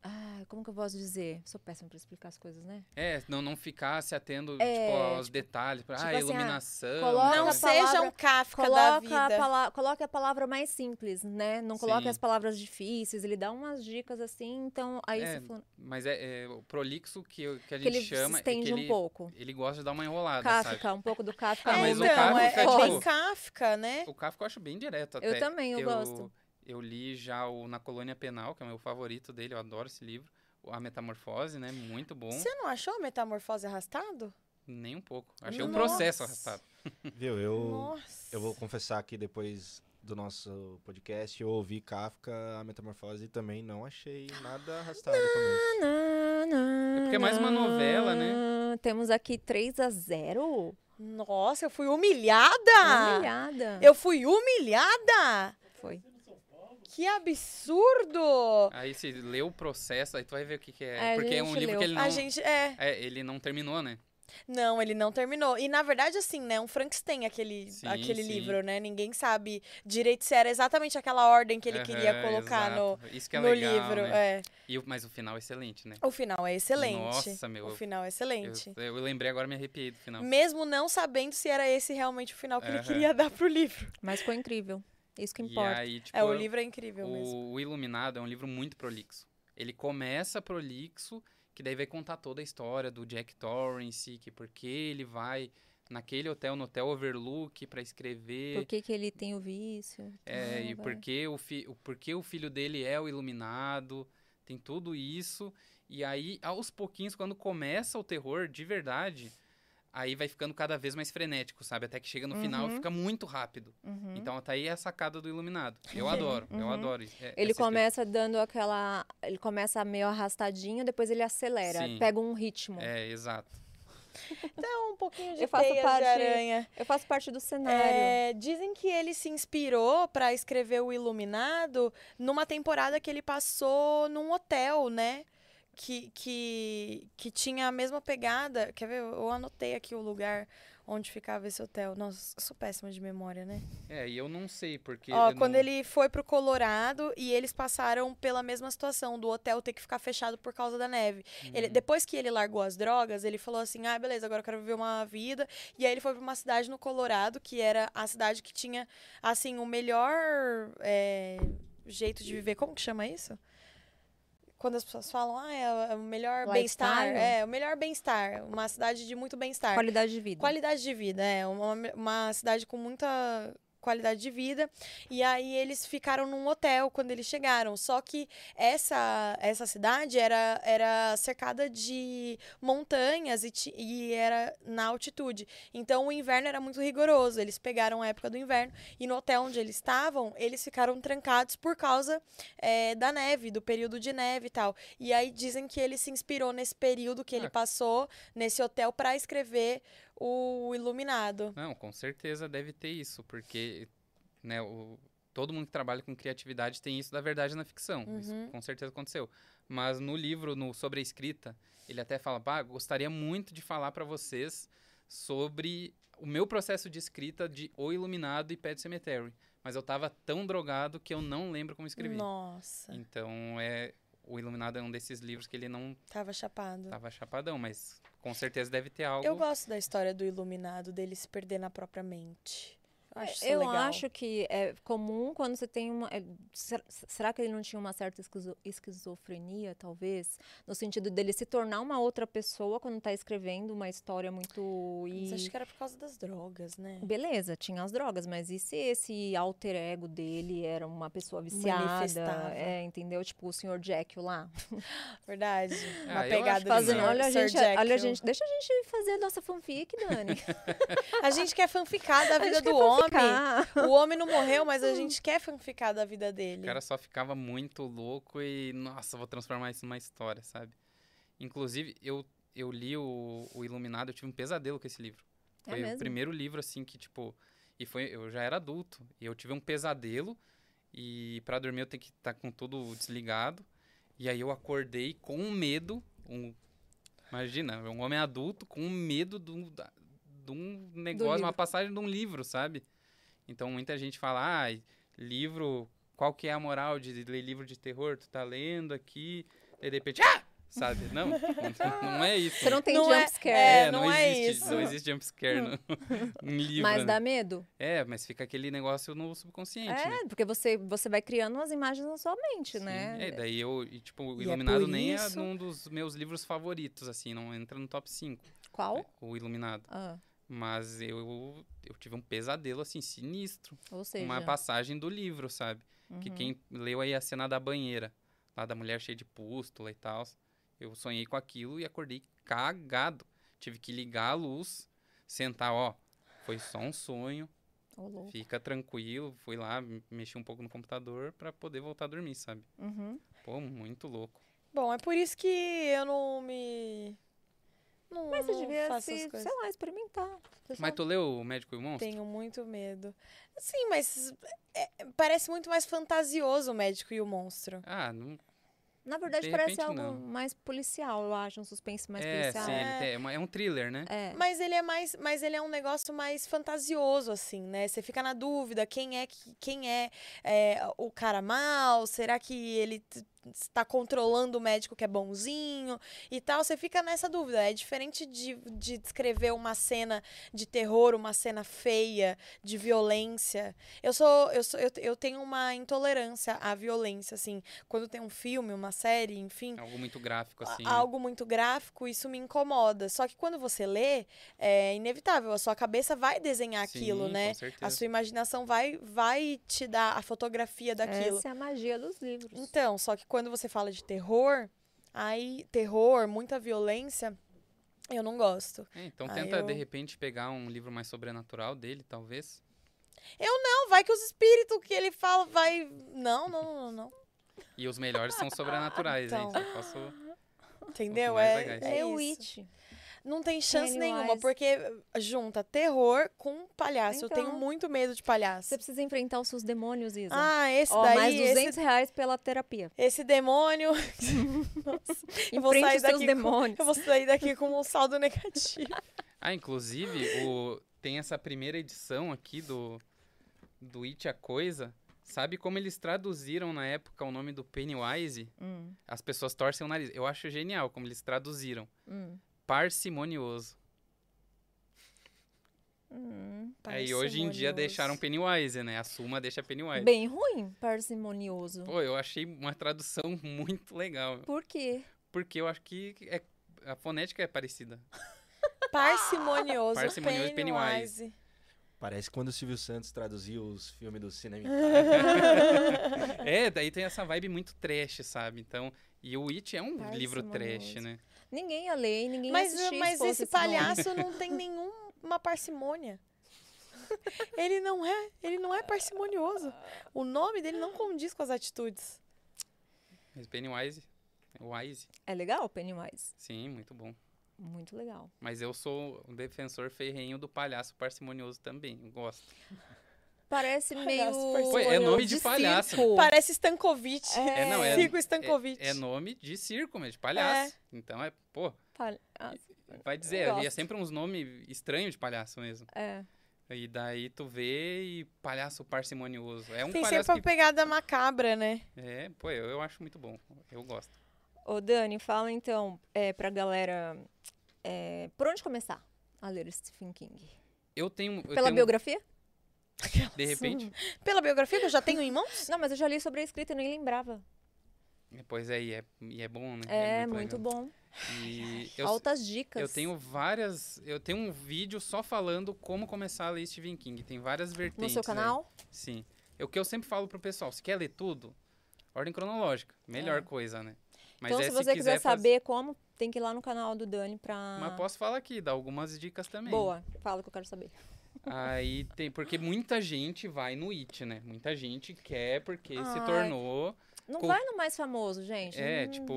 Ah, como que eu posso dizer? Sou péssima pra explicar as coisas, né?
É, não, não ficar se atendo
É,
tipo, aos detalhes. Tipo,
tipo
ah,
assim, ah,
iluminação.
coloca assim.
Não
a
né?
palavra-
seja um Kafka da
Coloca a,
vida.
pala- coloque a palavra mais simples, né? Não coloque
Sim.
as palavras difíceis, ele dá umas dicas assim, então aí
É,
você fala,
Mas é, é o prolixo que, eu- que a
que
gente
ele
chama.
se
é
estende
que
um
ele-
pouco.
Ele gosta de dar uma enrolada, sabe?
Kafka, um pouco do Kafka.
Ah,
é,
mas o
muito.
então, é,
Kafka
é
é
bem
tipo-
Kafka, né?
O Kafka eu acho bem direto até.
Eu também, eu gosto.
Eu li já o Na Colônia Penal, que é o meu favorito dele, eu adoro esse livro. O A Metamorfose, né? Muito bom.
Você não achou a metamorfose arrastado?
Nem um pouco. Achei um
Nossa.
processo arrastado.
Viu, eu,
Nossa.
eu vou confessar que depois do nosso podcast, eu ouvi Kafka, a Metamorfose, e também não achei nada arrastado também.
É
porque é mais uma novela, né?
Temos aqui 3 a 0
Nossa, eu fui humilhada!
Humilhada.
Ah! Eu fui humilhada!
Foi.
Que absurdo!
Aí se lê o processo, aí tu vai ver o que, que
É,
é.
a
Porque é um
gente
livro
leu.
que ele não.
A gente, é.
É, ele não terminou, né?
Não, ele não terminou. E na verdade, assim, né? Um Frankenstein, aquele,
Sim,
aquele
sim.
livro, né? Ninguém sabe direito se era exatamente aquela ordem que ele queria
Aham,
colocar no,
exato. Isso que é
no
legal,
livro.
né?
É.
E o- mas o final é excelente, né?
O final é excelente.
Nossa, meu,
O
eu-
final é
Eu,
excelente.
eu lembrei agora, me arrepiei do final.
Mesmo não sabendo se era esse realmente o final que ele
Aham.
queria dar pro livro.
Mas foi incrível. Isso que
E
importa.
aí, tipo,
É, o livro é incrível mesmo.
o, o Iluminado é um livro muito prolixo. Ele começa prolixo, que daí vai contar toda a história do Jack Torrance, que por que ele vai naquele hotel, no Hotel Overlook, pra escrever.
Por que, que ele tem o vício?
É, e
Tudo.
por que o, fi, o- por que o filho dele é o iluminado, tem tudo isso. E aí, aos pouquinhos, quando começa o terror de verdade, aí vai ficando cada vez mais frenético, sabe? Até que chega no final e
Uhum.
fica muito rápido.
Uhum.
Então, até aí é a sacada do iluminado. Eu adoro, eu
Uhum.
adoro. isso, é-
Ele
essa experiência.
começa dando aquela. Ele começa meio arrastadinho, depois ele acelera,
Sim.
pega um ritmo.
É, exato.
Então, um pouquinho de
Eu faço
teias
parte-
de aranha.
Eu faço parte do cenário.
É, dizem que ele se inspirou pra escrever o Iluminado numa temporada que ele passou num hotel, né? Que, que, que tinha a mesma pegada. Quer ver? Eu anotei aqui o lugar onde ficava esse hotel. Nossa, eu sou péssima de memória, né?
É, e eu não sei porque.
Ó,
eu
quando
não-
ele foi pro Colorado e eles passaram pela mesma situação do hotel ter que ficar fechado por causa da neve. Ele-
Uhum.
depois que ele largou as drogas, ele falou assim: ah, beleza, agora eu quero viver uma vida. E aí ele foi pra uma cidade no Colorado, que era a cidade que tinha, assim, o melhor é, jeito de viver. Como que chama isso? Quando as pessoas falam, ah, é é o melhor bem-estar.
Lifestyle?
É, o melhor bem-estar. Uma cidade de muito bem-estar.
Qualidade de vida.
Qualidade de vida, é. Uma, uma cidade com muita qualidade de vida. E aí eles ficaram num hotel quando eles chegaram. Só que essa, essa cidade era, era cercada de montanhas e, ti- e era na altitude. Então o inverno era muito rigoroso. Eles pegaram a época do inverno e no hotel onde eles estavam, eles ficaram trancados por causa eh, da neve, do período de neve e tal. E aí dizem que ele se inspirou nesse período que ele
Ah.
passou nesse hotel para escrever o Iluminado.
Não, com certeza deve ter isso, porque né, o- todo mundo que trabalha com criatividade tem isso da verdade na ficção. Isso
Uhum.
com certeza aconteceu. Mas no livro, no Sobre a Escrita, ele até fala: "Pá, gostaria muito de falar para vocês sobre o meu processo de escrita de O Iluminado e Pet Cemetery. Mas eu tava tão drogado que eu não lembro como escrevi.
Nossa,
Então é. O Iluminado é um desses livros que ele não
tava chapado.
tava chapadão, mas com certeza deve ter algo.
Eu gosto da história do Iluminado, dele se perder na própria mente. Eu acho isso
É, Eu
legal.
acho que é comum quando você tem uma. é, ser- Será que ele não tinha uma certa esquizo- esquizofrenia, talvez? No sentido dele se tornar uma outra pessoa quando tá escrevendo uma história muito.
Mas
E...
acho que era por causa das drogas, né?
Hum. Beleza, tinha as drogas, mas e se esse alter ego dele era uma pessoa viciada?
Manifestava.
É, entendeu? Tipo o Sr. Jekyll lá.
Verdade. Uma
Ah, eu
pegada
acho
do
que não.
Fazendo,
Sr.
olha a
Sr.
gente, olha a
é. Jekyll.
gente, deixa a gente fazer a nossa fanfic, Dani.
A gente quer fanficar da
A
vida
gente
do
quer
homem.
fanficar. Hum.
O homem não morreu, mas a gente quer fanficar da vida
O
dele.
cara só ficava muito louco e, nossa, vou transformar isso numa história, sabe? Inclusive, eu, eu li o, o Iluminado, eu tive um pesadelo com esse livro.
É
Foi o
mesmo?
primeiro livro, assim, que, tipo. E foi. Eu já era adulto. E eu tive um pesadelo. E pra dormir eu tenho que estar com tudo desligado. E aí eu acordei com um medo. Um, imagina, um homem adulto com um medo de um, da- de um negócio, uma
livro.
passagem de um livro, sabe? Então muita gente fala, ah, livro. Qual que é a moral de ler livro de terror? Tu tá lendo aqui, e de repente. Ah! Sabe? Não, não é isso.
Você não tem
Não é-
jumpscare.
é, não é
existe,
isso.
Não existe jumpscare no, em livro.
Mas
né?
dá medo?
É, mas fica aquele negócio no subconsciente, né?
É, porque você, você vai criando umas imagens na sua mente,
Sim,
né?
É, daí eu, e, tipo, o
E é
Iluminado
por
nem
isso-
é um dos meus livros favoritos, assim, não entra no top 5,
Qual?
o Iluminado.
Ah,
Mas eu, eu tive um pesadelo, assim, sinistro,
ou seja,
uma passagem do livro, sabe? Que
uhum.
quem leu aí é a cena da banheira, lá da mulher cheia de pústula e tal. Eu sonhei com aquilo e acordei cagado. Tive que ligar a luz, sentar, ó. Foi só um sonho.
Ô, louco.
Fica tranquilo, fui lá, me- mexi um pouco no computador pra poder voltar a dormir, sabe?
Uhum.
Pô, muito louco.
Bom, é por isso que eu não me. Não,
Mas você
não
devia,
faço essas
se,
coisas.
sei lá, experimentar. Você
Mas
sabe?
tu leu o Médico e o Monstro?
Tenho muito medo. Sim, mas é- parece muito mais fantasioso o médico e o monstro.
Ah, não.
Na verdade,
de
parece
repente,
algo
não.
mais policial, eu acho. Um suspense mais
é,
policial. né?
sim, ele tem- é uma- é um thriller, né?
É.
Mas ele é mais, mas ele é um negócio mais fantasioso assim, né? Você fica na dúvida, quem é que- quem é, é, o cara mal? Será que ele está controlando o médico que é bonzinho e tal? Você fica nessa dúvida. É diferente de, de descrever uma cena de terror, uma cena feia, de violência. Eu sou eu sou eu, te- eu tenho uma intolerância à violência assim. Quando tem um filme, uma série, enfim,
Algo muito gráfico,
a-
assim.
algo muito gráfico, isso me incomoda. Só que quando você lê, é inevitável, a sua cabeça vai desenhar aquilo,
Sim,
né?
Com certeza.
A sua imaginação vai, vai te dar a fotografia daquilo.
Essa é a magia dos livros.
Então, só que quando você fala de terror, aí terror, muita violência, eu não gosto.
É, então
Ah,
tenta, de
eu-
repente, pegar um livro mais sobrenatural dele, talvez.
Não, vai que os espíritos que ele fala vai. Não, não, não, não. não.
E os melhores são sobrenaturais,
Então.
gente. Eu posso...
Entendeu?
mais
É,
legais.
é
Lê o
isso.
It.
Não tem chance nenhuma,
Pennywise.
porque eh, junta terror com palhaço. Eu tenho
Então.
muito medo de palhaço.
Você precisa enfrentar os seus demônios, Isa.
Ah, esse
Ó,
daí,
mais
esse
200 reais pela terapia.
Esse demônio. Nossa, eu vou
Enfrente os seus
sair daqui. Com...
demônios.
Eu vou sair daqui com um saldo negativo.
Ah, inclusive, o... tem essa primeira edição aqui do... do It a Coisa. Sabe como eles traduziram na época o nome do Pennywise?
Hum,
As pessoas torcem o nariz. Eu acho genial como eles traduziram.
hum,
Parcimonioso.
hum.
Aí É, hoje em dia
Parcimonioso.
deixaram Pennywise, né? A Suma deixa Pennywise.
Bem ruim, parcimonioso.
Pô, eu achei uma tradução muito legal.
Por quê?
Porque eu acho que é- a fonética é parecida.
Parcimonioso.
Parcimonioso Pennywise.
Pennywise.
Parece quando o Silvio Santos traduziu os filmes do cinema.
É, daí tem essa vibe muito trash, sabe? Então, e o It é um livro trash,
Parcimonioso.
né?
Ninguém ia ler, ninguém ia
Mas,
assistir se
mas
fosse
esse
nome.
palhaço não tem nenhuma parcimônia. ele não é, ele não é parcimonioso. O nome dele não condiz com as atitudes.
Mas Pennywise, Wise,
É legal, Pennywise.
sim, muito bom.
Muito legal.
Mas eu sou um defensor ferrenho do palhaço parcimonioso também, eu gosto.
Parece meio.
Palhaço parcimonioso.
Ué, é nome de
circo.
palhaço. né?
Parece Stankovic.
É, não, é-
Circo
É-
Stankovic.
É, nome de circo, mas de palhaço. Então é, pô,
Palhaço.
vai dizer,
Eu
havia
gosto.
sempre uns nomes estranhos de palhaço mesmo.
É.
E daí tu vê e palhaço parcimonioso. É um
Tem sempre
palhaço
uma
que...
pegada macabra, né?
É, pô, eu, eu acho muito bom. Eu gosto.
Ô, Dani, fala então é, pra galera. é, por onde começar a ler Stephen King?
Eu tenho... eu
Pela
tenho- um
biografia?
De repente...
Pela biografia que eu já tenho em mãos?
Não, mas eu já li sobre a escrita, eu nem lembrava.
Pois é, e é, e é bom, né?
É, muito,
legal.
bom.
E eu,
Altas dicas.
eu tenho várias. Eu tenho um vídeo só falando como começar a ler Stephen King. Tem várias
No
vertentes.
seu
aí.
canal?
Sim. É o que eu sempre falo pro pessoal: se quer ler tudo, ordem cronológica. Melhor
É.
coisa, né?
então,
é,
se você quiser
faz-
saber como, tem que ir lá no canal do Dani pra.
Mas posso falar aqui, dar algumas dicas também.
Boa, fala que eu quero saber.
Aí tem. Porque muita gente vai no It, né? Muita gente quer porque se
Ai,
tornou.
Não
Com-
vai no mais famoso, gente. Não-
É,
não tem
tipo.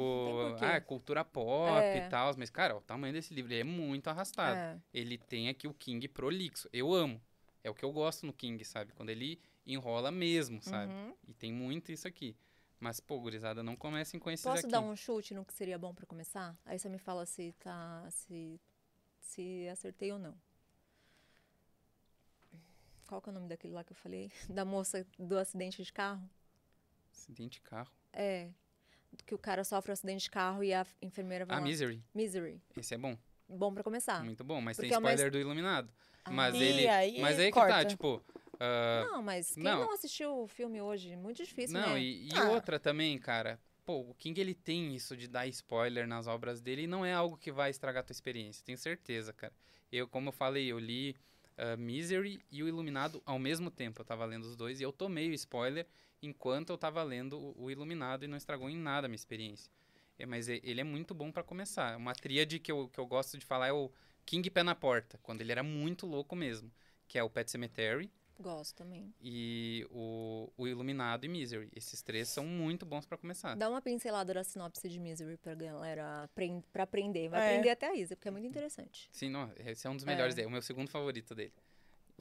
porquê.
Ah, cultura pop
É.
e tal. Mas, cara, ó, o tamanho desse livro ele é muito arrastado.
É.
ele tem aqui o King prolixo. Eu amo. É o que eu gosto no King, sabe? Quando ele enrola mesmo, sabe?
Uhum.
E tem muito isso aqui. Mas, pô, gurizada, não comecem com esses
Posso
aqui.
dar um chute no que seria bom pra começar? Aí você me fala se tá. se, se acertei ou não. Qual que é o nome daquele lá que eu falei? Da moça do acidente de carro?
Acidente de carro.
É. Que o cara sofre um acidente de carro e a enfermeira vai
Ah,
lá.
Misery.
Misery.
Esse é bom.
Bom pra começar.
Muito bom. Mas
Porque
tem
é uma
spoiler do Iluminado. Mas
Ah.
Ih,
ele.
aí
mas aí que tá,
corta.
tipo. ah,
Não, mas quem
não.
não, assistiu o filme hoje? Muito difícil,
não,
né?
e, e
Ah.
outra também, cara. Pô, o King ele tem isso de dar spoiler nas obras dele e não é algo que vai estragar a tua experiência, tenho certeza, cara. Eu, como eu falei, eu li ah, Misery e o Iluminado ao mesmo tempo. Eu tava lendo os dois e eu tomei o spoiler enquanto eu tava lendo o, o Iluminado e não estragou em nada a minha experiência. É, mas e- ele é muito bom pra começar. Uma tríade que eu, que eu gosto de falar é o King Pé na Porta, quando ele era muito louco mesmo, que é o Pet Cemetery,
Gosto também.
E o, o Iluminado e Misery. Esses três são muito bons pra começar.
Dá uma pincelada da sinopse de Misery pra galera apren- pra aprender. Vai
É.
aprender até a Isa, porque é muito interessante.
Sim, não, esse é um dos melhores dele, é o meu segundo favorito dele.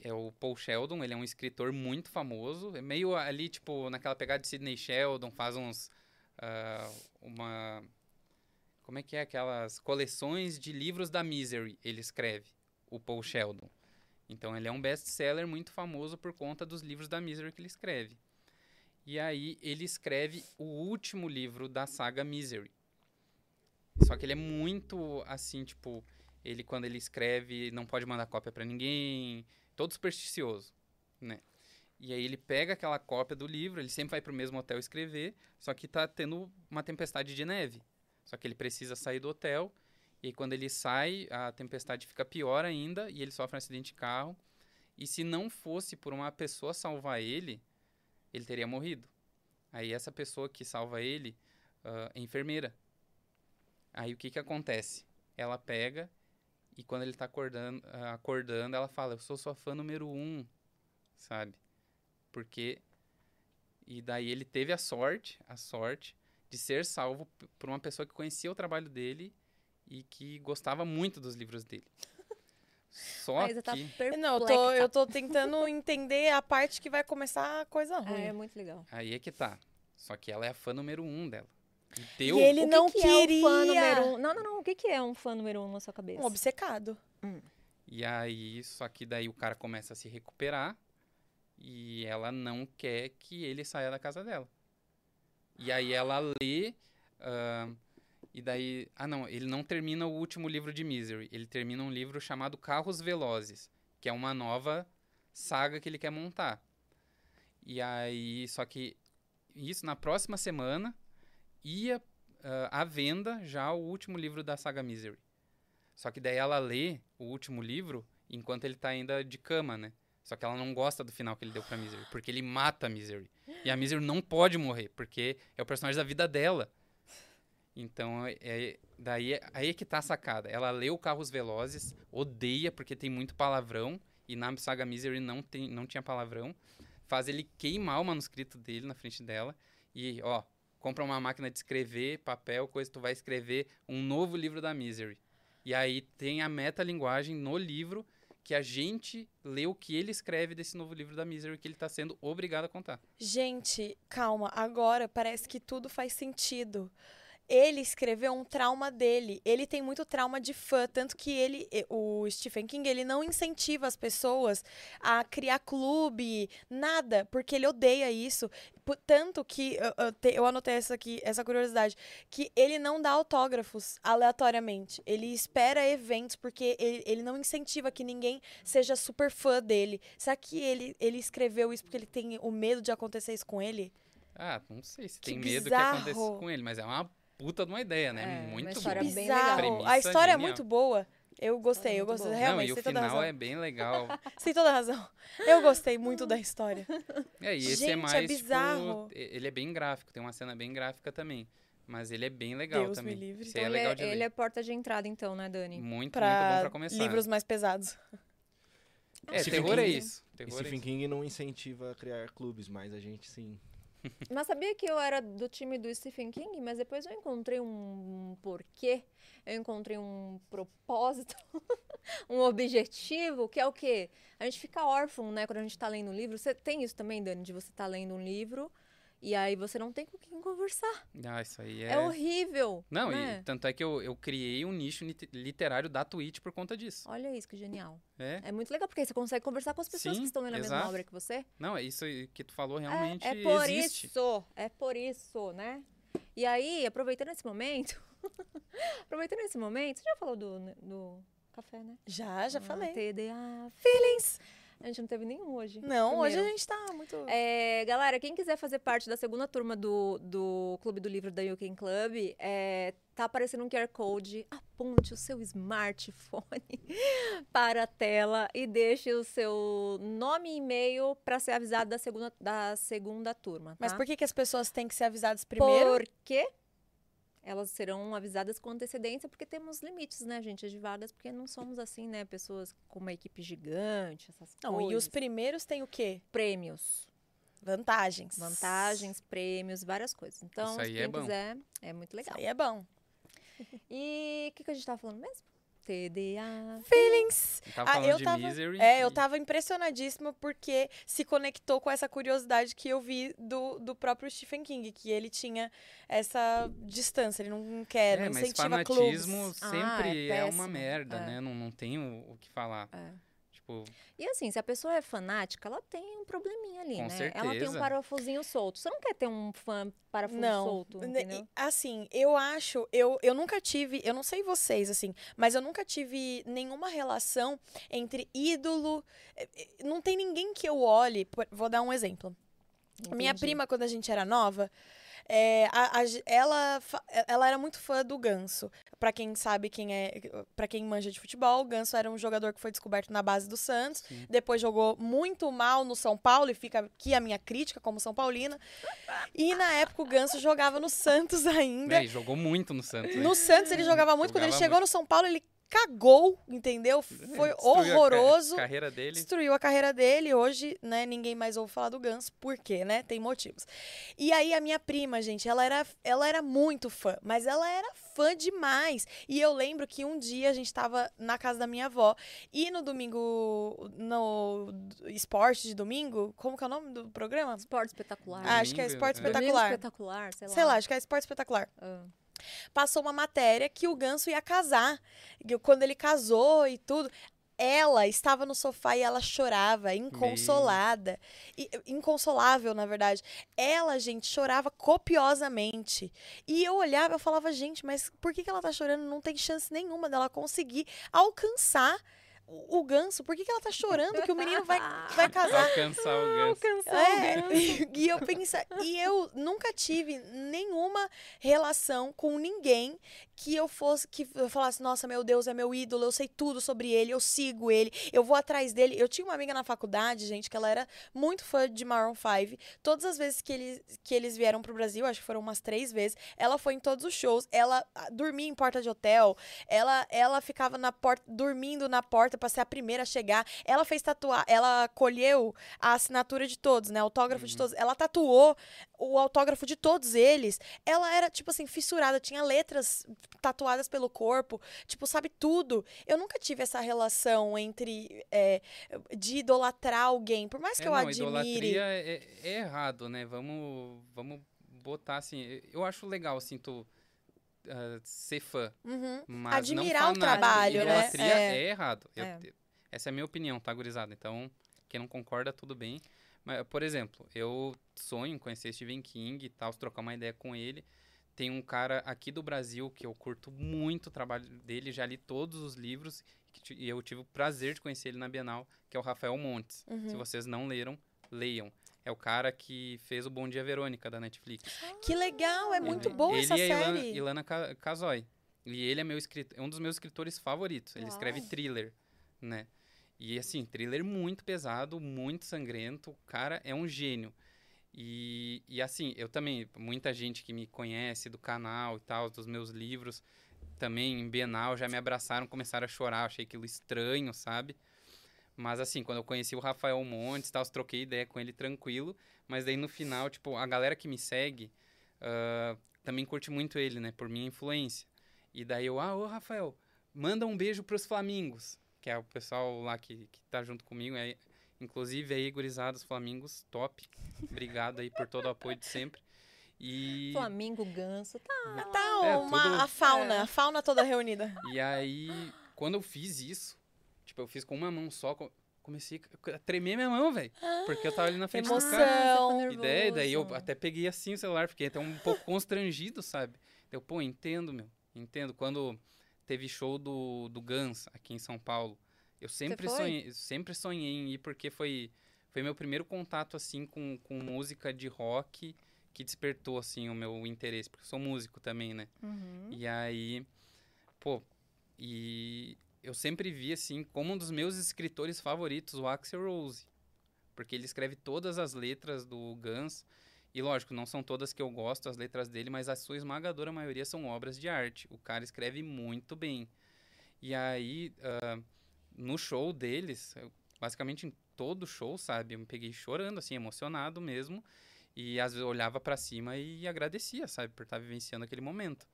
É o Paul Sheldon, ele é um escritor muito famoso, é meio ali, tipo, naquela pegada de Sidney Sheldon, faz uns, ah, uma, como é que é, aquelas coleções de livros da Misery, ele escreve, o Paul Sheldon. Então, ele é um best-seller muito famoso por conta dos livros da Misery que ele escreve. E aí, ele escreve o último livro da saga Misery. Só que ele é muito, assim, tipo, ele quando ele escreve não pode mandar cópia pra ninguém, todo supersticioso, né? E aí ele pega aquela cópia do livro, ele sempre vai pro mesmo hotel escrever, só que tá tendo uma tempestade de neve. Só que ele precisa sair do hotel, e aí quando ele sai, a tempestade fica pior ainda e ele sofre um acidente de carro. E se não fosse por uma pessoa salvar ele, ele teria morrido. Aí essa pessoa que salva ele ah, é enfermeira. Aí o que que acontece? Ela pega e quando ele tá acordando, ah, acordando, ela fala, eu sou sua fã número um, sabe? Porque. E daí ele teve a sorte, a sorte, de ser salvo p- por uma pessoa que conhecia o trabalho dele e que gostava muito dos livros dele. Só
A
que.
Isa tá perplexa.
Não, eu tô, eu tô tentando entender a parte que vai começar a coisa
Ah,
ruim.
é muito legal.
Aí é que tá. Só que ela é a fã número um dela. E deu.
E ele
O que
não
que É
queria.
um fã número um? Não, não, não. O que, que é um fã número um na sua cabeça?
Um obcecado.
E aí, só que daí o cara começa a se recuperar e ela não quer que ele saia da casa dela. E aí ela lê ah, e daí, ah não, ele não termina o último livro de Misery, ele termina um livro chamado Carros Velozes, que é uma nova saga que ele quer montar. E aí, só que isso na próxima semana ia ah, à venda já o último livro da saga Misery. Só que daí ela lê o último livro enquanto ele tá ainda de cama, né? Só que ela não gosta do final que ele deu pra Misery, porque ele mata a Misery. E a Misery não pode morrer, porque é o personagem da vida dela. Então, é, daí aí é que tá a sacada. Ela lê o Carros Velozes, odeia porque tem muito palavrão, e na saga Misery não, tem, não tinha palavrão. Faz ele queimar o manuscrito dele na frente dela. E, ó, compra uma máquina de escrever, papel, coisa, tu vai escrever um novo livro da Misery. E aí tem a metalinguagem no livro que a gente lê o que ele escreve desse novo livro da Misery que ele tá sendo obrigado a contar.
Gente, calma, agora parece que tudo faz sentido. Ele escreveu um trauma dele. Ele tem muito trauma de fã, tanto que ele, e- o Stephen King, ele não incentiva as pessoas a criar clube, nada, porque ele odeia isso. Po- Tanto que eu, eu te- eu anotei essa aqui, essa curiosidade, que ele não dá autógrafos aleatoriamente. Ele espera eventos porque ele, ele não incentiva que ninguém seja super fã dele. Será que ele, ele escreveu isso porque ele tem o medo de acontecer isso com ele?
Ah, não sei se
Que
tem medo que
bizarro.
aconteça com ele, mas é uma puta de uma ideia, né?
É, uma
muito
história
bom.
bem legal.
Bizarro. A
Premissa
história é
genial.
muito boa. Eu gostei,
História
eu
muito
gostei.
boa.
Realmente,
não,
sem
e o
toda tá razão.
final é bem legal.
Sem toda razão. Eu gostei muito da história.
É, e esse
Gente, é
é mais, tipo,
bizarro.
e- ele é bem gráfico, tem uma cena bem gráfica também. Mas ele é bem legal
Deus me
também.
livre.
Esse
Então
aí é
ele,
legal
é,
de Uhum. ler.
ele é porta de entrada, então, né, Dani?
Muito, muito bom
é Pra
pra começar.
livros mais pesados.
É,
Stephen
terror é
King.
isso.
E
Terror é
Stephen
isso.
King não incentiva a criar clubes, mas a gente sim.
Mas sabia que eu era do time do Stephen King, mas depois eu encontrei um porquê, eu encontrei um propósito, um objetivo, que é o quê? A gente fica órfão, né, quando a gente tá lendo um livro. Você tem isso também, Dani, de você tá lendo um livro e aí você não tem com quem conversar.
Ah, isso aí
É, horrível.
Não,
né?
e tanto é que eu, eu criei um nicho lit- literário da Twitch por conta disso.
Olha isso, que genial.
É.
É muito legal, porque aí você consegue conversar com as pessoas
Sim,
que estão lendo a mesma
exato.
obra que você.
Não, é isso aí que tu falou
É,
realmente
é, por
existe.
isso, é por isso, né? E aí, aproveitando esse momento, aproveitando esse momento, você já falou do, né, do café, né?
Já, já
Ah,
falei.
TDA Feelings. A gente não teve nenhum hoje.
Não, hoje a
Primeiro.
gente tá muito.
É, galera, quem quiser fazer parte da segunda turma do, do Clube do Livro da Yuken Club, é, tá aparecendo um QR Code. Aponte o seu smartphone para a tela e deixe o seu nome e e-mail para ser avisado da segunda, da segunda turma.
Mas
tá?
por que, que as pessoas têm que ser avisadas primeiro?
Porque elas serão avisadas com antecedência, porque temos limites, né, gente, de vagas, porque não somos assim, né, pessoas com uma equipe gigante, essas
Não,
coisas.
e os primeiros têm o quê?
prêmios,
Vantagens.
vantagens, prêmios, várias coisas. Então,
Isso aí
quem
é bom.
quiser, é muito
Isso
legal.
aí é bom.
E o que, que a gente tava falando mesmo? TDA.
Feelings.
Tava
Ah,
falando
eu
de
tava-
Misery.
É, eu
e-
tava impressionadíssima porque se conectou com essa curiosidade que eu vi do, do próprio Stephen King, que ele tinha essa distância, ele não quer,
É,
não
mas
incentiva
fanatismo
clubes.
Ah,
sempre
é
é,
péssimo,
uma merda,
é.
né? Não, não tem o, o que falar.
É.
Tipo,
E assim, se a pessoa é fanática, ela tem um probleminha ali,
Com
né? Ela tem um
certeza.
parafusinho solto. Você não quer ter um fã parafuso solto,
Né,
entendeu?
e, Assim, eu acho, eu, eu nunca tive, eu não sei vocês, assim, mas eu nunca tive nenhuma relação entre ídolo. eh, eh, Não tem ninguém que eu olhe. por- Vou dar um exemplo. Minha
Entendi.
prima, quando a gente era nova, é, a- a ge- ela, fa- é, ela era muito fã do Ganso. Pra quem sabe quem é, para quem manja de futebol, o Ganso era um jogador que foi descoberto na base do Santos.
Sim.
Depois jogou muito mal no São Paulo e fica aqui a minha crítica como São Paulina. E na época o Ganso jogava no Santos ainda.
véi, jogou muito no Santos. né?
No Santos ele jogava muito. Quando ele
Jogava
chegou no São Paulo, ele cagou, entendeu? Foi
Destruiu a ca-
horroroso
carreira dele.
destruiu a carreira dele. Hoje, né, ninguém mais ouve falar do Guns, por quê, né? Tem motivos. E aí a minha prima, gente, ela era, ela era muito fã, mas ela era fã demais. E eu lembro que um dia a gente tava na casa da minha avó e no domingo no esporte de domingo, como que é o nome do programa?
Esporte espetacular.
Ah, acho que é
Domingo,
esporte
é.
Domingo
espetacular.
espetacular, sei lá.
Sei lá, acho que é esporte espetacular
Ah.
passou uma matéria que o Ganso ia casar. que Quando ele casou e tudo. Ela estava no sofá e ela chorava, inconsolada. E- eh, inconsolável, na verdade. Ela, gente, chorava copiosamente. E eu olhava e falava, gente, mas por que, que ela tá chorando? Não tem chance nenhuma dela conseguir alcançar o, o ganso. Por que, que ela tá chorando que o menino vai, vai casar? Ah,
Alcançar o Ganso.
né?
É, e, e eu pensa, e eu nunca tive nenhuma relação com ninguém que eu fosse que eu falasse, nossa, meu Deus, é meu ídolo, eu sei tudo sobre ele, eu sigo ele, eu vou atrás dele. Eu tinha uma amiga na faculdade, gente, que ela era muito fã de Maroon 5. Todas as vezes que eles, que eles vieram pro Brasil, acho que foram umas três vezes, ela foi em todos os shows, ela ah, dormia em porta de hotel, ela, ela ficava na porta, dormindo na porta pra ser a primeira a chegar. Ela fez tatuar, ela colheu a assinatura de todos, né? Autógrafo de
Uhum.
todos. Ela tatuou o autógrafo de todos eles. Ela era, tipo assim, fissurada, tinha letras tatuadas pelo corpo, tipo, sabe tudo. Eu nunca tive essa relação entre é, de idolatrar alguém, por mais que
É,
eu
não,
admire.
idolatria é, é errado, né? Vamos, vamos botar assim. eu- Eu acho legal, assim, tu ah, ser fã,
Uhum.
mas
Admirar o
não fanático.
né?
trabalho,
idolatria
É.
é, errado. Eu-
É.
essa é a minha opinião, tá, gurizada? Então, quem não concorda, tudo bem. Mas, por exemplo, eu sonho em conhecer Stephen King e tal, trocar uma ideia com ele. Tem um cara aqui do Brasil que eu curto muito o trabalho dele, já li todos os livros que ti- e eu tive o prazer de conhecer ele na Bienal, que é o Rafael Montes.
Uhum.
Se vocês não leram, leiam. É o cara que fez o Bom Dia Verônica da Netflix.
Que legal, é muito
Ele-
boa
ele
essa
é Ilana,
série.
Ilana Ca- Casoy. E ele é meu escrito, é um dos meus escritores favoritos. Ele escreve
Uau.
thriller, né? E assim, thriller muito pesado, muito sangrento. O cara é um gênio. E, e assim, eu também, muita gente que me conhece do canal e tal, dos meus livros, também em Bienal, já me abraçaram, começaram a chorar, achei aquilo estranho, sabe? Mas assim, quando eu conheci o Rafael Montes, e tal, troquei ideia com ele tranquilo, mas daí no final, tipo, a galera que me segue ah, também curte muito ele, né, por minha influência. E daí eu, ah, ô Rafael, manda um beijo pros Flamingos, que é o pessoal lá que, que tá junto comigo, é, inclusive aí, gurizada, os Flamingos, top. Obrigado aí por todo o apoio de sempre. E...
Flamingo, ganso, tá.
Tá
É,
uma,
tudo-
a fauna,
É.
a fauna toda reunida.
E aí, quando eu fiz isso, tipo, eu fiz com uma mão só, co- comecei a tremer minha mão, velho. Porque eu tava ali na frente do
Emoção.
cara.
você
E
fica
daí, daí eu
nervoso.
até peguei assim o celular, fiquei até um pouco constrangido, sabe? Eu, pô, entendo, meu, entendo. Quando teve show do, do Guns aqui em São Paulo, eu sempre
foi?
sonhei, sempre sonhei em ir, porque foi, foi meu primeiro contato, assim, com, com música de rock que despertou, assim, o meu interesse. Porque eu sou músico também, né?
Uhum.
E aí, pô, e eu sempre vi assim como um dos meus escritores favoritos o Axel Rose, porque ele escreve todas as letras do Guns E lógico, não são todas que eu gosto as letras dele, mas a sua esmagadora maioria são obras de arte. O cara escreve muito bem. E aí, ah, no show deles, eu- basicamente em todo show, sabe? Eu me peguei chorando, assim, emocionado mesmo. E às vezes eu olhava pra cima e agradecia, sabe? Por estar vivenciando aquele momento.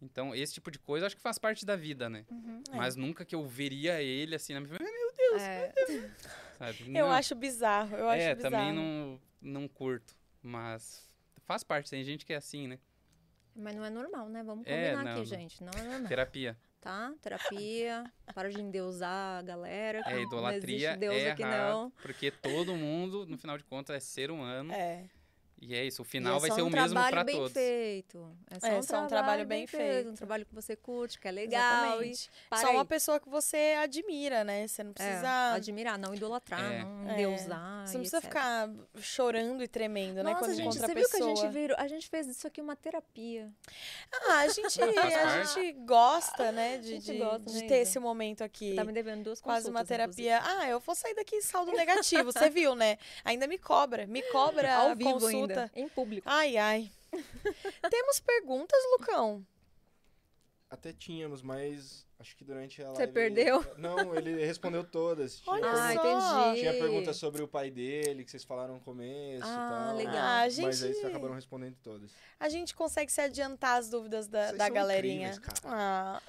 Então, esse tipo de coisa acho que faz parte da vida, né?
Uhum.
É.
Mas nunca que eu veria ele assim na minha frente,
É,
sabe?
Eu
Não.
acho bizarro, eu acho
é,
bizarro.
também não, não curto. Mas faz parte, tem gente que é assim, né?
mas não é normal, né? Vamos
É,
combinar
não,
aqui,
não.
gente. Não é normal,
Terapia.
tá? Terapia, para de endeusar a galera. que
É, idolatria
Não existe Deus
é
aqui,
errado,
não.
porque todo mundo, no final de contas, é ser humano.
É.
E é isso, o
E
final
é
vai
só
ser
um
o mesmo
trabalho
pra
bem
todos.
feito. É só,
É,
um,
só um
trabalho,
trabalho bem
bem feito.
feito.
Um trabalho que você curte, que é legal. E
Exatamente.
para
Só uma
aí.
pessoa que você admira, né? Você não
É,
precisa.
admirar, não idolatrar,
É.
não
É.
endeusar.
Você não
e
precisa
etc.
ficar chorando e tremendo, né?
Nossa,
Quando
gente,
encontra
você
a
viu
pessoa.
que a gente virou? A gente fez isso aqui uma terapia.
Ah, a gente,
Faz
a
parte.
gente gosta, né?
A
De,
gente
de,
gosta,
de
né,
ter
Isa?
esse momento aqui.
Tá me devendo duas
Quase uma
consultas, inclusive.
terapia. Ah, eu vou sair daqui em saldo negativo, você viu, né? Ainda me cobra, me cobra a
Ao vivo
consulta.
ainda, em público.
Ai, ai. Temos perguntas, Lucão?
Até tínhamos, mas acho que durante a live...
Você
ele-
perdeu?
Não, ele respondeu todas. Tinha
Olha
pergunta-
Ah,
só.
entendi.
Tinha perguntas sobre então. o pai dele, que vocês falaram no começo
Ah,
e tal.
legal.
Ah,
Mas aí
gente.
vocês acabaram respondendo todas.
A gente consegue se adiantar as dúvidas da,
Vocês
da
são
galerinha.
incríveis, cara.
Ah,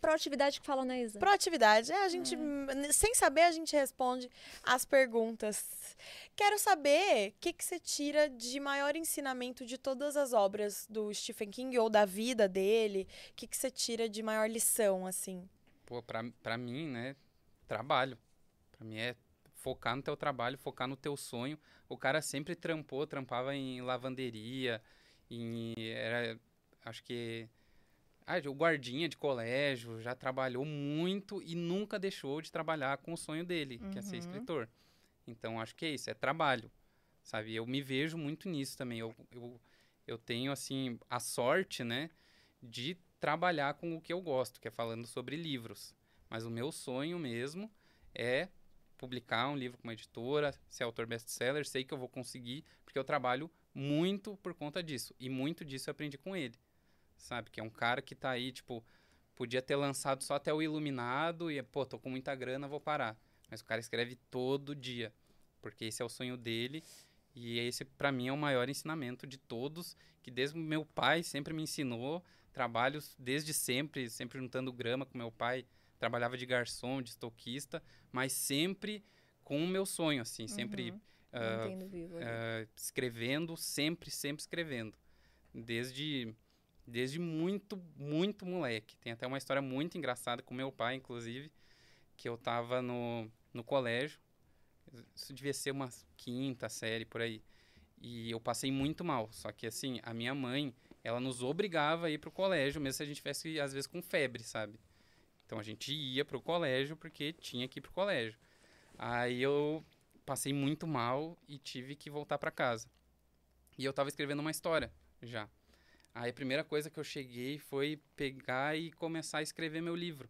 Proatividade que fala, né, Isa?
proatividade. É, a gente, hum, sem saber, a gente responde as perguntas. Quero saber o que, que você tira de maior ensinamento de todas as obras do Stephen King ou da vida dele. O que, que você tira de maior lição, assim?
Pô, pra, pra mim, né, trabalho. Pra mim é focar no teu trabalho, focar no teu sonho. O cara sempre trampou, trampava em lavanderia, em, era, acho que, ah, o guardinha de colégio, já trabalhou muito e nunca deixou de trabalhar com o sonho dele, que é ser
Uhum.
escritor. Então, acho que é isso, é trabalho, sabe? Eu me vejo muito nisso também. Eu, eu, eu tenho, assim, a sorte, né, de trabalhar com o que eu gosto, que é falando sobre livros. Mas o meu sonho mesmo é publicar um livro com uma editora, ser autor best-seller, sei que eu vou conseguir, porque eu trabalho muito por conta disso. E muito disso eu aprendi com ele. Sabe? Que é um cara que tá aí, tipo, podia ter lançado só até o Iluminado e, pô, tô com muita grana, vou parar. Mas o cara escreve todo dia, porque esse é o sonho dele. E esse, pra mim, é o maior ensinamento de todos, que desde o meu pai sempre me ensinou. Trabalho desde sempre, sempre juntando grama com meu pai. Trabalhava de garçom, de estoquista, mas sempre com o meu sonho, assim, sempre
Uhum.
ah,
Mantendo vivo. ali.
escrevendo, sempre, sempre escrevendo. Desde, desde muito, muito moleque. Tem até uma história muito engraçada com meu pai, inclusive, que eu tava no, no colégio. Isso devia ser uma quinta série por aí. E eu passei muito mal. Só que, assim, a minha mãe, ela nos obrigava a ir pro colégio, mesmo se a gente tivesse, às vezes, com febre, sabe? Então a gente ia pro colégio porque tinha que ir pro colégio. Aí eu passei muito mal e tive que voltar pra casa. E eu tava escrevendo uma história já. Aí a primeira coisa que eu cheguei foi pegar e começar a escrever meu livro.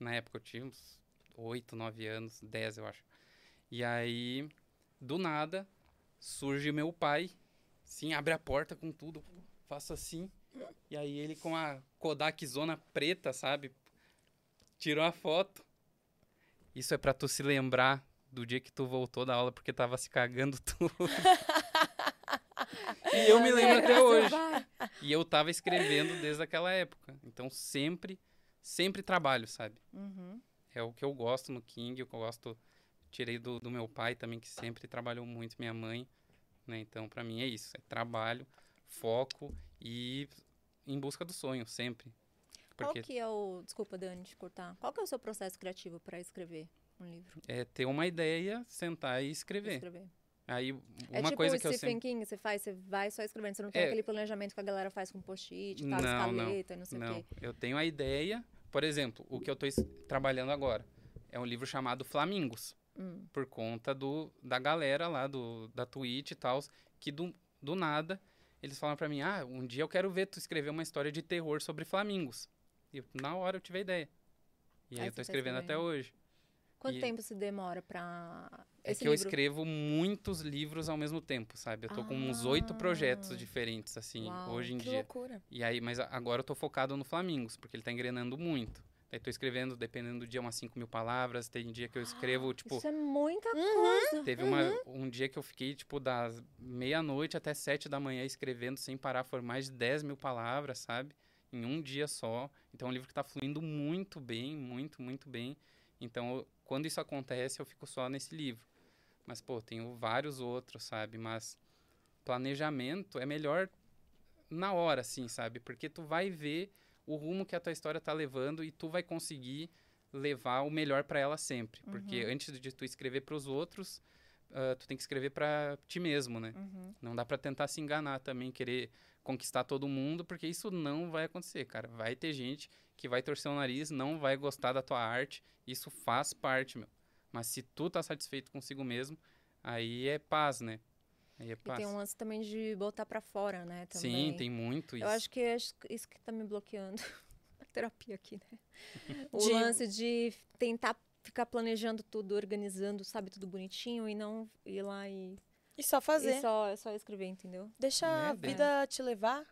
Na época eu tinha uns 8, 9 anos, 10 eu acho. E aí, do nada, surge meu pai, sim, abre a porta com tudo, faço assim. E aí ele com a Kodak Zona preta, sabe? Tirou a foto. Isso é pra tu se lembrar do dia que tu voltou da aula porque tava se cagando tudo. e eu me
É,
lembro até hoje. E eu tava escrevendo desde aquela época. Então sempre, sempre trabalho, sabe?
Uhum.
É o que eu gosto no King, o que eu gosto. Tirei do, do meu pai também, que sempre trabalhou muito, minha mãe. Né? Então, pra mim é isso: é trabalho, foco e em busca do sonho, sempre.
Qual
Porque
que é o... Desculpa, Dani, te cortar. Qual que é o seu processo criativo para escrever um livro?
é ter uma ideia, sentar e escrever.
Escrever.
Aí,
é
uma
tipo
coisa
o
que eu
Stephen
sempre.
King, você faz, você vai só escrevendo. Você não tem
É.
aquele planejamento que a galera faz com post-it, tal,
Não, não,
escaleta, não, sei
Não,
o quê.
eu tenho a ideia. Por exemplo, o que eu tô es- trabalhando agora é um livro chamado Flamingos.
Hum.
por conta do, da galera lá do, da Twitch e tal, que do, do nada eles falam pra mim: ah, um dia eu quero ver tu escrever uma história de terror sobre flamingos. E eu, na hora eu tive a ideia. E aí,
Aí você
eu tô
tá
escrevendo até
escrevendo.
hoje.
Quanto
E-
tempo se demora pra
É
Esse
que eu
livro.
escrevo muitos livros ao mesmo tempo, sabe? Eu tô com uns oito
Ah.
projetos diferentes, assim,
Uau,
hoje em
Que
dia.
loucura.
E aí, mas a- agora eu tô focado no Flamingos, porque ele tá engrenando muito. Daí tô escrevendo, dependendo do dia, umas 5 mil palavras. Tem dia que eu escrevo, tipo,
Isso é muita
Uhum.
Uhum.
teve uma, um dia que eu fiquei, tipo, das meia-noite até sete da manhã escrevendo sem parar. Foram mais de 10 mil palavras, sabe? Em um dia só. Então é um livro que tá fluindo muito bem, muito, muito bem. Então, eu- quando isso acontece, eu fico só nesse livro. Mas, pô, tenho vários outros, sabe? Mas planejamento é melhor na hora, assim, sabe? Porque tu vai ver o rumo que a tua história tá levando e tu vai conseguir levar o melhor para ela sempre. Porque antes de tu escrever para os outros, ah, tu tem que escrever para ti mesmo, né?
Uhum.
Não dá para tentar se enganar também, querer conquistar todo mundo, porque isso não vai acontecer, cara. Vai ter gente que vai torcer o nariz, não vai gostar da tua arte. Isso faz parte, meu. Mas se tu tá satisfeito consigo mesmo, aí é paz, né? Aí é
E
paz.
tem um lance também de botar pra fora, né? Também.
Sim, tem muito tipo isso.
Eu acho que é isso- isso que tá me bloqueando. A terapia aqui, né? O
De-
lance de tentar ficar planejando tudo, organizando, sabe, tudo bonitinho e não ir lá e,
E só fazer.
e só, só escrever, entendeu?
Deixa
Né,
a
bem.
vida te levar.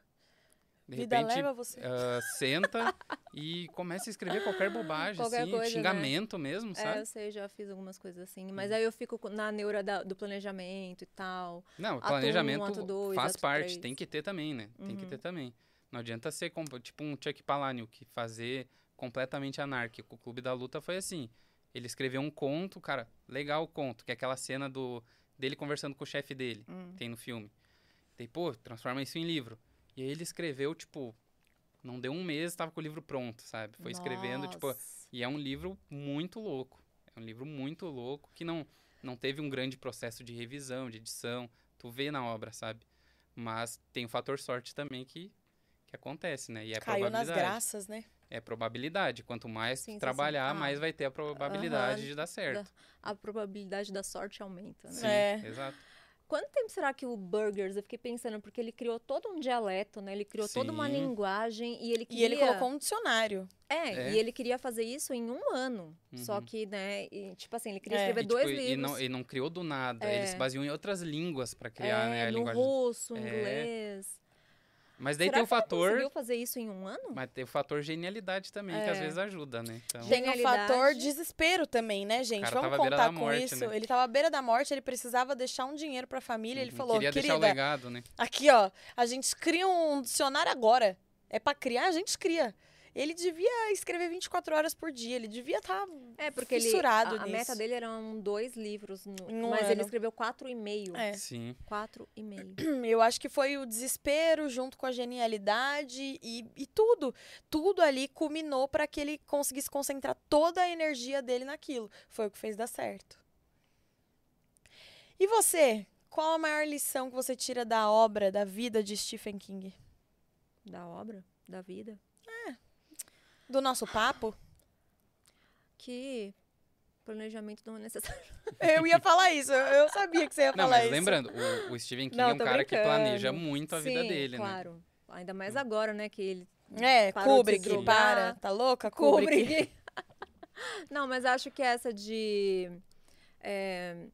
De
vida
repente,
leva você.
ah, senta e começa a escrever qualquer bobagem,
Qualquer
assim,
coisa, né?
xingamento mesmo,
É,
sabe? Uhum.
eu sei, já fiz algumas coisas assim. Mas aí eu fico com- na neura da- do planejamento e tal.
Não, o
Ato um,
planejamento
ato dois,
faz
ato
parte,
três. Uhum.
tem que ter também, né? Tem que ter também. Não adianta ser comp- tipo um Chuck Palahniuk, fazer completamente anárquico. O Clube da Luta foi assim. Ele escreveu um conto, cara, legal o conto, que é aquela cena do dele conversando com o chefe dele,
Hum.
tem no filme. Daí, pô, transforma isso em livro. E aí ele escreveu, tipo, não deu um mês, tava com o livro pronto, sabe? Foi escrevendo, tipo,
Nossa.
e é um livro muito louco. É um livro muito louco que não, não teve um grande processo de revisão, de edição. Tu vê na obra, sabe? Mas tem o fator sorte também que, que acontece, né? E é
Caiu nas
probabilidade.
graças, né?
É probabilidade. Quanto mais
Sim,
tu
sim, sim.
trabalhar,
Ah.
mais vai ter a probabilidade
Aham.
de dar certo.
A probabilidade da sorte aumenta, né?
Sim,
É.
exato.
Quanto tempo será que o Burgers, eu fiquei pensando, porque ele criou todo um dialeto, né? Ele criou toda uma
Sim.
linguagem e ele
E ele
queria-
colocou um dicionário.
É,
É.
e ele queria fazer isso em um ano. Só
Uhum.
que, né, e, tipo assim, ele queria
É.
escrever
e,
dois
tipo,
livros.
e não, e não criou do nada. Ele se
É.
baseou em outras línguas pra criar,
é,
né? A
no
linguagem.
russo,
É.
inglês.
Mas daí
Será
tem o
que ele
fator.
conseguiu fazer isso em um ano?
Mas tem o fator genialidade também, que às
É.
vezes ajuda, né? Então,
Tem o
Genialidade.
fator desespero também, né, gente?
cara
Vamos
tava à beira
contar
da
com
morte,
isso.
né?
Ele tava à beira da morte, ele precisava deixar um dinheiro pra família. Ele
uhum,
falou,
queria deixar o
querida,
legado, né?
Aqui, ó, a gente cria um dicionário agora. É pra criar, a gente cria. Ele devia escrever 24 horas por dia, ele devia tá estar.
É, porque ele.
Fissurado
a, a
nisso.
meta dele eram dois livros, no-
Em um
mas
ano.
ele escreveu quatro e meio.
É.
Sim.
Quatro e meio.
Eu acho que foi o desespero junto com a genialidade e, e tudo. Tudo ali culminou pra que ele conseguisse concentrar toda a energia dele naquilo. Foi o que fez dar certo. E você? Qual a maior lição que você tira da obra, da vida de Stephen King?
Da obra, da vida.
Do nosso papo?
Que planejamento não é necessário.
Eu ia falar isso, eu- eu sabia que você ia
Não,
falar
mas
isso.
lembrando, o, o Stephen King
Não,
é um
tô
cara que planeja
brincando.
muito a vida
Sim,
dele, né?
claro. Ainda mais agora, né, que ele
É,
Parou de
Kubrick,
drogar.
para. Tá louca, Kubrick?
Kubrick. Não, mas acho que essa de é,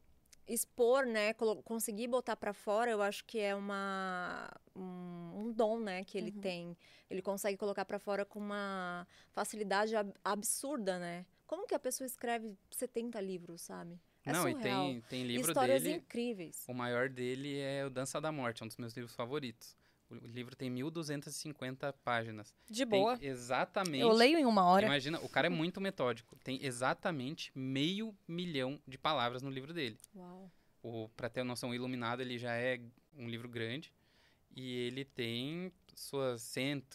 expor, né, colo- conseguir botar pra fora, eu acho que é uma um, um dom, né, que ele
Uhum.
tem. Ele consegue colocar pra fora com uma facilidade ab- absurda, né? Como que a pessoa escreve 70 livros, sabe? É
Não, e
surreal.
tem, tem livro
Histórias
dele.
incríveis.
O maior dele é O Dança da Morte, é um dos meus livros favoritos. O, o livro tem 1.250 páginas.
De
Tem
boa.
exatamente.
Eu leio em uma hora.
Imagina, o cara é muito metódico. Tem exatamente meio milhão de palavras no livro dele.
Uau.
O, pra ter noção, o Iluminado ele já é um livro grande. E ele tem suas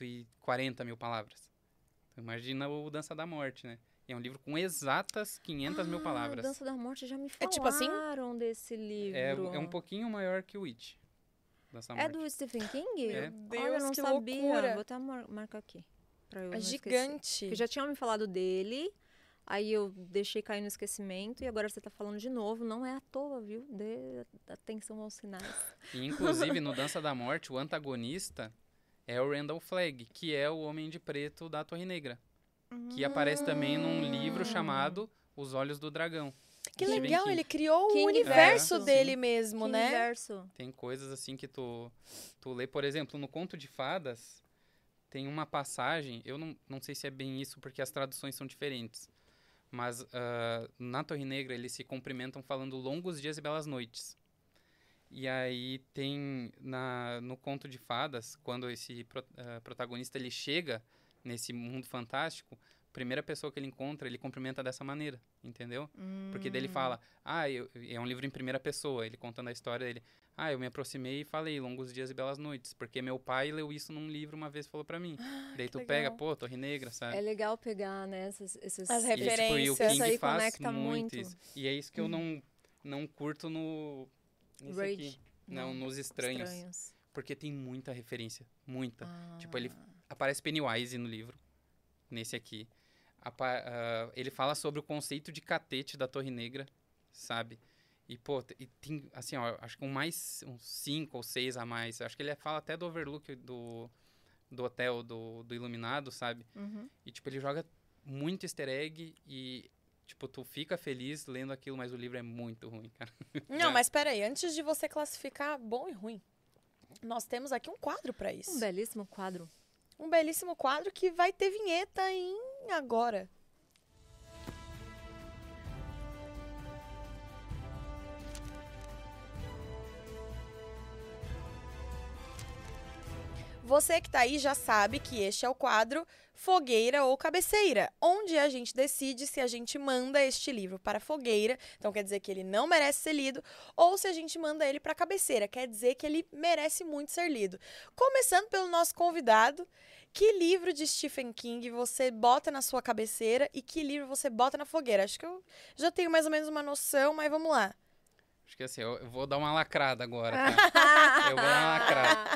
140 mil palavras. Então, imagina o Dança da Morte, né? E é um livro com exatas 500 mil
Ah,
palavras.
Dança da Morte já me
É
falaram
tipo assim?
desse livro.
É, é um pouquinho maior que o It. Dança da
É
Morte.
do Stephen King?
tá É.
Meu
Olha, eu
Deus,
não
que
sabia.
loucura.
Vou até mar- marcar aqui. Pra eu não
É
esquecer.
gigante.
Porque já tinham me falado dele, aí eu deixei cair no esquecimento e agora você tá falando de novo. Não é à toa, viu? Dê atenção aos sinais.
E, inclusive, no Dança da Morte, o antagonista é o Randall Flagg, que é o Homem de Preto
Ah.
da Torre Negra. Que aparece também num livro chamado Os É. Olhos do Dragão.
Que
Se bem
legal,
que
ele criou
Que
o universo
universo.
dele mesmo,
Que
né?
universo.
Tem coisas assim que tu, tu lê, por exemplo, no Conto de Fadas, tem uma passagem, eu não, não sei se é bem isso porque as traduções são diferentes, mas ah, na Torre Negra eles se cumprimentam falando longos dias e belas noites. E aí tem na, no Conto de Fadas, quando esse pro- ah, protagonista ele chega nesse mundo fantástico, a primeira pessoa que ele encontra, ele cumprimenta dessa maneira, entendeu? Porque daí ele
Hum.
fala, ah, eu, é um livro em primeira pessoa, ele contando a história dele. Ah, eu me aproximei e falei longos dias e belas noites, porque meu pai leu isso num livro uma vez e falou pra mim. daí
que
tu pega,
legal.
pô, Torre Negra, sabe?
É legal pegar, né, esses, esses...
As
E, tipo, e o
referências.
Isso aí
King faz
conecta
muito
muito. Hum.
isso. E é isso que eu não, não curto no... Nesse
Rage.
aqui. Não, nos estranhos,
Estranhos.
Porque tem muita referência, muita. Tipo, ele-
Ah,
Aparece Pennywise no livro, nesse aqui. Apa- ah, ele fala sobre o conceito de catete da Torre Negra, sabe? E, pô, t- e tem, assim, ó, acho que um mais, uns cinco ou seis a mais. Acho que ele fala até do overlook do, do hotel, do, do iluminado, sabe?
uhum.
E, tipo, ele joga muito easter egg e, tipo, tu fica feliz lendo aquilo, mas o livro é muito ruim, cara.
Não,
É.
mas peraí, antes de você classificar bom e ruim, nós temos aqui um quadro pra isso.
Um belíssimo quadro.
Um belíssimo quadro que vai ter vinheta em agora. Você que tá aí já sabe que este é o quadro Fogueira ou Cabeceira, onde a gente decide se a gente manda este livro para a fogueira, então quer dizer que ele não merece ser lido, ou se a gente manda ele para a cabeceira, quer dizer que ele merece muito ser lido. Começando pelo nosso convidado, que livro de Stephen King você bota na sua cabeceira e que livro você bota na fogueira? Acho que eu já tenho mais ou menos uma noção, mas vamos lá.
Acho que, assim, eu, eu vou dar uma lacrada agora, tá? eu vou dar uma lacrada.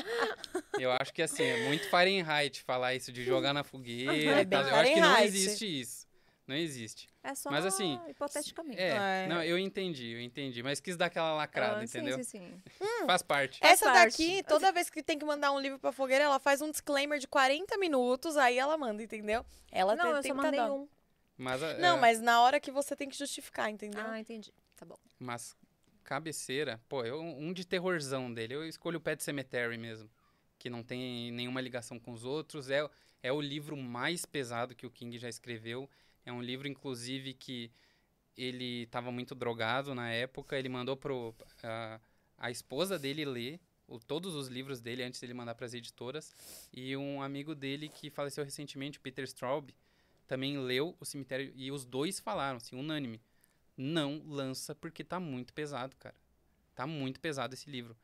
Eu acho que assim, é muito Fahrenheit falar isso de jogar na fogueira
É
e tal.
bem
Eu acho que não
Fahrenheit.
existe isso. Não existe.
É só
Mas, assim,
hipoteticamente.
É,
É.
não, eu entendi, eu entendi. Mas quis dar aquela lacrada,
Ah,
entendeu?
Sim, sim, sim.
Faz parte.
Faz
Essa
parte.
daqui, toda vez que tem que mandar um livro pra fogueira, ela faz um disclaimer de 40 minutos, aí ela manda, entendeu? Ela
não,
tem,
eu
tem tá
só
muita
mandei
dó.
um.
Mas, a-
Não,
é,
mas na hora que você tem que justificar, entendeu?
Ah, entendi. Tá bom.
mas cabeceira, pô, eu, um de terrorzão dele. Eu escolho o Pet Cemetery mesmo. Que não tem nenhuma ligação com os outros. É, é o livro mais pesado que o King já escreveu. É um livro, inclusive, que ele estava muito drogado na época. Ele mandou pro a, a esposa dele ler o- todos os livros dele antes dele mandar para as editoras. E um amigo dele que faleceu recentemente, o Peter Straub, também leu o cemitério e os dois falaram assim, unânime, não lança porque tá muito pesado, cara. Tá muito pesado esse livro.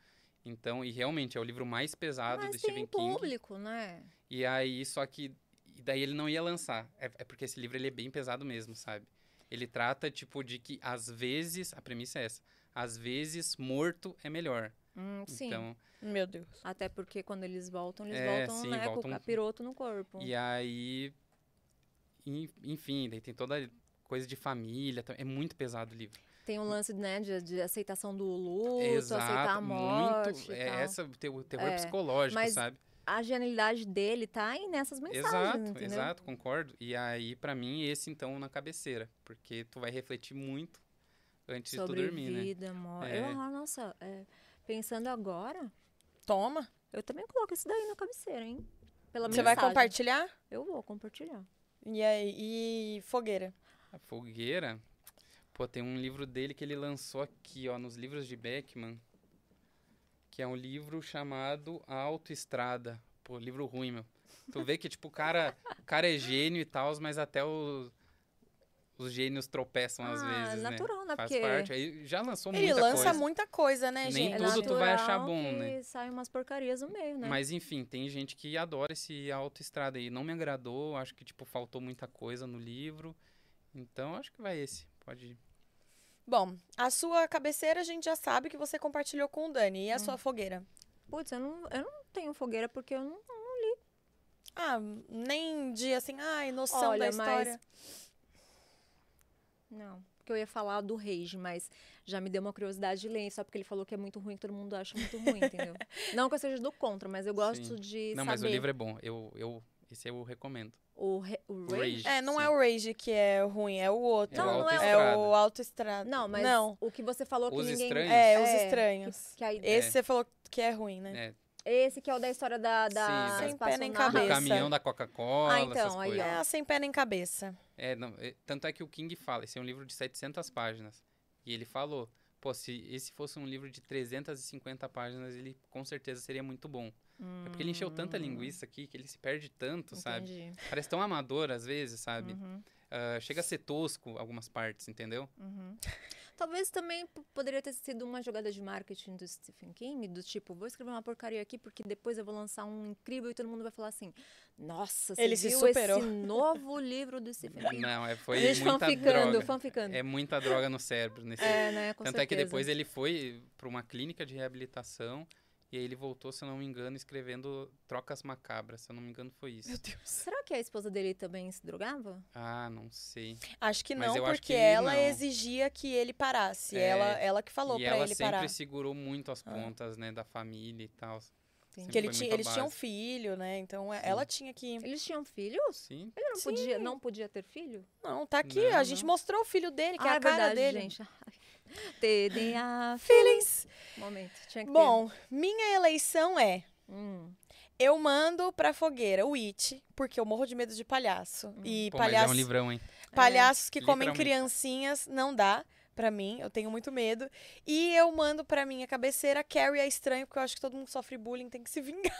Então, e realmente é o livro mais pesado do
Mas tem
Stephen King.
público, né?
E aí, só que. e daí ele não ia lançar. É, é porque esse livro ele é bem pesado mesmo, sabe? Ele trata, tipo, de que às vezes. A premissa é essa. Às vezes morto é melhor.
Hum, sim.
Então,
Meu Deus.
Até porque quando eles voltam, eles
É,
voltam,
sim,
né,
voltam-
com o piroto no corpo.
e aí. en- Enfim, daí tem toda a coisa de família. tam- É muito pesado o livro.
Tem o lance, né, de, de aceitação do luto,
Exato.
aceitar a morte
muito.
e
É
tal.
essa o teu- o terror
É,
psicológico,
mas
sabe?
A genialidade dele tá aí nessas mensagens,
Exato,
entendeu?
exato, concordo. E aí, pra mim, esse então na cabeceira. Porque tu vai refletir muito antes
Sobre
de tu dormir, né?
vida, morte. Eu,
É.
ah, nossa, é, pensando agora,
Toma.
eu também coloco isso daí na cabeceira, hein? Pela
Você vai
mensagem.
compartilhar?
Eu vou compartilhar.
E aí, e fogueira.
A Fogueira. Pô, tem um livro dele que ele lançou aqui, ó, nos livros de Beckman. Que é um livro chamado A Autoestrada. Pô, livro ruim, meu. Tu vê que, tipo, o cara, o cara é gênio e tal, mas até o- os gênios tropeçam às
Ah,
vezes,
natural,
né?
né?
Faz
Porque-
parte. Aí já lançou
Ele
muita
lança
coisa.
muita coisa, né,
Nem
gente?
é
tudo
natural
tu vai achar bom,
que
né?
sai umas porcarias no meio, né?
Mas enfim, tem gente que adora esse autoestrada aí. Não me agradou, acho que tipo faltou muita coisa no livro. Então acho que vai esse. Pode ir.
Bom, a sua cabeceira a gente já sabe que você compartilhou com o Dani. E a
Hum.
sua fogueira?
Putz, eu não, eu não tenho fogueira porque eu não...
Ah, nem de assim, ai, noção
Olha, mas-
da história.
Não. Porque eu ia falar do Rage, mas já me deu uma curiosidade de ler, só porque ele falou que é muito ruim, que todo mundo acha muito ruim, entendeu? Não que eu seja do contra, mas eu gosto de
Não,
saber.
mas o livro é bom. Eu, eu, Esse eu recomendo.
O, Re- o Rage?
Rage.
É, não
sim.
é o Rage que é ruim, é o outro.
Não, não é
é o autoestrada.
Não, mas
Não.
o que você falou que
Os
ninguém...
Estranhos?
É, os
É,
estranhos.
Que aí-
Esse você falou que é ruim, né?
É,
Esse que é o da história da, da
Sim,
Sem pé nem
espaçonave.
do
Cabeça.
caminhão da Coca-Cola,
Ah, então,
essas
aí,
coisas.
ó.
É a sem pé nem cabeça.
É, não, é, tanto é que o King fala, esse é um livro de 700 páginas. E ele falou, pô, se esse fosse um livro de 350 páginas, ele com certeza seria muito bom. É porque ele encheu tanta
Hum,
linguiça aqui que ele se perde tanto, sabe?
entendi.
Parece tão amador às vezes, sabe?
Uhum,
Ah, chega a ser tosco algumas partes, entendeu?
uhum. Talvez também p- poderia ter sido uma jogada de marketing do Stephen King, do tipo, vou escrever uma porcaria aqui porque depois eu vou lançar um incrível e todo mundo vai falar assim, nossa, você
Ele se
viu
superou."
esse novo livro do Stephen King?
Não, é, foi
A gente
muita
fanficando,
droga.
fanficando.
É muita droga no cérebro nesse
É, né, com
Tanto é que
certeza.
depois ele foi para uma clínica de reabilitação e aí ele voltou, se eu não me engano, escrevendo Trocas Macabras, se eu não me engano foi isso.
Deus.
Será que a esposa dele também se drogava?
Ah, não sei.
Acho que
Mas
não,
eu acho
porque
que
ela
não.
exigia que ele parasse.
É.
Ela, ela que falou
e
pra
ela
ele
sempre
parar. Ah.
segurou muito as pontas, né, da família e tal.
Entendi.
Que ele
foi
tinha,
muito à
eles tinham um
base.
filho, né? Então é-
Sim.
ela tinha que.
Eles tinham filhos?
Sim.
Ele não podia, não podia ter filho?
Não, tá aqui.
Não,
a gente
não.
mostrou o filho dele, que é
Ah,
a cara
verdade,
dele.
gente. TDA.
Feelings.
Momento, tinha que ter.
Bom, minha eleição é.
Hum.
Eu mando pra fogueira o It, porque eu morro de medo de palhaço. E
Pô,
palhaço,
mas é um livrão, hein?
palhaços que comem
literalmente.
criancinhas não dá pra mim, eu tenho muito medo. E eu mando pra minha cabeceira Carrie é estranho, porque eu acho que todo mundo sofre bullying, tem que se vingar.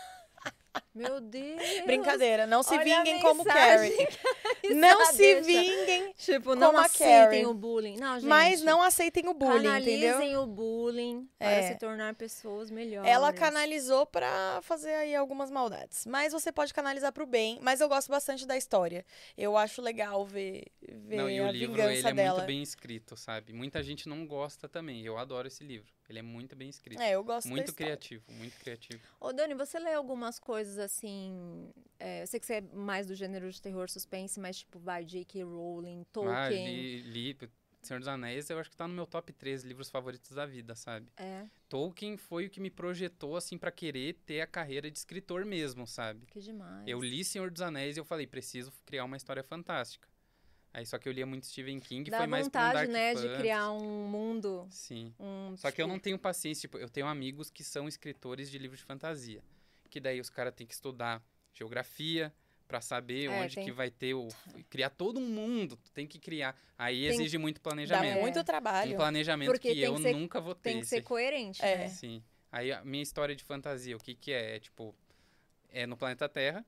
Meu Deus.
Brincadeira, não se
Olha a
vinguem como
mensagem
Carrie.
que tá
Não
essa
se
deixa.
vinguem,
Tipo,
como
não
a Carrie.
aceitem o bullying. Não, gente.
mas não aceitem o bullying,
canalizem
entendeu?
o bullying
É.
para se tornar pessoas melhores.
Ela canalizou pra fazer aí algumas maldades. Mas você pode canalizar pro bem. Mas eu gosto bastante da história. Eu acho legal ver, ver
Não, e
a
o livro,
vingança
ele é
dela.
muito bem escrito, sabe? Muita gente não gosta também. Eu adoro esse livro. Ele é muito bem escrito.
É, eu gosto da
muito
história.
criativo, muito criativo.
Ô, Dani, você lê algumas coisas assim. é, eu sei que você é mais do gênero de terror suspense, mas tipo, vai J.K. Rowling, Tolkien.
Ah, li, li Senhor dos Anéis, eu acho que tá no meu top 3 livros favoritos da vida, sabe?
É,
Tolkien foi o que me projetou, assim, pra querer ter a carreira de escritor mesmo, sabe?
que demais.
Eu li Senhor dos Anéis e eu falei, preciso criar uma história fantástica. Aí só que eu lia muito Stephen King e
Dá
foi mais pra um
vontade,
dark
né, de
fantasy.
criar um mundo.
Sim.
Um,
Só que eu
tipo,
não tenho paciência, tipo, eu tenho amigos que são escritores de livro de fantasia, que daí os caras têm que estudar geografia pra saber
É,
onde
tem-
que vai ter o criar todo um mundo, tu tem que criar. Aí
Tem-
exige muito
Dá
planejamento.
mesmo.
muito
Um
trabalho.
planejamento
Porque
que
tem
eu
que ser-
nunca vou ter.
Tem que ser
esse- tipo,
coerente,
É.
né?
Sim. Aí a minha história de fantasia, o que que é? É tipo, é no planeta Terra,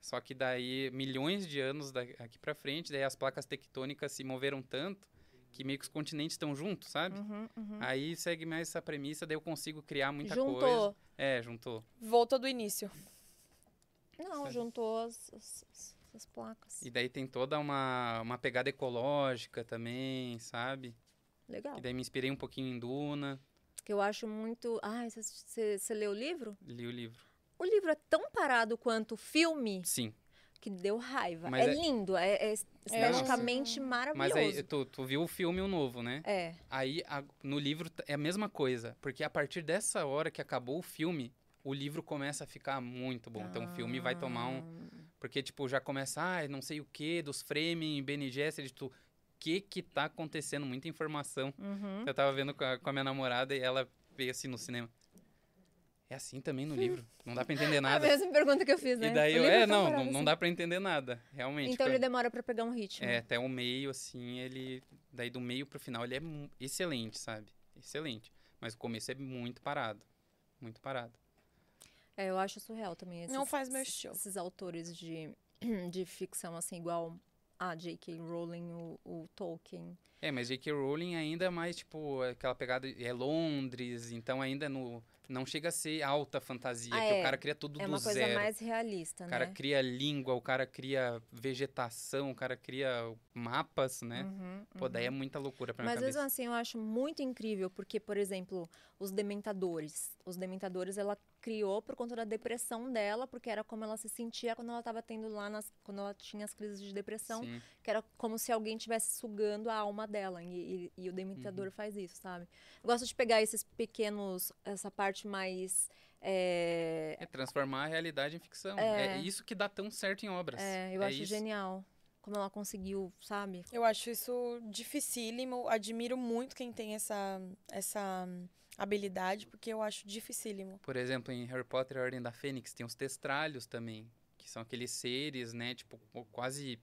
só que daí milhões de anos daqui pra frente, daí as placas tectônicas se moveram tanto que meio que os continentes estão juntos, sabe?
Uhum, uhum.
Aí segue mais essa premissa, daí eu consigo criar muita coisa.
Juntou.
É, juntou.
Voltou do início.
Não,
Sabe?
juntou as, as- as- as placas.
E daí tem toda uma, uma pegada ecológica também, sabe?
Legal.
E daí me inspirei um pouquinho em Duna,
Que eu acho muito. Ai, você leu o livro?
li o livro.
O livro é tão parado quanto o filme
Sim.
que deu raiva.
Mas
é,
é-
lindo, é, é esteticamente
Uhum.
Mas
maravilhoso.
aí, tu, tu viu o filme, o novo, né?
É.
Aí a- no livro t- é a mesma coisa, porque a partir dessa hora que acabou o filme, o livro começa a ficar muito bom. Então o filme vai tomar um.
Ah.
Porque, tipo, já começa, ah, não sei o que, dos Fremen, Bene Gesserit, tu. O que que tá acontecendo? Muita informação.
Uhum.
Eu tava vendo com a, com a minha namorada e ela veio assim no cinema. É assim também no livro. Não dá pra entender
É a
nada.
mesma pergunta que eu fiz, né?
E daí
O
eu,
livro
é,
tão
não,
parado
não, não
assim.
dá pra entender nada, realmente.
Então
Quando-
ele demora pra pegar um ritmo.
é, até o meio, assim, ele. Daí do meio pro final ele é mu- excelente, sabe? Excelente. Mas o começo é muito parado. Muito parado.
É, eu acho surreal também. Esses,
Não faz meu estilo.
Esses autores de, de ficção, assim, igual a J.K. Rowling, o, o Tolkien.
É, mas J.K. Rowling ainda é mais, tipo, aquela pegada. É Londres, então ainda é no. Não chega a ser alta fantasia,
Ah,
que
é.
o cara cria tudo
é
do
uma coisa
zero.
mais realista,
O cara
né?
cria língua, o cara cria vegetação, o cara cria mapas, né?
Uhum,
Pô,
uhum.
daí é muita loucura pra minha
Mas mesmo
cabeça.
assim, eu acho muito incrível, porque, por exemplo, os Dementadores. Os Dementadores ela criou por conta da depressão dela, porque era como ela se sentia quando ela estava tendo lá, nas, quando ela tinha as crises de depressão,
Sim.
que era como se alguém estivesse sugando a alma dela. E,
Uhum.
e- e o Dementador faz isso, sabe? Eu gosto de pegar esses pequenos, essa parte mais É,
É transformar a realidade em ficção. É,
É.
isso que dá tão certo em obras.
é, eu acho
isso.
genial como ela conseguiu, sabe?
Eu acho isso dificílimo. Admiro muito quem tem essa, essa habilidade, porque eu acho dificílimo.
Por exemplo, em Harry Potter e a Ordem da Fênix tem os testralhos também, que são aqueles seres, né, tipo, co- quase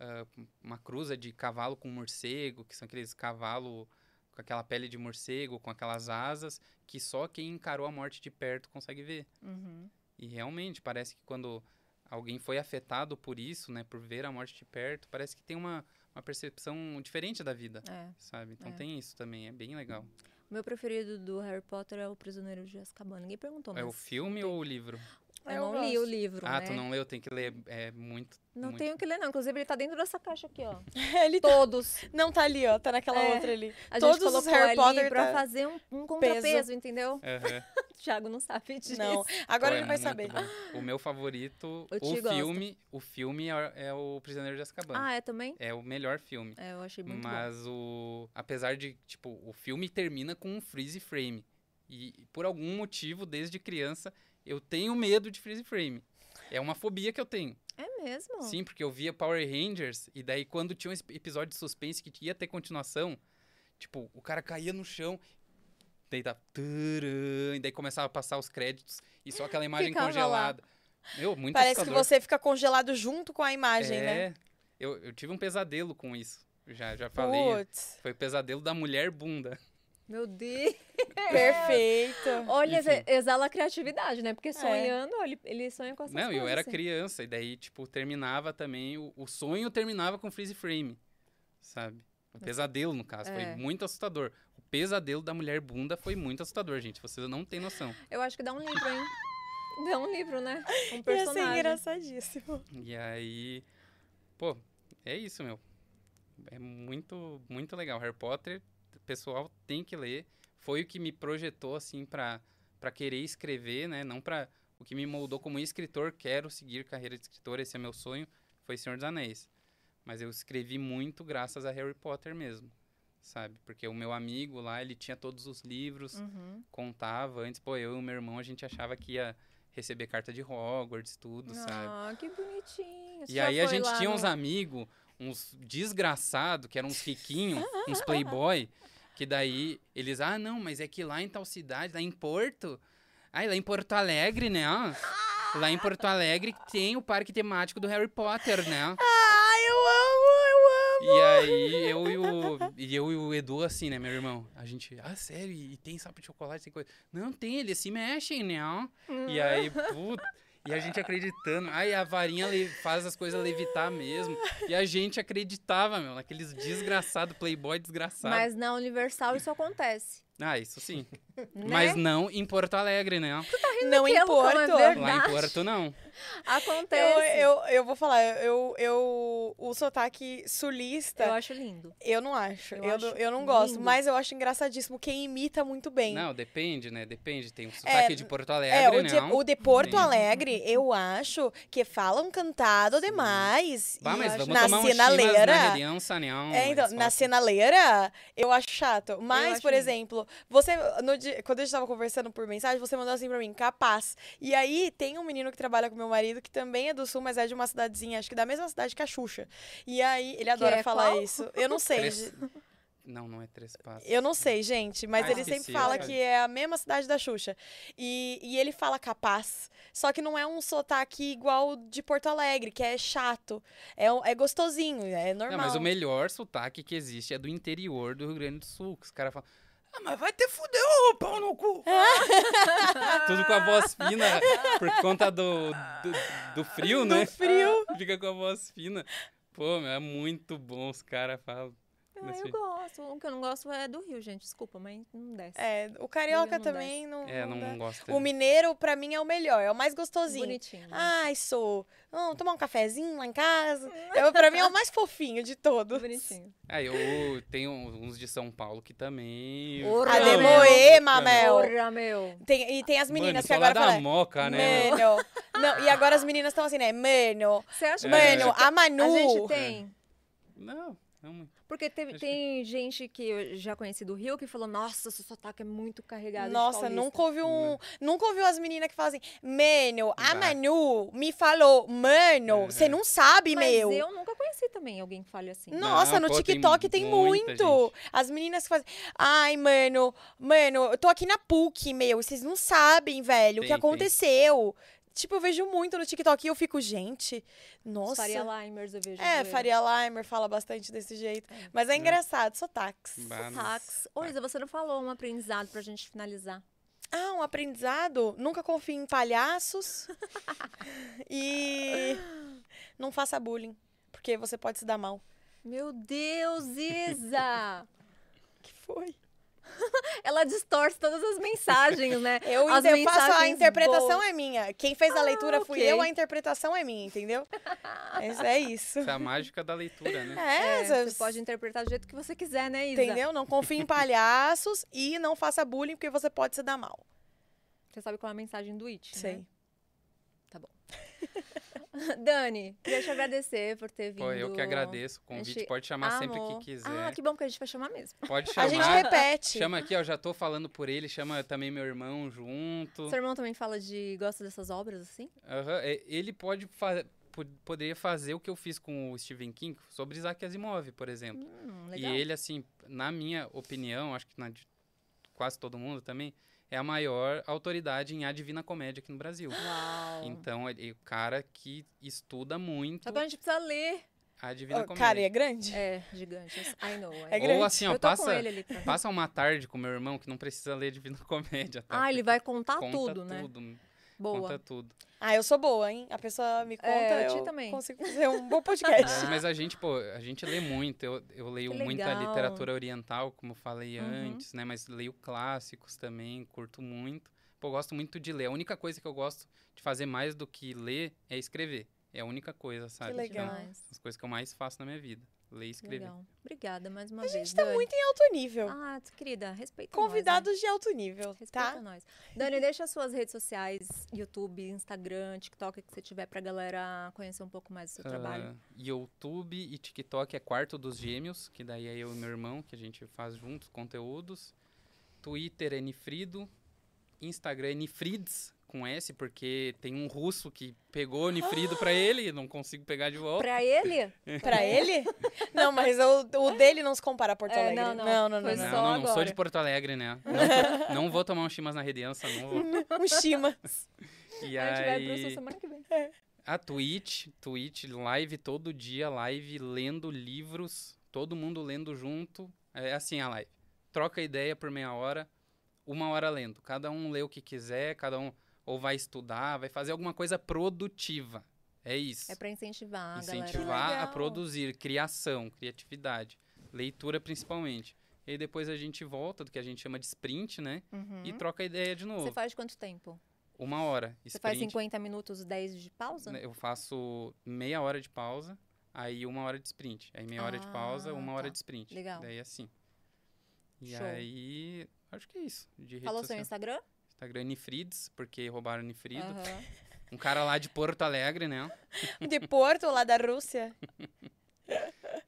ah, uma cruza de cavalo com morcego, que são aqueles cavalo com aquela pele de morcego, com aquelas asas, que só quem encarou a morte de perto consegue ver.
Uhum.
E realmente, parece que quando alguém foi afetado por isso, né, por ver a morte de perto, parece que tem uma, uma percepção diferente da vida,
É.
sabe? Então
É.
tem isso também, é bem legal.
O meu preferido do Harry Potter é o Prisioneiro de Azkaban. Ninguém perguntou, mas
é o filme ou o livro?
eu, não li o livro,
ah,
né?
tu não leu, tem que ler, é muito
Não
muito.
tenho que ler, não. Inclusive, ele tá dentro dessa caixa aqui, ó.
Ele tá-
Todos.
não tá ali, ó. Tá naquela
É.
outra ali.
A
Todos
gente
os
colocou
Harry
ali
Potter
pra
tá-
fazer um, um contrapeso, entendeu?
Aham.
O Thiago não sabe disso.
Não. Agora
Pô, é
ele vai
muito
saber.
bom. O meu favorito,
Eu
o
te gosto.
filme, o filme é, é o Prisioneiro de Azkaban.
Ah, é também?
É o melhor filme.
É, eu achei muito bom.
Mas o, apesar de tipo, o filme termina com um freeze frame e por algum motivo desde criança eu tenho medo de freeze frame. É uma fobia que eu tenho.
É mesmo?
Sim, porque eu via Power Rangers e daí quando tinha um es- episódio de suspense que ia ter continuação, tipo, o cara caía no chão, daí tá, tarã, e daí começava a passar os créditos e só aquela imagem
Ficava lá.
congelada. Meu, muito
Parece que
assustador.
você fica congelado junto com a imagem, né?
É, eu, eu tive um pesadelo com isso. Já, já falei.
Putz,
Foi o pesadelo da mulher bunda.
Meu Deus.
É. perfeito.
Olha,
Enfim.
exala a criatividade, né? Porque sonhando, ele, ele sonha com essas
Não,
coisas.
eu era
assim.
criança, e daí, tipo, terminava também. O, o sonho terminava com freeze frame, sabe? O pesadelo, no caso, foi
É.
muito assustador. O pesadelo da mulher bunda foi muito assustador, gente. Vocês não têm noção.
Eu acho que dá um livro, hein? Dá um livro, né? Um
Ia ser
personagem.
assim, engraçadíssimo.
E aí. Pô, é isso, meu. É muito, muito legal. Harry Potter, o pessoal tem que ler. Foi o que me projetou, assim, pra, pra querer escrever, né? Não pra. O que me moldou como escritor. Quero seguir carreira de escritor, esse é meu sonho. Foi Senhor dos Anéis. Mas eu escrevi muito graças a Harry Potter mesmo, sabe? Porque o meu amigo lá, ele tinha todos os livros
Uhum.
contava antes, pô, eu e o meu irmão, a gente achava que ia receber carta de Hogwarts, tudo, sabe?
Ah, que bonitinho. Você
E
já
aí a
foi
gente
lá
tinha
no-
uns amigos, uns desgraçados, que eram uns riquinhos, uns playboy, que daí eles, ah, não, mas é que lá em tal cidade, lá em Porto, ah, lá em Porto Alegre, né? Lá em Porto Alegre tem o parque temático do Harry Potter, né?
Ai, eu amo,
E aí eu e o, e eu e o Edu, assim, né, meu irmão? A gente, ah, sério, e e tem sapo de chocolate, tem coisa. Não, tem, eles se mexem, né? ó."
Hum.
E aí, puta. E a gente acreditando. Ai, a varinha le- faz as coisas levitar mesmo. E a gente acreditava, meu, naqueles desgraçados, playboy desgraçado.
Mas na Universal isso acontece.
Ah, isso sim.
Né?
Mas não em Porto Alegre, né?
eu
ó.
amo!
daquilo,
Não
como é
importa.
verdade.
Lá em Porto, não.
Eu,
Acontece.
eu, eu vou falar, eu, eu o sotaque sulista,
Eu
eu,
acho lindo.
não acho.
eu
Eu, não-
acho
eu não gosto,
lindo.
mas eu acho engraçadíssimo. Quem imita muito bem.
Não, depende, né? Depende. Tem o sotaque de Porto Alegre,
É, o de,
né? ó.
o de Porto
Sim.
Alegre, eu acho que falam cantado demais.
Bah,
E
mas
eu
vamos
acho-
tomar
na
um chimas
sinaleira-
na aliança, né? ó,
É, então,
eles
na
falam.
sinaleira, eu acho chato. Mas,
acho
por
lindo.
exemplo, você, no dia- quando a gente tava conversando por mensagem, você mandou assim pra mim, capaz. E aí, tem um menino que trabalha com meu marido, que também é do Sul, mas é de uma cidadezinha, acho que da mesma cidade que a Xuxa. E aí, ele adora
é
falar
qual?
isso. Eu não sei,
Três-
ge-
Não, não é três passos.
eu não sei, gente, mas
Ah,
ele
esqueci,
sempre fala
olha.
que é a mesma cidade da Xuxa. E, e ele fala capaz, só que não é um sotaque igual o de Porto Alegre, que é chato. É, um- é gostosinho, é normal.
Não, mas o melhor sotaque que existe é do interior do Rio Grande do Sul. Que os caras falam, ah, mas vai ter fudeu, ô pau no cu. Tudo com a voz fina, por conta do, do, do frio, né?
Do frio.
Fica com a voz fina. Pô, meu, é muito bom os caras falam.
Ah,
desse
eu
jeito.
gosto. O que eu não gosto é do Rio, gente. Desculpa, mas não desce.
É, o
não
carioca
desce.
também não.
É, não,
dá.
não gosto.
O mineiro, pra mim, é o melhor, é o mais gostosinho.
Bonitinho. né?
Ai, sou.
Hum.
Vamos tomar um cafezinho lá em casa. Eu, pra mim é o mais fofinho de todos.
Bonitinho.
Ah, eu tenho uns de São Paulo que também...
Ora,
Ah,
meu.
Ademoê, mamel.
Porra, meu.
Tem, e tem as meninas
Mano,
que
sou lá
agora
da
falam. é
Moca, né?
Meu.
Mano. Não, e
É.
agora as meninas estão assim, né? Mano,
Você acha que
mano, a Manu.
a gente tem?
Não, É muito.
Porque teve-
Acho que-
tem gente que eu já conheci do Rio que falou, nossa, seu sotaque é muito carregado de
Nossa,
paulista."
nunca ouvi um. Nunca ouviu as meninas que falam assim, mano, a
Uhum. Bah.
Manu me falou, mano,
Uhum.
você não sabe,
Mas
meu.
eu nunca conheci também alguém que fale assim.
Nossa,
Não,
no
pô, tem
TikTok tem,
muita
muito. As meninas que fazem. Ai, mano, mano, eu tô aqui na PUC, meu. Vocês não sabem, velho, o que
Tem, tem.
aconteceu. Tipo, eu vejo muito no TikTok e eu fico, gente,
Os
nossa.
Faria Limers, eu vejo.
é,
zoeira.
Faria Limer fala bastante desse jeito. Mas é engraçado, sotaques.
Né.
Ah,
Bah, não-
Sotaques. Ô, Isa, você não falou um aprendizado pra gente finalizar.
Ah, um aprendizado. Nunca confie em palhaços. e não faça bullying, porque você pode se dar mal.
Meu Deus, Isa!
Que foi?
Ela distorce todas as mensagens, né?
Eu
As
inter- faço a
mensagens
interpretação
boas. Ah,
é minha. Quem fez a leitura fui
ok.
eu, a interpretação é minha, entendeu? Mas é isso.
Essa é a mágica da leitura, né?
É,
É,
cê-
você pode interpretar do jeito que você quiser, né, Isa?
entendeu? Não confie em palhaços e não faça bullying porque você pode se dar mal.
Você sabe qual é a mensagem do It, né?
Sei.
Dani, queria te agradecer por ter vindo.
Pô, eu que agradeço o convite.
Gente,
Pode chamar sempre
Amor.
que quiser.
Ah, que bom que a gente vai chamar mesmo.
Pode
A gente
chamar.
repete.
Chama aqui, ó. Já tô falando por ele. Chama também meu irmão junto.
Seu irmão também fala de... Gosta dessas obras, assim?
Aham, é, Ele pode fa- po- Poderia fazer o que eu fiz com o Stephen King sobre Isaac Asimov, por exemplo.
Hum,
E
legal.
ele, assim, na minha opinião, acho que na de quase todo mundo também, é a maior autoridade em A Divina Comédia aqui no Brasil.
Uau.
Então, ele- o cara que estuda muito
Só que a gente precisa ler.
A Divina
Ó,
Comédia.
cara, é grande?
É, gigante. I know. I
É
know.
Ou
grande.
assim, ó,
eu tô com
passa,
ele ali. Pra...
passa uma tarde com meu irmão que não precisa ler Divina Comédia, tá?
Ah, ele vai contar
Conta
tudo, né?
tudo,
Boa.
Conta tudo.
Ah, eu sou boa, hein? A pessoa me conta,
É, eu
eu,
te também.
consigo fazer um bom podcast.
É, Mas a gente, pô, a gente lê muito. Eu, eu leio
É. Que
muita
legal.
literatura oriental, como eu falei
Uhum.
antes, né? Mas leio clássicos também, curto muito. Pô, eu gosto muito de ler. A única coisa que eu gosto de fazer mais do que ler é escrever. É a única coisa, sabe?
legal.
Então,
Demais.
as coisas que eu mais faço na minha vida. Ler e escrever.
Legal. Obrigada mais uma
A
vez.
gente tá
Dani.
muito em alto nível.
Ah, querida, respeita nós, né?
Convidados de alto nível,
Respeita
tá?
nós. Dani, deixa as suas redes sociais, YouTube, Instagram, TikTok, que você tiver pra galera conhecer um pouco mais do seu trabalho.
Ah, YouTube e TikTok é Quarto dos Gêmeos, que daí é eu e meu irmão, que a gente faz juntos conteúdos. Twitter é Nifrido. Instagram é Nifrids, com S, porque tem um russo que pegou o Nifrido pra ele e não consigo pegar de volta.
Pra ele?
Pra ele? É. Não, mas o, o dele não se compara a Porto
É,
Alegre.
não, não.
não, não. não,
Foi
não,
não.
só
não, não sou
agora.
de Porto Alegre, né? Não, tô- não vou tomar um chimas na Redença, não vou.
Um Shima.
E
A gente vai pro
aí,
seu semana que vem.
a Twitch, Twitch live todo dia, live lendo livros, todo mundo lendo junto. É assim a live. Troca ideia por meia hora, uma hora lendo. Cada um lê o que quiser, cada um ou vai estudar, vai fazer alguma coisa produtiva. É isso.
É pra incentivar, a galera.
Que
Incentivar a
legal.
produzir, criação, criatividade, leitura principalmente. E aí depois a gente volta do que a gente chama de sprint, né?
Uhum.
E troca ideia de novo.
Você faz quanto tempo?
Uma hora.
Você faz
Sprint.
50 minutos, 10 de pausa?
Né, Eu faço meia hora de pausa, aí uma hora de sprint. Aí meia hora de pausa,
Ah,
uma hora
tá.
de sprint.
Legal.
Daí assim. E
Show.
aí, acho que é isso. De rede
Falou seu
social.
Instagram?
Instagram Nifrids, porque roubaram o Nifrido.
Aham.
Um cara lá de Porto Alegre, né?
De Porto, lá da Rússia.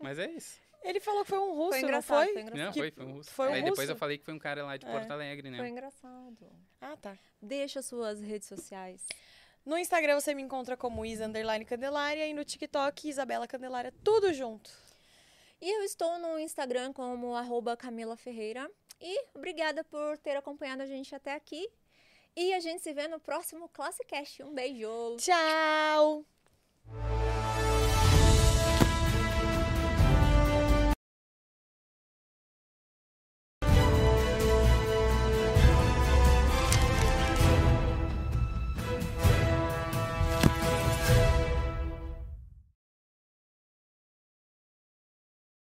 Mas é isso.
Ele falou que foi um russo,
Foi
não
engraçado,
foi?
foi
Não,
engraçado.
foi, foi um russo.
foi um
aí depois
russo?
eu falei que foi um cara lá de
É.
Porto Alegre, né?
Foi engraçado.
Ah, tá.
Deixa suas redes sociais.
No Instagram você me encontra como Isa Underline Candelária e no TikTok Isabela Candelária, tudo junto.
E eu estou no Instagram como arroba Camila Ferreira. E obrigada por ter acompanhado a gente até aqui. E a gente se vê no próximo Classicast. Um beijo!
Tchau!